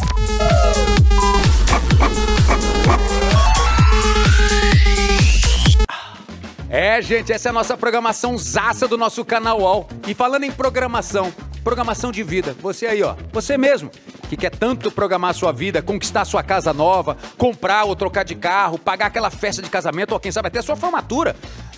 É, gente, essa é a nossa programação zaça do nosso canal UOL. E falando em programação, programação de vida, você aí, ó, você mesmo que quer tanto programar sua vida, conquistar sua casa nova, comprar ou trocar de carro, pagar aquela festa de casamento ou quem sabe até sua formatura.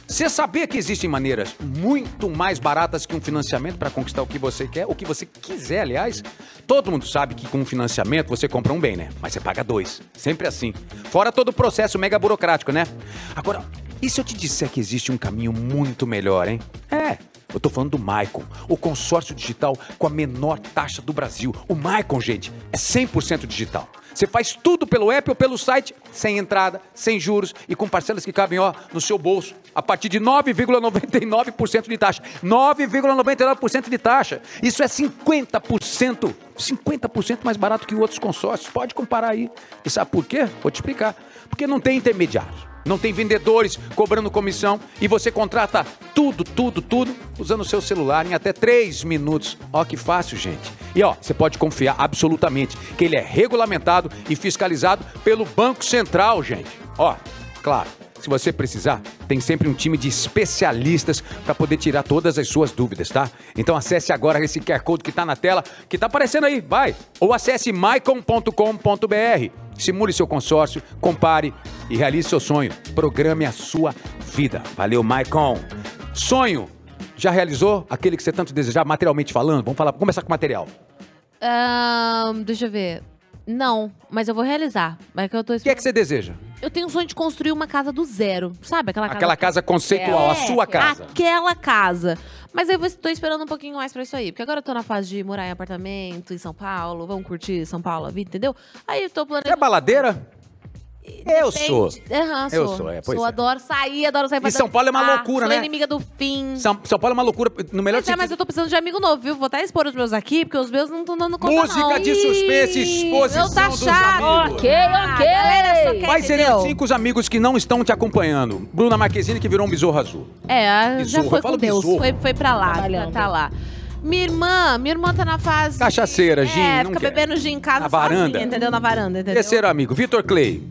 Você sabia que existem maneiras muito mais baratas que um financiamento para conquistar o que você quer, o que você quiser, aliás? Todo mundo sabe que com um financiamento você compra um bem, né? Mas você paga dois. Sempre assim. Fora todo o processo mega burocrático, né? Agora, e se eu te disser que existe um caminho muito melhor, hein? É. Eu tô falando do Maicon, o consórcio digital com a menor taxa do Brasil. O Maicon, gente, é 100% digital. Você faz tudo pelo app ou pelo site, sem entrada, sem juros e com parcelas que cabem ó, no seu bolso, a partir de 9,99% de taxa. 9,99% de taxa. Isso é 50%, 50% mais barato que outros consórcios. Pode comparar aí. E sabe por quê? Vou te explicar. Porque não tem intermediário. Não tem vendedores cobrando comissão e você contrata tudo, tudo, tudo usando o seu celular em até 3 minutos. Ó que fácil, gente. E ó, você pode confiar absolutamente que ele é regulamentado e fiscalizado pelo Banco Central, gente. Ó, claro, se você precisar, tem sempre um time de especialistas para poder tirar todas as suas dúvidas, tá? Então acesse agora esse QR Code que tá na tela, que tá aparecendo aí, vai. Ou acesse maicon.com.br. Simule seu consórcio, compare e realize seu sonho. Programe a sua vida. Valeu, Maicon. Sonho. Já realizou aquele que você tanto desejava, materialmente falando? Vamos falar, começar com material. Ahn, deixa eu ver. Não, mas eu vou realizar. Mas que eu tô O que é que você deseja? Eu tenho o sonho de construir uma casa do zero, sabe? Aquela casa, Aquela casa conceitual, a É, sua casa. Aquela casa. Mas aí eu tô esperando um pouquinho mais pra isso aí. Porque agora eu tô na fase de morar em apartamento, em São Paulo. Vamos curtir São Paulo a vida, entendeu? Aí eu tô Você é planejando... baladeira? Eu Depende. sou. Aham, Eu sou. sou, é, pois sou, é. adoro sair, adoro sair pra E São Paulo é uma dançar, loucura, sou né? inimiga do fim. São, São Paulo é uma loucura, no melhor Pois é, sentido. mas eu tô precisando de amigo novo, viu? Vou até expor os meus aqui, porque os meus não estão dando conta, Música não. de suspense, Ih, exposição meu tá dos chato. amigos. Ok, Ah, ok. galera, só quer, Quais seriam entendeu? cinco os amigos que não estão te acompanhando? Bruna Marquezine, que virou um besouro azul. É, a- já Besouro, foi fala com Deus. besouro. Foi, foi pra lá, Trabalhando. tá lá. Minha irmã, minha irmã tá na fase... Cachaceira, gin, É, não fica quer. bebendo gin em casa Na varanda. sozinha, entendeu? Na varanda, entendeu? Terceiro amigo, Vitor Clay.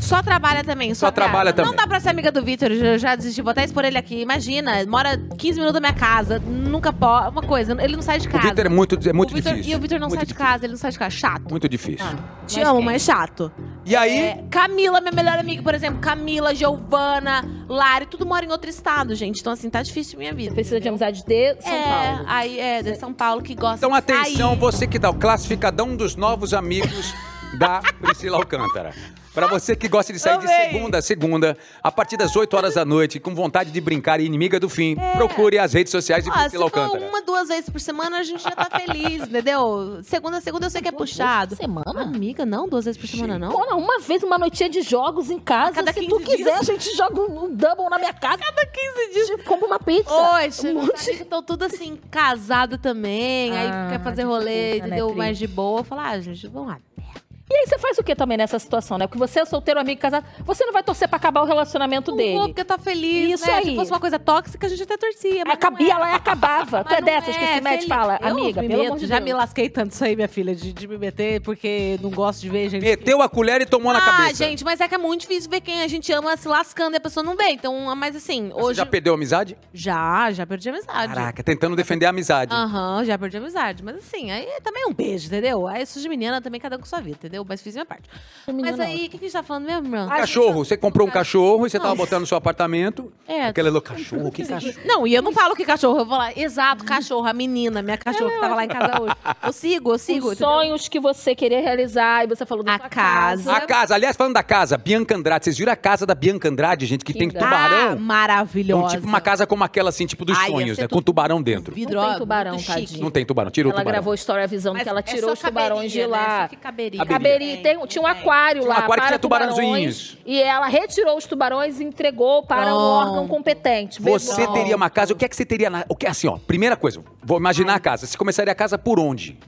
Só trabalha também, só, Só trabalha grava. também. Não dá pra ser amiga do Vitor, eu já desisti. Vou até expor ele aqui. Imagina, mora 15 minutos da minha casa, nunca pode. Uma coisa, ele não sai de O casa. Vitor é muito, é muito O Vitor- difícil. E o Vitor não muito, sai de casa, ele não sai de casa. Chato. Muito difícil. Te amo, mas chato. E aí? É, Camila, minha melhor amiga, por exemplo. Camila, Giovana, Lari, tudo mora em outro estado, gente. Então, assim, tá difícil minha vida. Precisa de amizade de São é, Paulo. Aí, é, de São Paulo que gosta Então de atenção, sair. você que dá o classificadão dos novos amigos (laughs) da Priscila Alcântara. Pra você que gosta de sair de Amei. segunda a segunda, a partir das 8 horas da noite, com vontade de brincar e inimiga do fim, É. procure as redes sociais de Ó, se Priscila for Alcântara. uma, duas vezes por semana, a gente já tá feliz, entendeu? Segunda, segunda eu sei que é puxado. Semana? Amiga, não, duas vezes por semana, não. Pô, não, uma vez, uma noitinha de jogos em casa. cada Se tu 15 quiser, dias. a gente joga um, um double na minha casa. Cada 15 dias. compra uma pizza. Hoje, Um meus monte. amigos estão tudo assim, casado também, Ah, aí quer fazer rolê, dificulta, né, entendeu? Pri? Mais de boa. Falar, ah, gente, vamos lá. E aí você faz o que também nessa situação, né? Porque você é solteiro, amigo, casado. Você não vai torcer pra acabar o relacionamento dele. vou, porque tá feliz, Isso né? aí. Se fosse uma coisa tóxica, a gente até torcia. Mas é. Acabia, ela acabava. Tu é dessas que se mete e fala, amiga, me pelo meto, amor de já Deus. me lasquei tanto isso aí, minha filha, de, de me meter, porque não gosto de ver gente. Meteu a colher e tomou na Ah, cabeça. gente, mas é que é muito difícil ver quem a gente ama se lascando e a pessoa não vê. Então, mas assim, Você hoje. já perdeu a amizade? Já, já perdi a Ah. amizade. Caraca, tentando defender a amizade. Aham, já perdi a amizade. Mas assim, aí também é um beijo, entendeu? Aí isso de menina também, cada um com sua vida, entendeu? eu, mas fiz minha parte. menino Mas não. aí, o que, que a gente tá falando mesmo, Bruno? Cachorro, você comprou um cachorro e você tava Nossa. botando no seu apartamento. É. Aquele louco cachorro, que cachorro. Não, e eu não falo que cachorro, eu vou lá, exato, cachorro, a menina, minha cachorra que tava lá em casa hoje. (laughs) Eu sigo, eu sigo. Os sonhos que você queria realizar e você falou da a casa. A casa, aliás, falando da casa, Bianca Andrade, vocês viram a casa da Bianca Andrade, gente, que tem Linda. tubarão? Ah, maravilhosa. Um, tipo uma casa como aquela, assim, tipo dos Ai, ia sonhos, ser né? tudo Com tubarão dentro. Não tem tubarão, muito tadinho. chique. Não tem tubarão, tirou o Ela tubarão. gravou Story Visão Mas Então, que ela é tirou só os tubarões de caberia, né? lá. Só que É. caberia. Caberi, tem, tinha um aquário Tinha um lá. aquário que para tinha tubarãozinhos. tubarões, E ela retirou os tubarões e entregou para um Pronto. órgão competente. Você Bom. teria uma casa, o que é que você teria na. O que, assim, ó, primeira coisa, vou imaginar a casa. Você começaria a casa por onde?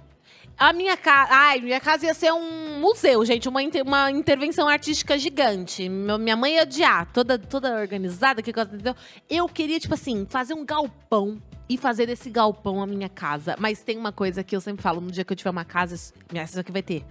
A minha casa. Ai, minha casa ia ser um museu, gente. Uma, inter- uma intervenção artística gigante. Meu- minha mãe ia odiar, toda, toda organizada, que coisa, entendeu? Eu queria, tipo assim, fazer um galpão e fazer desse galpão a minha casa. Mas tem uma coisa que eu sempre falo: no dia que eu tiver uma casa, isso- minha casa que vai ter.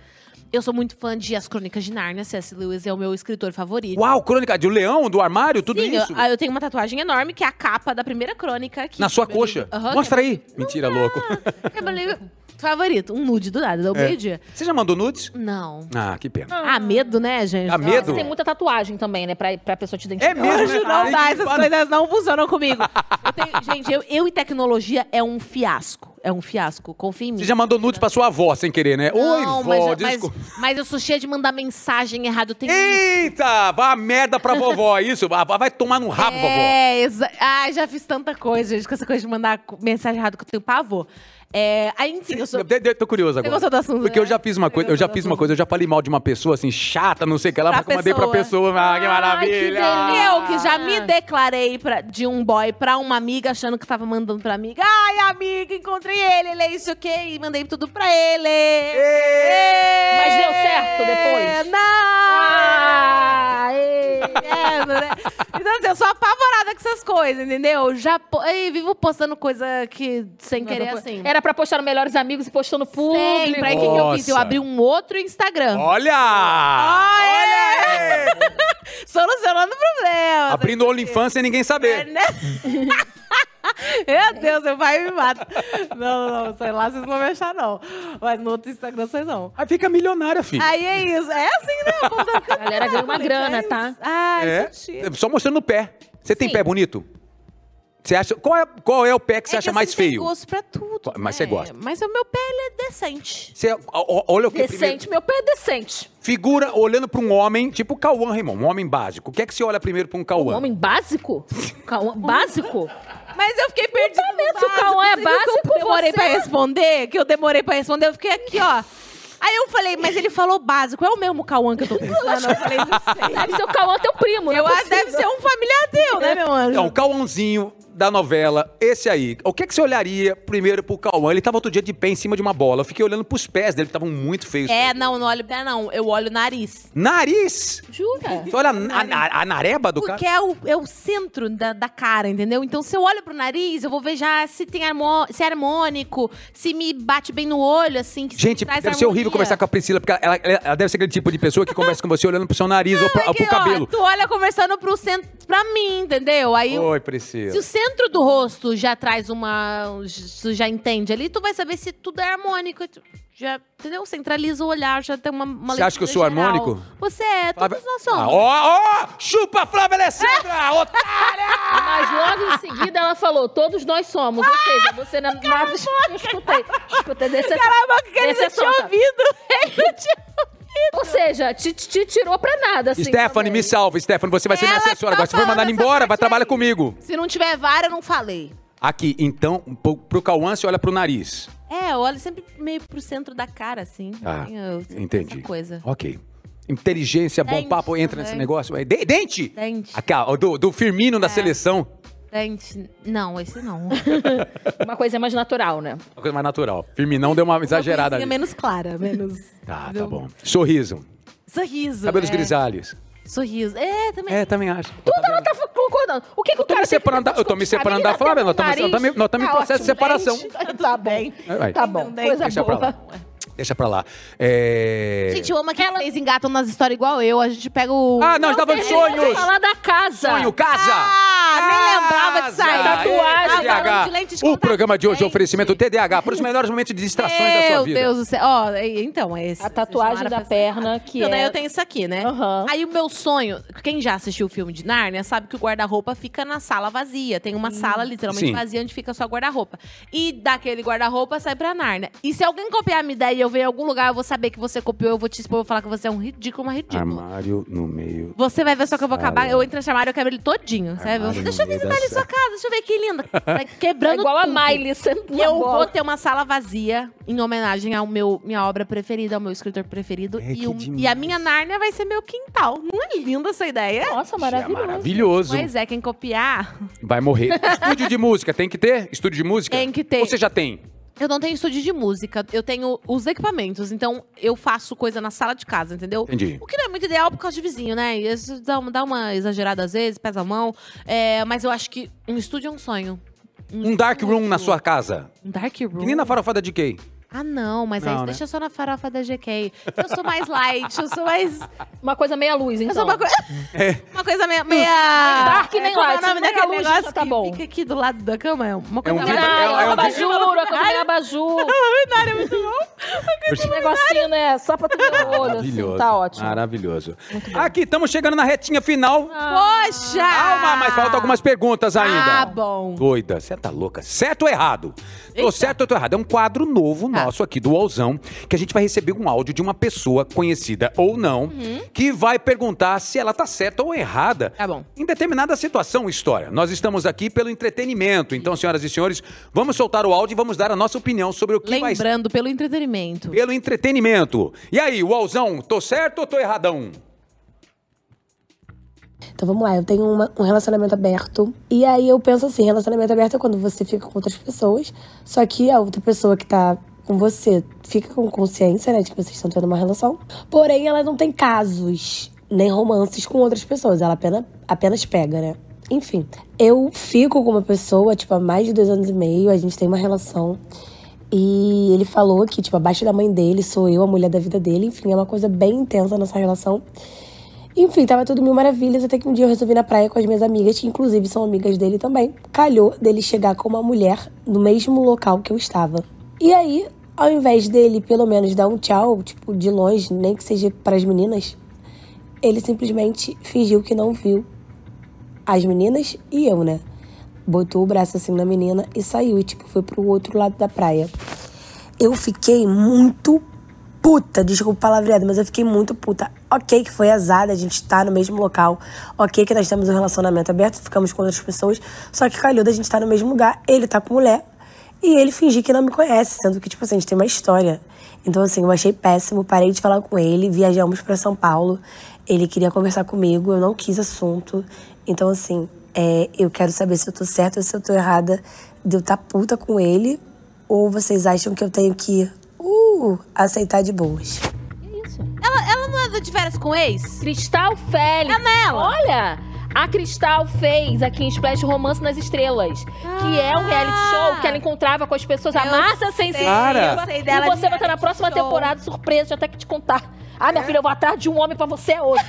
Eu sou muito fã de As Crônicas de Nárnia. C.S. Lewis é o meu escritor favorito. Uau, crônica de um leão, do armário, tudo Sim, isso? Eu, ah, eu tenho uma tatuagem enorme, que é a capa da primeira crônica. Que Na sua coxa. Aham, Mostra aí. Mentira, louco. (laughs) é meu livro favorito. Um nude do nada, deu É. meio-dia. Você já mandou nudes? Não. Ah, que pena. Ah, medo, né, gente? Dá medo? É né? Você tem muita tatuagem também, né? Pra, pra pessoa te identificar. Hoje não dá, essas Para- coisas não funcionam comigo. Eu tenho- gente, eu, eu e tecnologia é um fiasco. É um fiasco, confia em mim. Você já mandou nudes pra sua avó sem querer, né? Oi, né? Não, vó, mas, mas, desculpa. mas eu sou cheia de mandar mensagem errada. Eu tenho Eita, vai a merda pra vovó, é isso? A- Vai tomar no rabo, vovó. É, exa... Ai, já fiz tanta coisa, gente, com essa coisa de mandar co- mensagem errada que eu tenho pavor. É, aí, enfim, eu sou... De- de- Tô curioso Você agora. gostou do assunto, né? Porque eu já fiz uma coisa, eu já fiz uma coisa, eu já falei mal de uma pessoa assim, chata, não sei o que lá, Pra mas eu mandei pra pessoa. pessoa. Ah, que maravilha! ah. Eu que já me declarei pra- de um boy pra uma amiga, achando que tava mandando pra amiga. Ai, amiga, encontrei ele, ele é isso aqui, e mandei tudo pra ele. Mas deu certo depois? Ah. Não! É, né? Então, assim, eu sou apavorada com essas coisas, entendeu? Já po... Ei, vivo postando coisa que sem querer assim. Era pra postar no Melhores Amigos e postou no é público. Sempre. Aí o que, que eu fiz? Eu Nossa. abri um outro Instagram. Olha! Olha! Solucionando problemas. Abrindo OnlyFans sem ninguém saber. né? (laughs) Meu Deus, meu pai me mata. Não, não, não, sei lá, vocês não vão me achar, não. Mas no outro Instagram vocês não. Aí fica milionária, filho. Aí é isso. É assim, né? A galera ganha uma grana, tá? é Ah, É, só mostrando o pé. Você tem pé bonito? Você acha. Qual é, qual é o pé que você acha mais assim, Tem feio? gosto pra tudo. É, Mas você gosta. Mas o meu pé, ele é decente. Você, ó, ó, olha o que primeiro. Decente, meu pé é decente. Figura olhando pra um homem, tipo o Cauã, Raymond, um homem básico. O que é que você olha primeiro pra um Cauã? Um homem básico? (laughs) Cauã, básico? Mas eu fiquei perdida no se o Cauã é Você viu que básico, Eu demorei você- pra responder, que eu demorei pra responder, eu fiquei aqui, ó. Aí eu falei, mas ele falou básico, é o mesmo Cauã (laughs) que eu tô pensando? Eu falei, não sei. Deve ser o Cauã teu primo, né? Eu acho que deve ser um familiar teu, né, meu anjo? Então, o Cauãzinho da novela, esse aí. O que é que você olharia primeiro pro Cauã? Ele tava outro dia de pé em cima de uma bola. Eu fiquei olhando pros pés dele, que estavam muito feios. É, não, não olho o pé, não. Eu olho o nariz. Nariz! Jura? Você olha a, a, a nareba do Porque cara? é o, é o centro da, da cara, entendeu? Então, se eu olho pro nariz, eu vou ver já se tem harmo- se é harmônico, se me bate bem no olho, assim. Que Gente, traz deve ser horrível harmonia. conversar com a Priscila, porque ela, ela- ela deve ser aquele tipo de pessoa que conversa com você olhando pro seu nariz ou pro, ou pro Porque, ó, cabelo. tu olha conversando pro centro, pra mim, entendeu? Aí, Oi, Priscila. se o centro do rosto já traz uma... Tu já entende ali, tu vai saber se tudo é harmônico. tu Já, entendeu? Centraliza o olhar, já tem uma, uma Você acha que eu sou leitura geral. harmônico? Você é, Flávia- todos nós Ah, somos. Ah! Ó, ó! Chupa, Flávia Alessandra! otária! Mas logo em seguida ela falou, todos nós somos. Ou seja, você não... Nada, eu escutei. Escutei desse... Caraca, que ele não tinha é ouvido. Ele não tinha ouvido. Ou seja, te, te tirou pra nada, assim. Stephanie, me salve, Stephanie. Você vai ser minha Ela assessora. tá Agora, se for mandada falando embora, vai trabalhar comigo. Se não tiver vara, eu não falei. Aqui, então, pro, pro Cauã, você olha pro nariz. É, eu olho sempre meio pro centro da cara, assim. Ah, Eu- entendi. Essa coisa. Ok. Inteligência, bom Dente papo, entra nesse também. negócio. É, de- dente! Dente. É. Aquela, ó, do, do Firmino da seleção. Dente. Não, esse não. Tá Uma coisa é mais natural, né? Uma coisa mais natural. Firminão deu uma exagerada É ali. menos (laughs) clara, menos. Tá, tá bom. Sorriso. Sorriso. Cabelos é. grisalhos. Sorriso. É, também. É, também acho. Tudo ela tá concordando. O que que o Eu tô me cara tem que separando, da- eu tô me separando da Flávia, nós um estamos nós estamos em processo de separação. Tá bem. Vai. Tá bom. Coisa Deixa pra boa. lá. Deixa pra lá. É... Gente, eu amo que vocês engatam nas histórias igual eu. A gente pega o. Ah, não, a gente tá falando de termina sonhos. falar da casa. Sonho, casa! Ah, nem lembrava de sair. Tatuagem. Ah, falando de lentes o programa de hoje é oferecimento TDAH para os melhores momentos de distrações da sua Meu vida. Deus do céu. Ó, e- então, é esse. A tatuagem da perna, que então, daí é- eu tenho isso aqui, né? Aí o meu sonho, quem já assistiu o filme de Nárnia, sabe que o guarda-roupa fica na sala vazia. Tem uma sala literalmente Sim. vazia onde fica só guarda-roupa. E daquele guarda-roupa sai pra Nárnia. E se alguém copiar a minha ideia e eu ver em algum lugar, eu vou saber que você copiou, eu vou te expor, eu vou falar que você é um ridículo, uma ridícula. Armário no meio. Você vai ver só que eu vou acabar. Sala. Eu entro na chamada e eu quebro ele todinho, sabe? Eu- Armário deixa eu no meio visitar da ele em sua casa, deixa eu ver (laughs) que linda. Tá quebrando É igual a tudo. Miley, sendo E uma eu bola. vou ter uma sala vazia em homenagem ao meu minha obra preferida, ao meu escritor preferido. e, o- e a minha Nárnia vai ser meu quintal. Não é linda essa ideia? é Nossa, maravilhoso. maravilhoso. Pois é, quem copiar. Vai morrer. Estúdio de música, tem que ter? Estúdio de música? Tem que ter. Ou Você já tem? Eu não tenho estúdio de música, eu tenho os equipamentos, então eu faço coisa na sala de casa, entendeu? Entendi. O que não é muito ideal por causa de vizinho, né? E Isso dá, uma- dá uma exagerada às vezes, pesa a mão. É, mas eu acho que um estúdio é um sonho. Um dark room na sua casa. Um dark room. Que nem na farofada de quem? Ah, não, mas aí Não, né? deixa só na farofa da GK. Eu sou mais light, eu sou mais. Uma coisa meia luz, então. Eu sou é uma, coi- (laughs) uma coisa meia. meia... Dark nem É, como é light, o nome meia daquele luz, negócio tá que fica aqui do lado da cama? É uma coisa um vidro- é- é um abajur, uma coisa meio (laughs) abajur. Luminária é muito bom. Esse negocinho, né? Só pra tu ver o olho, assim, Maravilhoso. tá ótimo. Maravilhoso. Aqui, estamos chegando na retinha final. Ah! Poxa! Calma, mas faltam algumas perguntas ainda. Ah, bom. Doida, você tá louca. Certo ou errado? Tô certo ou tô errado? É um quadro novo Tá. nosso aqui do Alzão, que a gente vai receber um áudio de uma pessoa conhecida ou não, Uhum. que vai perguntar se ela tá certa ou errada. Tá bom. Em determinada situação, ou história. Nós estamos aqui pelo entretenimento. Então, senhoras e senhores, vamos soltar o áudio e vamos dar a nossa opinião sobre o que vai vai Lembrando, pelo entretenimento. pelo entretenimento. E aí, o Alzão, tô certo ou tô erradão? Então vamos lá, eu tenho uma- um relacionamento aberto. E aí eu penso assim, relacionamento aberto é quando você fica com outras pessoas, só que a outra pessoa que tá com você fica com consciência, né, de que vocês estão tendo uma relação. Porém, ela não tem casos, nem romances com outras pessoas, ela apenas, apenas pega, né? Enfim, eu fico com uma pessoa, tipo, há mais de dois anos e meio, a gente tem uma relação. E ele falou que, tipo, abaixo da mãe dele sou eu, a mulher da vida dele. Enfim, é uma coisa bem intensa a nossa relação. Enfim, tava tudo mil maravilhas, até que um dia eu resolvi ir na praia com as minhas amigas, que inclusive são amigas dele também. Calhou dele chegar com uma mulher no mesmo local que eu estava. E aí, ao invés dele pelo menos dar um tchau, tipo, de longe, nem que seja para as meninas, ele simplesmente fingiu que não viu as meninas e eu, né? Botou o braço assim na menina e saiu, e tipo, foi pro outro lado da praia. Eu fiquei muito puta, desculpa o palavreado, mas eu fiquei muito puta. Ok que foi azar da gente estar Tá no mesmo local, ok que nós temos um relacionamento aberto, ficamos com outras pessoas, só que calhou da gente estar no mesmo lugar, ele tá com mulher, e ele fingir que não me conhece, sendo que, tipo assim, a gente tem uma história. Então, assim, eu achei péssimo, parei de falar com ele, viajamos pra São Paulo, ele queria conversar comigo, eu não quis assunto. Então, assim, é, eu quero saber se eu tô certa ou se eu tô errada de eu estar puta com ele, ou vocês acham que eu tenho que, uh, aceitar de boas? Ela, ela não anda de férias com ex? Cristal Félix. É nela. Olha, a Cristal fez aqui em Splash Romance nas Estrelas, que é um reality show que ela encontrava com as pessoas, a Ah. Eu massa sei, sensível. Cara. eu sei dela e de você vai estar na próxima reality show. temporada, surpresa, já até que te contar. Ah, minha filha, eu vou atrás de um homem pra você hoje.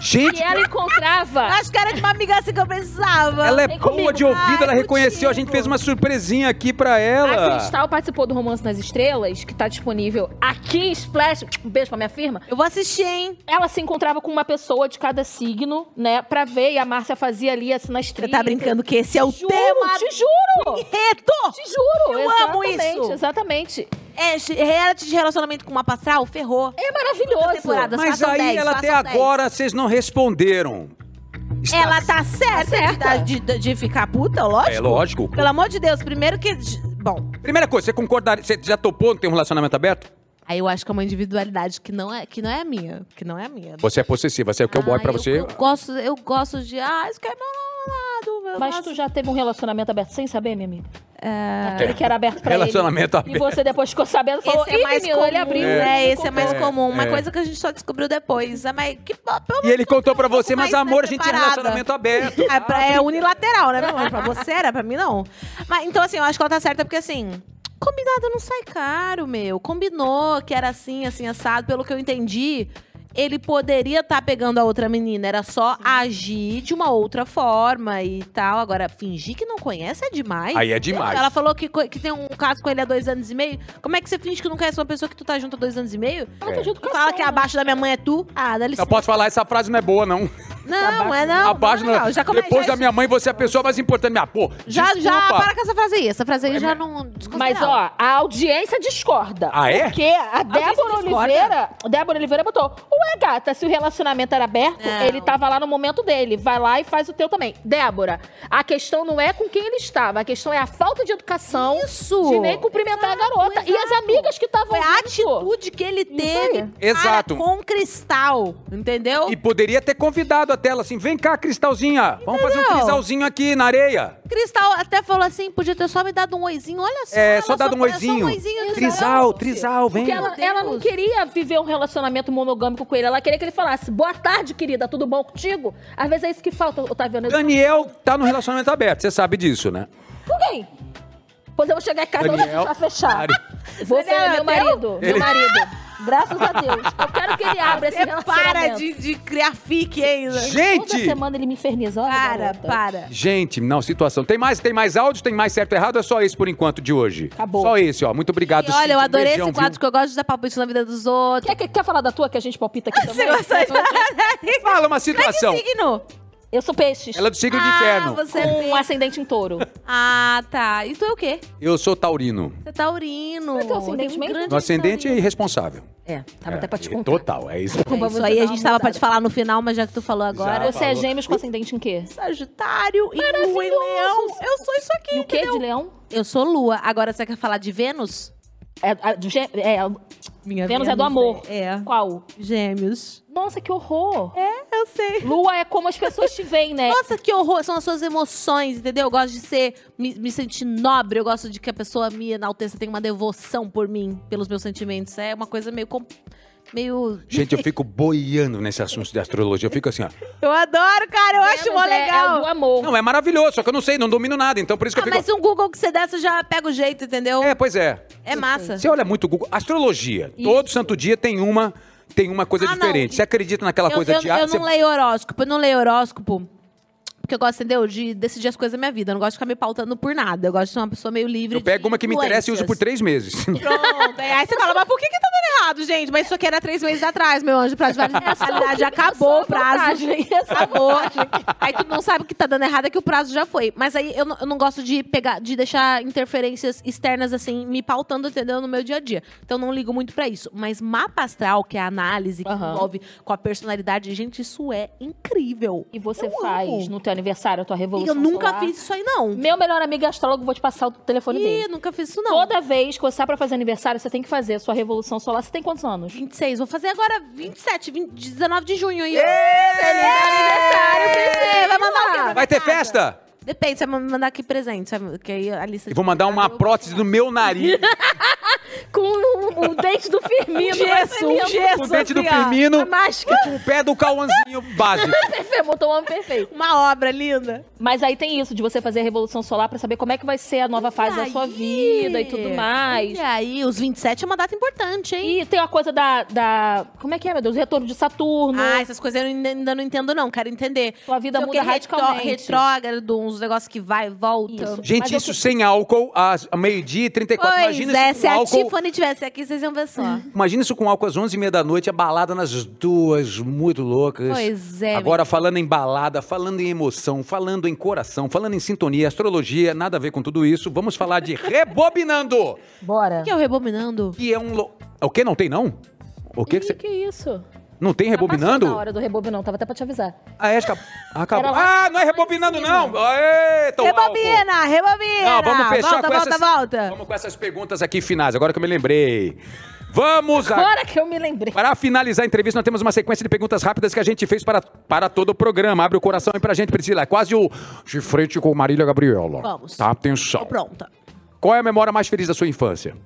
Gente, E ela encontrava. (laughs) Acho que era de uma amiga assim que eu pensava. Ela é boa de ouvido, ela reconheceu. A gente fez uma surpresinha aqui pra ela. A Cristal participou do Romance nas Estrelas, que tá disponível aqui em Splash. Um beijo pra minha firma. Eu vou assistir, hein? Ela se encontrava com uma pessoa de cada signo, né? Pra ver, e a Márcia fazia ali, assim, nas trilhas. tá brincando que esse é o juro, tema Te juro! Reto! Te juro! Eu amo exatamente, isso. Exatamente. É, che- reality de relacionamento com uma pastral, ferrou. É maravilhoso. Temporadas, Mas façam aí 10, ela até façam 10. agora, vocês não responderam. Ela tá certa, De, de- de ficar puta, lógico. É lógico. Pelo amor de Deus, primeiro que. Bom. Primeira coisa, você concordaria? Você já topou ter um relacionamento aberto? Aí eu acho que é uma individualidade que não é, que não é a minha. Que não é a minha. Você é possessiva, você é o que é o boy pra você. Ah, Eu gosto, eu gosto de. Ah, isso que é meu lado. Mas tu já teve um relacionamento aberto sem saber, minha amiga? É... Aquele que era aberto pra Relacionamento ele. aberto. E você depois ficou sabendo e falou, Esse é "Ih, mais menino, comum, ele abriu. um É. né? ele Esse é mais contou. comum. Uma É. coisa que a gente só descobriu depois. Ah, Mas que bom, pelo E ele contou pra você, mas mais, né, amor, a gente tinha separada. relacionamento aberto. É, pra- é unilateral, né, meu amor? Pra você era, pra mim não. Mas, então, assim, eu acho que ela tá certa porque, assim, combinado não sai caro, meu. Combinou que era assim, assim, assado, pelo que eu entendi. ele poderia estar pegando a outra menina, era só agir de uma outra forma e tal. Agora, fingir que não conhece é demais. Aí é demais. Ela falou que, co- que tem um caso com ele há dois anos e meio. Como é que você finge que não conhece uma pessoa que tu tá junto há dois anos e meio? É. Tu Fala assim? que né?" abaixo da minha mãe é tu. Ah, dá licença. Eu posso falar, essa frase não é boa, não. Não, é não. Abaixo, não. não, já come- Depois já- da minha mãe, você é a pessoa mais importante. Minha, pô, Já, já, desculpa. para com essa frase aí. Essa frase aí já não. Mas, ó, a audiência discorda. Ah, é? Porque a Débora discorda? Oliveira, Débora Oliveira botou, ué, gata, se o relacionamento era aberto, ele tava lá no momento dele. Vai lá e faz o teu também. Débora, a questão não é com quem ele estava, a questão é a falta de educação de nem cumprimentar a garota. E as amigas que estavam a atitude que ele teve. Exato. Para com cristal, entendeu? E poderia ter convidado a tela assim: vem cá, cristalzinha. Vamos fazer um Entendeu? cristalzinho aqui na areia. Cristal até falou assim, podia ter só me dado um oizinho, olha só. É, ela só dado um é oizinho. oizinho, Trisal, trisal, vem. Porque ela, ela não queria viver um relacionamento monogâmico com ele. Ela queria que ele falasse, boa tarde, querida, tudo bom contigo? Às vezes é isso que falta, Otávio. Neto. Daniel tá no relacionamento aberto, você sabe disso, né? Com quem? Pois eu vou chegar em casa e vou Daniel. deixar Ah, fechar. Mário. Você é meu Daniel, marido. Ele- Meu marido. Graças a Deus. (laughs) Eu quero que ele abra esse Você relacionamento. para de, de criar fique, hein? Ilan? Gente! Toda semana ele me inferniza. Olha, Para, para. Gente, não, situação. Tem mais, tem mais áudios, tem mais certo e errado, é só esse por enquanto de hoje. Acabou. Só esse, ó. Muito obrigado. E olha, eu Cíntia. Um adorei beijão, esse quadro viu? que eu gosto de dar palpite na vida dos outros. Quer, quer, quer falar da tua que a gente palpita aqui também? gosta de- Fala uma situação. Qual é que signo? (laughs) Eu sou peixes. Ela é do signo de inferno. você é Com um ascendente em touro. Ah, tá. E tu é o quê? Eu sou taurino. Você é taurino. Mas teu ascendente Tem um mesmo? grande No ascendente é irresponsável. É, Tá, tava até pra te contar. Total, é isso. É isso aí a gente tava pra te falar no final, mas já que tu falou agora. Você é gêmeos com ascendente em quê? Sagitário e Lua em Leão. Eu sou isso aqui. E o quê de leão? Eu sou Lua. Agora você quer falar de Vênus? É, a- de gê- é, a- Minha Vênus é do amor. É. Qual? Gêmeos. Nossa, que horror. É, eu sei. Lua é como as pessoas te veem, (laughs) né? Nossa, que horror! São as suas emoções, entendeu? Eu gosto de ser, me, me sentir nobre, eu gosto de que a pessoa me enalteça, tenha uma devoção por mim, pelos meus sentimentos. É uma coisa meio. com- meio... Gente, eu fico boiando nesse assunto de astrologia. Eu fico assim, ó. Eu adoro, cara, eu acho mó Vênus é- legal. É do amor. Não, é maravilhoso, só que eu não sei, não domino nada. Então por isso que Ah, eu mas fico. um Google que você der, você já pega o jeito, entendeu? É, pois é. É massa. Você olha muito o Google. Astrologia. Todo santo dia tem uma, tem uma coisa Ah, não. diferente. Você acredita naquela eu, coisa eu, de eu ar? não Você- leio horóscopo, eu não leio horóscopo. Porque eu gosto, entendeu? De decidir as coisas da minha vida. Eu não gosto de ficar me pautando por nada. Eu gosto de ser uma pessoa meio livre. Eu pego uma que me interessa e uso por três meses. (laughs) Pronto. É, Aí você fala, mas por que, que tá dando errado, gente? Mas isso aqui era três meses atrás, meu anjo. Prazo de validade. Acabou o prazo. vantagem, (laughs) é só Acabou. Aí tu não sabe o que tá dando errado, é que o prazo já foi. Mas aí eu não, eu não gosto de pegar, de deixar interferências externas, assim, me pautando, entendeu? No meu dia a dia. Então não ligo muito pra isso. Mas mapa astral, que é a análise que envolve com a personalidade, gente, isso é incrível. E você Eu amo. faz no teu aniversário a tua E revolução eu nunca solar? fiz isso aí, não. Meu melhor amigo é astrólogo, vou te passar o telefone Ih, dele. nunca fiz isso, não. Toda vez que você sai pra fazer aniversário, você tem que fazer a sua revolução solar. Você tem quantos anos? 26, vou fazer agora 27, 20, 19 de junho aí. É Feliz aniversário, Princesa! Vai mandar o quê? pra Vai minha ter casa? festa? Depende, você vai me mandar que presente, sabe? Que aí a lista E vou mandar uma prótese do meu (laughs) nariz. Com o, o dente do (laughs) Firmino. vai ser lindo. É o dente do Firmino e com o pé do Cauãzinho (laughs) básico. Perfeito, montou um homem perfeito. Uma obra linda. Mas aí tem isso de você fazer a revolução solar pra saber como é que vai ser a nova fase da sua vida e tudo mais. E aí, os 27 é uma data importante, hein? E tem uma coisa da, da- Como é que é, meu Deus? O retorno de Saturno. Ah, essas coisas eu ainda- ainda não entendo, não. Quero entender. Sua vida Sei é o muda que, retró- radicalmente. Retrógrado, uns negócios que vai e volta. Gente, isso sem álcool, às a meio-dia e 34. Pois Imagina é, isso se com a álcool. Tiffany tivesse aqui, vocês iam ver só. Imagina isso com álcool às 11h30 da noite, a balada nas duas, muito loucas. Pois é, Agora, falando em balada, falando em emoção, falando em coração, falando em sintonia, astrologia, nada a ver com tudo isso, vamos falar de Rebobinando, Bora. O que é o Rebobinando? que é um... lo- O quê? Não tem, não? O quê que você... Que isso? Não tem tá Rebobinando? Passou na hora do rebobinão, tava até pra te avisar. Ah, é, (laughs) acabou. acabou. Era lá- Ah, não é Rebobinando, não! Aê, tão álcool. Rebobina, rebobina! Não, vamos fechar volta, com volta, essas- volta. Vamos com essas perguntas aqui finais, agora que eu me lembrei. Vamos a- Agora que eu me lembrei. Para finalizar a entrevista, nós temos uma sequência de perguntas rápidas que a gente fez para, para todo o programa. Abre o coração aí pra gente, Priscila. É quase o de frente com Marília Gabriela. Vamos. Tá, atenção. Tô pronta. Qual é a memória mais feliz da sua infância?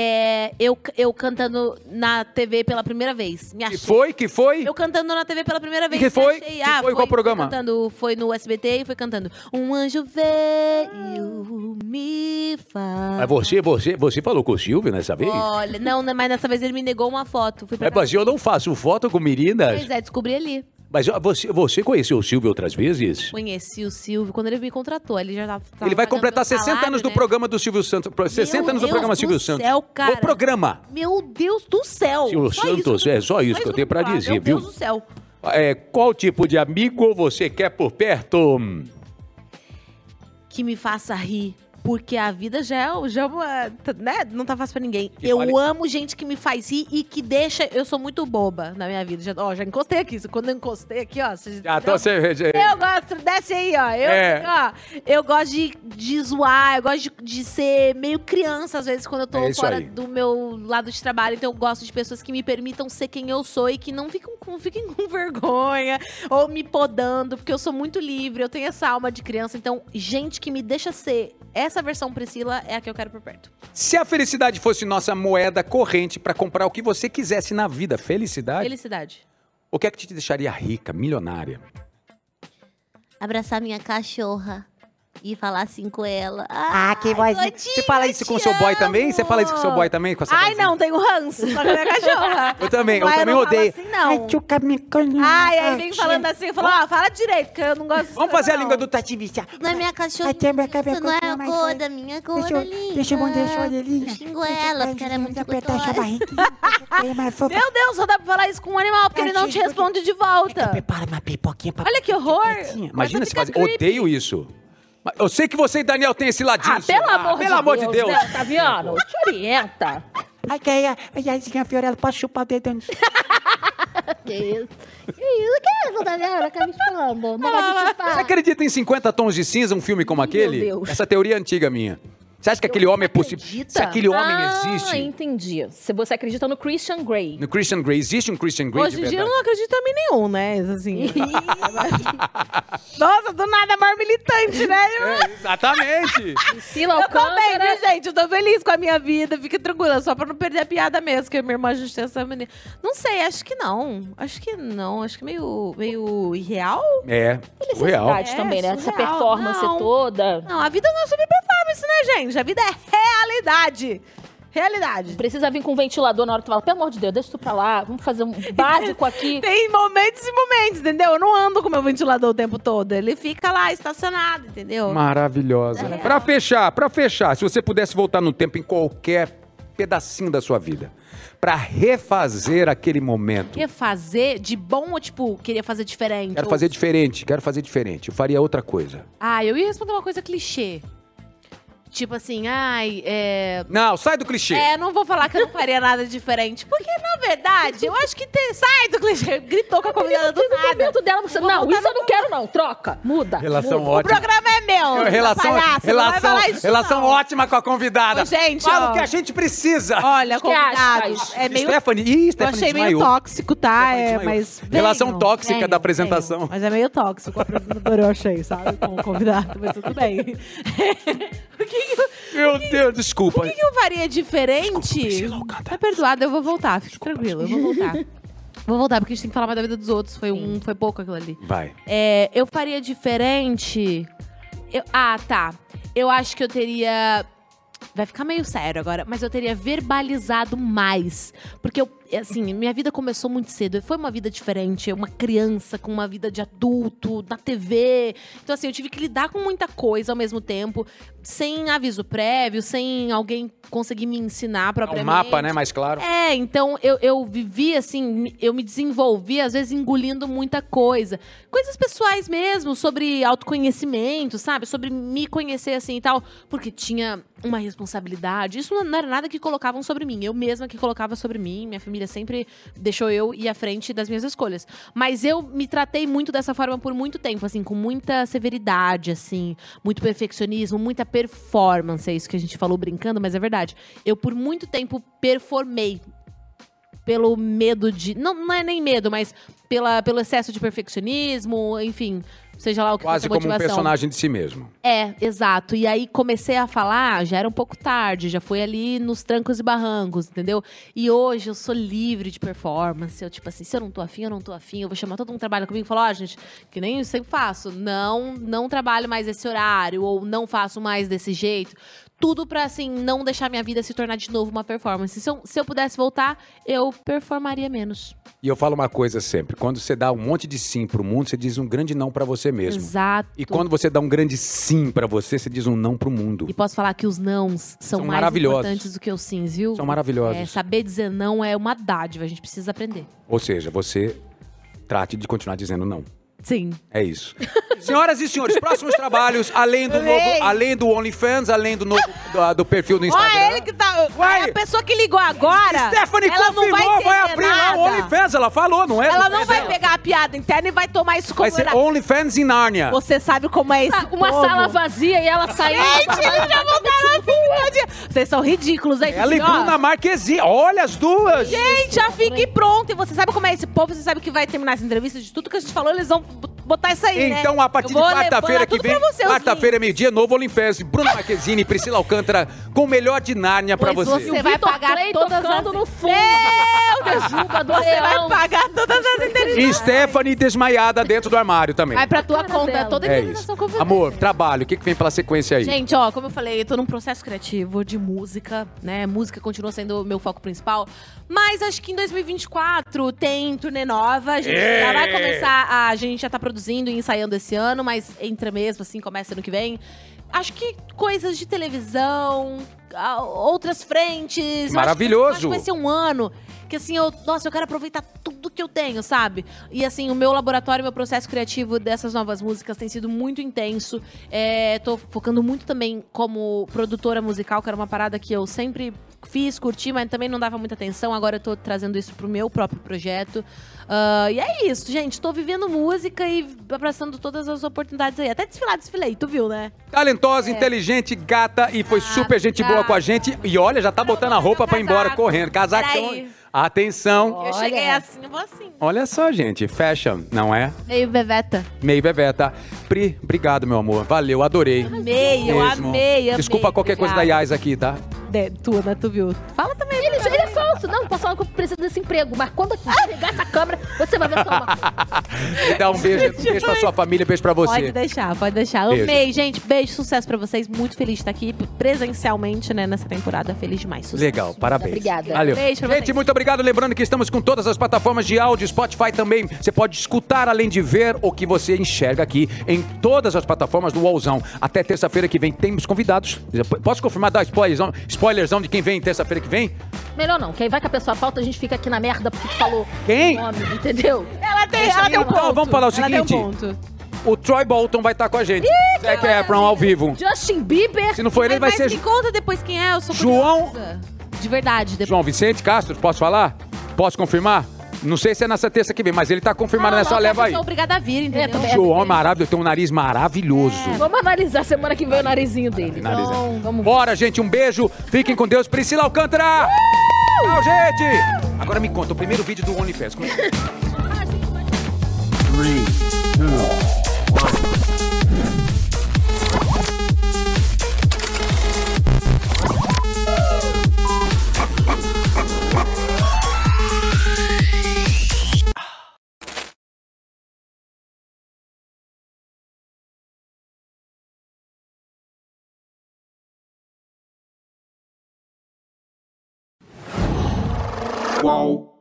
é, eu, eu cantando na TV pela primeira vez. Me achei. foi? Que foi? Eu cantando na TV pela primeira vez. que me foi? achei. Ah, Que foi? Qual programa? Cantando, foi no SBT e foi cantando. Um anjo veio me falar. Mas É você, você, você falou com o Silvio nessa vez? Olha, não, não, mas dessa vez ele me negou uma foto. Fui pra É, Mas, mas eu não faço foto com meninas. Pois é, descobri ali. Mas ó, você, você conheceu o Silvio outras vezes? Conheci o Silvio quando ele me contratou. Ele já tava. tava Ele vai pagando completar meu 60 salário, anos do né? programa do Silvio Santos. pro- 60 anos do Deus programa do Silvio céu, Santos. cara. O programa. Meu Deus do céu! Silvio Só isso Santos, que eu- é só isso que eu tenho pra falo. dizer, Meu viu? Deus do céu. É, qual tipo de amigo você quer por perto? que me faça rir. Porque a vida já é, já é uma- t- né? Não tá fácil pra ninguém. Que eu fale- amo gente que me faz rir e que deixa. Eu sou muito boba na minha vida. Já, ó, já encostei aqui. Quando eu encostei aqui, ó. vocês- Ah, então eu, você- eu gosto, desce aí, ó. Eu, É. ó, eu gosto de, de zoar, eu gosto de, de ser meio criança, às vezes, quando eu tô É isso fora aí. do meu lado de trabalho. Então eu gosto de pessoas que me permitam ser quem eu sou e que não ficam com, fiquem com (laughs) vergonha ou me podando, porque eu sou muito livre, eu tenho essa alma de criança. Então, gente que me deixa ser essa versão Priscila é a que eu quero por perto. Se a felicidade fosse nossa moeda corrente pra comprar o que você quisesse na vida, felicidade, Felicidade. o que é que te deixaria rica, milionária? abraçar minha cachorra e falar assim com ela. Ah, que voz. Você fala isso com o seu boy também? Você fala isso com o seu boy também? Com essa Ai, não, tenho ranço, só com a minha cachorra. Eu também, um eu Mas também não falo odeio. assim, não. Ai, aí vem falando assim, eu falo, ó, fala direito, que eu não gosto Vamos fazer a língua do Tatibicha. Não é minha cachorra. Isso não é a cor da minha cor Deixa eu- linda. deixa eu mandar essa olha Eu xingo ela, porque ela é muito gostosa. Meu Deus, só dá pra falar isso com um animal, porque ele não te responde de volta. Prepara uma pipoquinha pra Olha que horror! Imagina se fazer. Odeio isso. Mas Eu sei que você e Daniel tem esse ladinho. Ah, seu. pelo amor de pelo amor de Deus. né, Otaviano, te orienta. Ai, que aí, aí, aí, senhora é Fiorella, posso chupar o dedo no Que isso? Que isso? Que isso, Daniela? Acabei te falando. Negócio de (laughs) Você chupar. acredita em 50 tons de cinza, um filme como aquele? Deus. Essa teoria é antiga minha. Você acha que aquele homem é possível? Se aquele homem existe. Ah, entendi. Se você acredita no Christian Grey. No Christian Grey, existe um Christian Grey Hoje de em dia eu verdade? não acredito em mim nenhum, né? Assim. (laughs) Nossa, do nada, mais militante, né? É, (laughs) exatamente. eu tô bem, viu, né, gente? Eu tô feliz com a minha vida. Fica tranquila, só pra não perder a piada mesmo, que minha irmã já tinha essa menina. Não sei, acho que não. Acho que não. Acho que meio, meio irreal. É, o real. Verdade também, né? Essa surreal. performance Não. toda. Não, a vida não é sobre performance, né, gente? A vida é realidade. Realidade. Precisa vir com um ventilador na hora que tu fala, pelo amor de Deus, deixa tu pra lá, vamos fazer um (laughs) básico aqui. Tem momentos e momentos, entendeu? Eu não ando com meu ventilador o tempo todo. Ele fica lá estacionado, entendeu? Maravilhosa. É. Pra fechar, pra fechar, se você pudesse voltar no tempo em qualquer pedacinho da sua vida, pra refazer aquele momento. Quer fazer de bom ou, tipo, queria fazer diferente? Quero Ou- fazer diferente, quero fazer diferente. Eu faria outra coisa. Ah, eu ia responder uma coisa clichê. Tipo assim, ai, é... Não, sai do clichê. É, não vou falar que eu não faria nada diferente. Porque, na verdade, eu acho que ter... Sai do clichê! Gritou com a convidada do nada. dela, você... Não, isso eu não quero não, troca, muda. Relação muda. ótima. O programa é meu, É, relação palhaça, não vai relação, falar isso, relação ótima com a convidada. Ô, gente, Fala ó. o que a gente precisa. Olha, que acha convidados, é meio... Stephanie, ih, eu Stephanie achei meio desmaiou. tóxico, tá? É, desmaiou. mas Relação venham, tóxica venham, da apresentação. venham. Mas é meio tóxico a apresentadora, eu achei, sabe? Com o convidado, mas tudo bem. Meu Deus, desculpa. O que, que eu faria diferente? tá perdoado, eu vou voltar. Fique tranquilo, eu vou voltar. vou voltar, porque a gente tem que falar mais da vida dos outros. Foi, um, foi pouco aquilo ali. Vai. É, eu faria diferente. Eu- ah, tá. Eu acho que eu teria. Vai ficar meio sério agora, mas eu teria verbalizado mais. Porque eu, assim, minha vida começou muito cedo. Foi uma vida diferente. eu Uma criança com uma vida de adulto, na TV. Então, assim, eu tive que lidar com muita coisa ao mesmo tempo, sem aviso prévio, sem alguém conseguir me ensinar É um propriamente. mapa, né? Mais claro. É, então eu, eu vivi assim, eu me desenvolvi, às vezes engolindo muita coisa. Coisas pessoais mesmo, sobre autoconhecimento, sabe? Sobre me conhecer assim e tal, porque tinha uma responsabilidade. Isso não era nada que colocavam sobre mim. Eu mesma que colocava sobre mim, minha família sempre deixou eu ir à frente das minhas escolhas. Mas eu me tratei muito dessa forma por muito tempo, assim, com muita severidade, assim, muito perfeccionismo, muita performance. É isso que a gente falou brincando, mas é verdade. Eu, por muito tempo, performei pelo medo de. Não, não é nem medo, mas pela, pelo excesso de perfeccionismo, enfim. Seja lá o que for Quase sua como um motivação. personagem de si mesmo. É, exato. E aí comecei a falar, já era um pouco tarde, já foi ali nos trancos e barrancos, entendeu? E hoje eu sou livre de performance. Eu, tipo assim, se eu não tô afim, eu não tô afim. Eu vou chamar todo mundo que trabalha comigo e falar, ó, gente, que nem eu sempre faço. Não, não trabalho mais esse horário, ou não faço mais desse jeito. Tudo pra, assim, não deixar minha vida se tornar de novo uma performance. Se eu, se eu pudesse voltar, eu performaria menos. E eu falo uma coisa sempre: quando você dá um monte de sim pro mundo, você diz um grande não pra você mesmo. Exato. E quando você dá um grande sim pra você, você diz um não pro mundo. E posso falar que os nãos São são, mais maravilhosos. importantes do que os sims, viu? São maravilhosos. É, saber dizer não é uma dádiva, a gente precisa aprender. Ou seja, você trate de continuar dizendo não. Sim. É isso. (laughs) Senhoras e senhores, próximos trabalhos, além do, novo, além do OnlyFans, além do, novo, do, do perfil do Instagram. Olha ele que tá. Uai. A pessoa que ligou agora. Stephanie ela não confirmou, vai, vai, entender abrir lá o nada. OnlyFans. Ela falou, não é? Ela É não vai dela. pegar a piada interna e vai tomar isso como Vai ser era. OnlyFans em Nárnia. Você sabe como é esse Tá Uma povo. sala vazia e ela saiu. Gente, eles já voltaram assim, Vocês são ridículos, hein? Ela e Ó, Bruna Marquezine. Olha as duas. Gente, já fique pronto. E você sabe como é esse povo, você sabe que vai terminar as entrevistas de tudo que a gente falou, eles vão botar isso aí, né? Então, a partir de Eu vou levar quarta-feira que tudo vem, pra você, os quarta-feira, meio-dia, novo OnlyFans. Bruna Marquezine e Priscila Alcântara com o melhor de Nárnia pra Pois você. Você vai Vitor pagar Clay todas tocando as... no fundo. Meu Deus! A juba do Você leão. vai pagar todas as E indenizações. Stephanie desmaiada dentro do armário também. Vai pra tua conta, toda a é indenização isso. que eu vou Amor, é trabalho, o que, que vem pela sequência aí? Gente, ó, como eu falei, eu tô num processo criativo de música, né? Música continua sendo o meu foco principal. Mas acho que em 2024 tem turnê nova. A gente já É. vai Ê! começar. A, a gente já tá produzindo e ensaiando esse ano, mas entra mesmo, assim, começa ano que vem. Acho que coisas de televisão, a- outras frentes. Eu acho que- Maravilhoso! acho que vai ser um ano que assim, eu, nossa, eu quero aproveitar tudo que eu tenho, sabe? E assim, o meu laboratório, meu processo criativo dessas novas músicas tem sido muito intenso. É, tô focando muito também como produtora musical, que era uma parada que eu sempre fiz, curti, mas também não dava muita atenção. Agora eu tô trazendo isso pro meu próprio projeto. Ah, e é isso, gente. Tô vivendo música e abraçando todas as oportunidades aí. Até desfilar, desfilei, tu viu, né? Talentosa, inteligente, gata e foi super gente boa com a gente. E olha, já tá botando a roupa pra ir embora correndo. Casacão. Peraí. Atenção. Eu cheguei assim, eu vou assim. Olha só, gente. Fashion, não é? Meio beveta. Meio Beveta. Pri, obrigado, meu amor. Valeu, adorei. Amei, eu Mesmo. amei, amei. Desculpa qualquer coisa da Obrigada. Yas aqui, tá? De, tu, né? Tu viu? Fala também. Ele, ele é falso. Não, posso falar que eu preciso desse emprego. Mas quando eu pegar essa câmera, você vai ver só uma coisa. (laughs) E dá um (laughs) beijo, um beijo pra sua família, beijo pra Pode você. deixar, pode deixar. Beijo. Amei, gente. Beijo, sucesso pra vocês. Muito feliz de estar aqui presencialmente, né, nessa temporada. Feliz demais. Sucesso. Legal, parabéns. Obrigada. Valeu. Beijo pra Gente, muito obrigado. Lembrando que estamos com todas as plataformas de áudio, Spotify também. Você pode escutar, além de ver, o que você enxerga aqui em todas as plataformas do Wallzão. Até terça-feira que vem temos convidados. Posso confirmar, dar spoilerzão, spoilerzão de quem vem terça-feira que vem? Melhor não, que aí vai que a pessoa falta, a gente fica aqui na merda porque tu falou Quem? o nome, entendeu? Ela tem, ela tem um Então, ponto. vamos falar o Ela tem um seguinte. O Troy Bolton vai estar com a gente. Zac Efron ao vivo. Justin Bieber. Se não for ele, vai ser Mas me conta depois quem é, eu sou João- curiosa. De verdade, depois. João Vicente Castro, posso falar? Posso confirmar? Não sei se é nessa terça que vem, mas ele tá confirmado Não, nessa não, leva eu aí. sou obrigada a vir, entendeu? João é maravilhoso, tem um nariz maravilhoso. assim. É. Vamos analisar semana que vem o narizinho dele. Nariz, né? Então, vamos Bora, gente, um beijo. Fiquem com Deus. Priscila Alcântara! Uh! Tchau, gente! Agora me conta, o primeiro vídeo do OnlyFans. Como é que- Qual?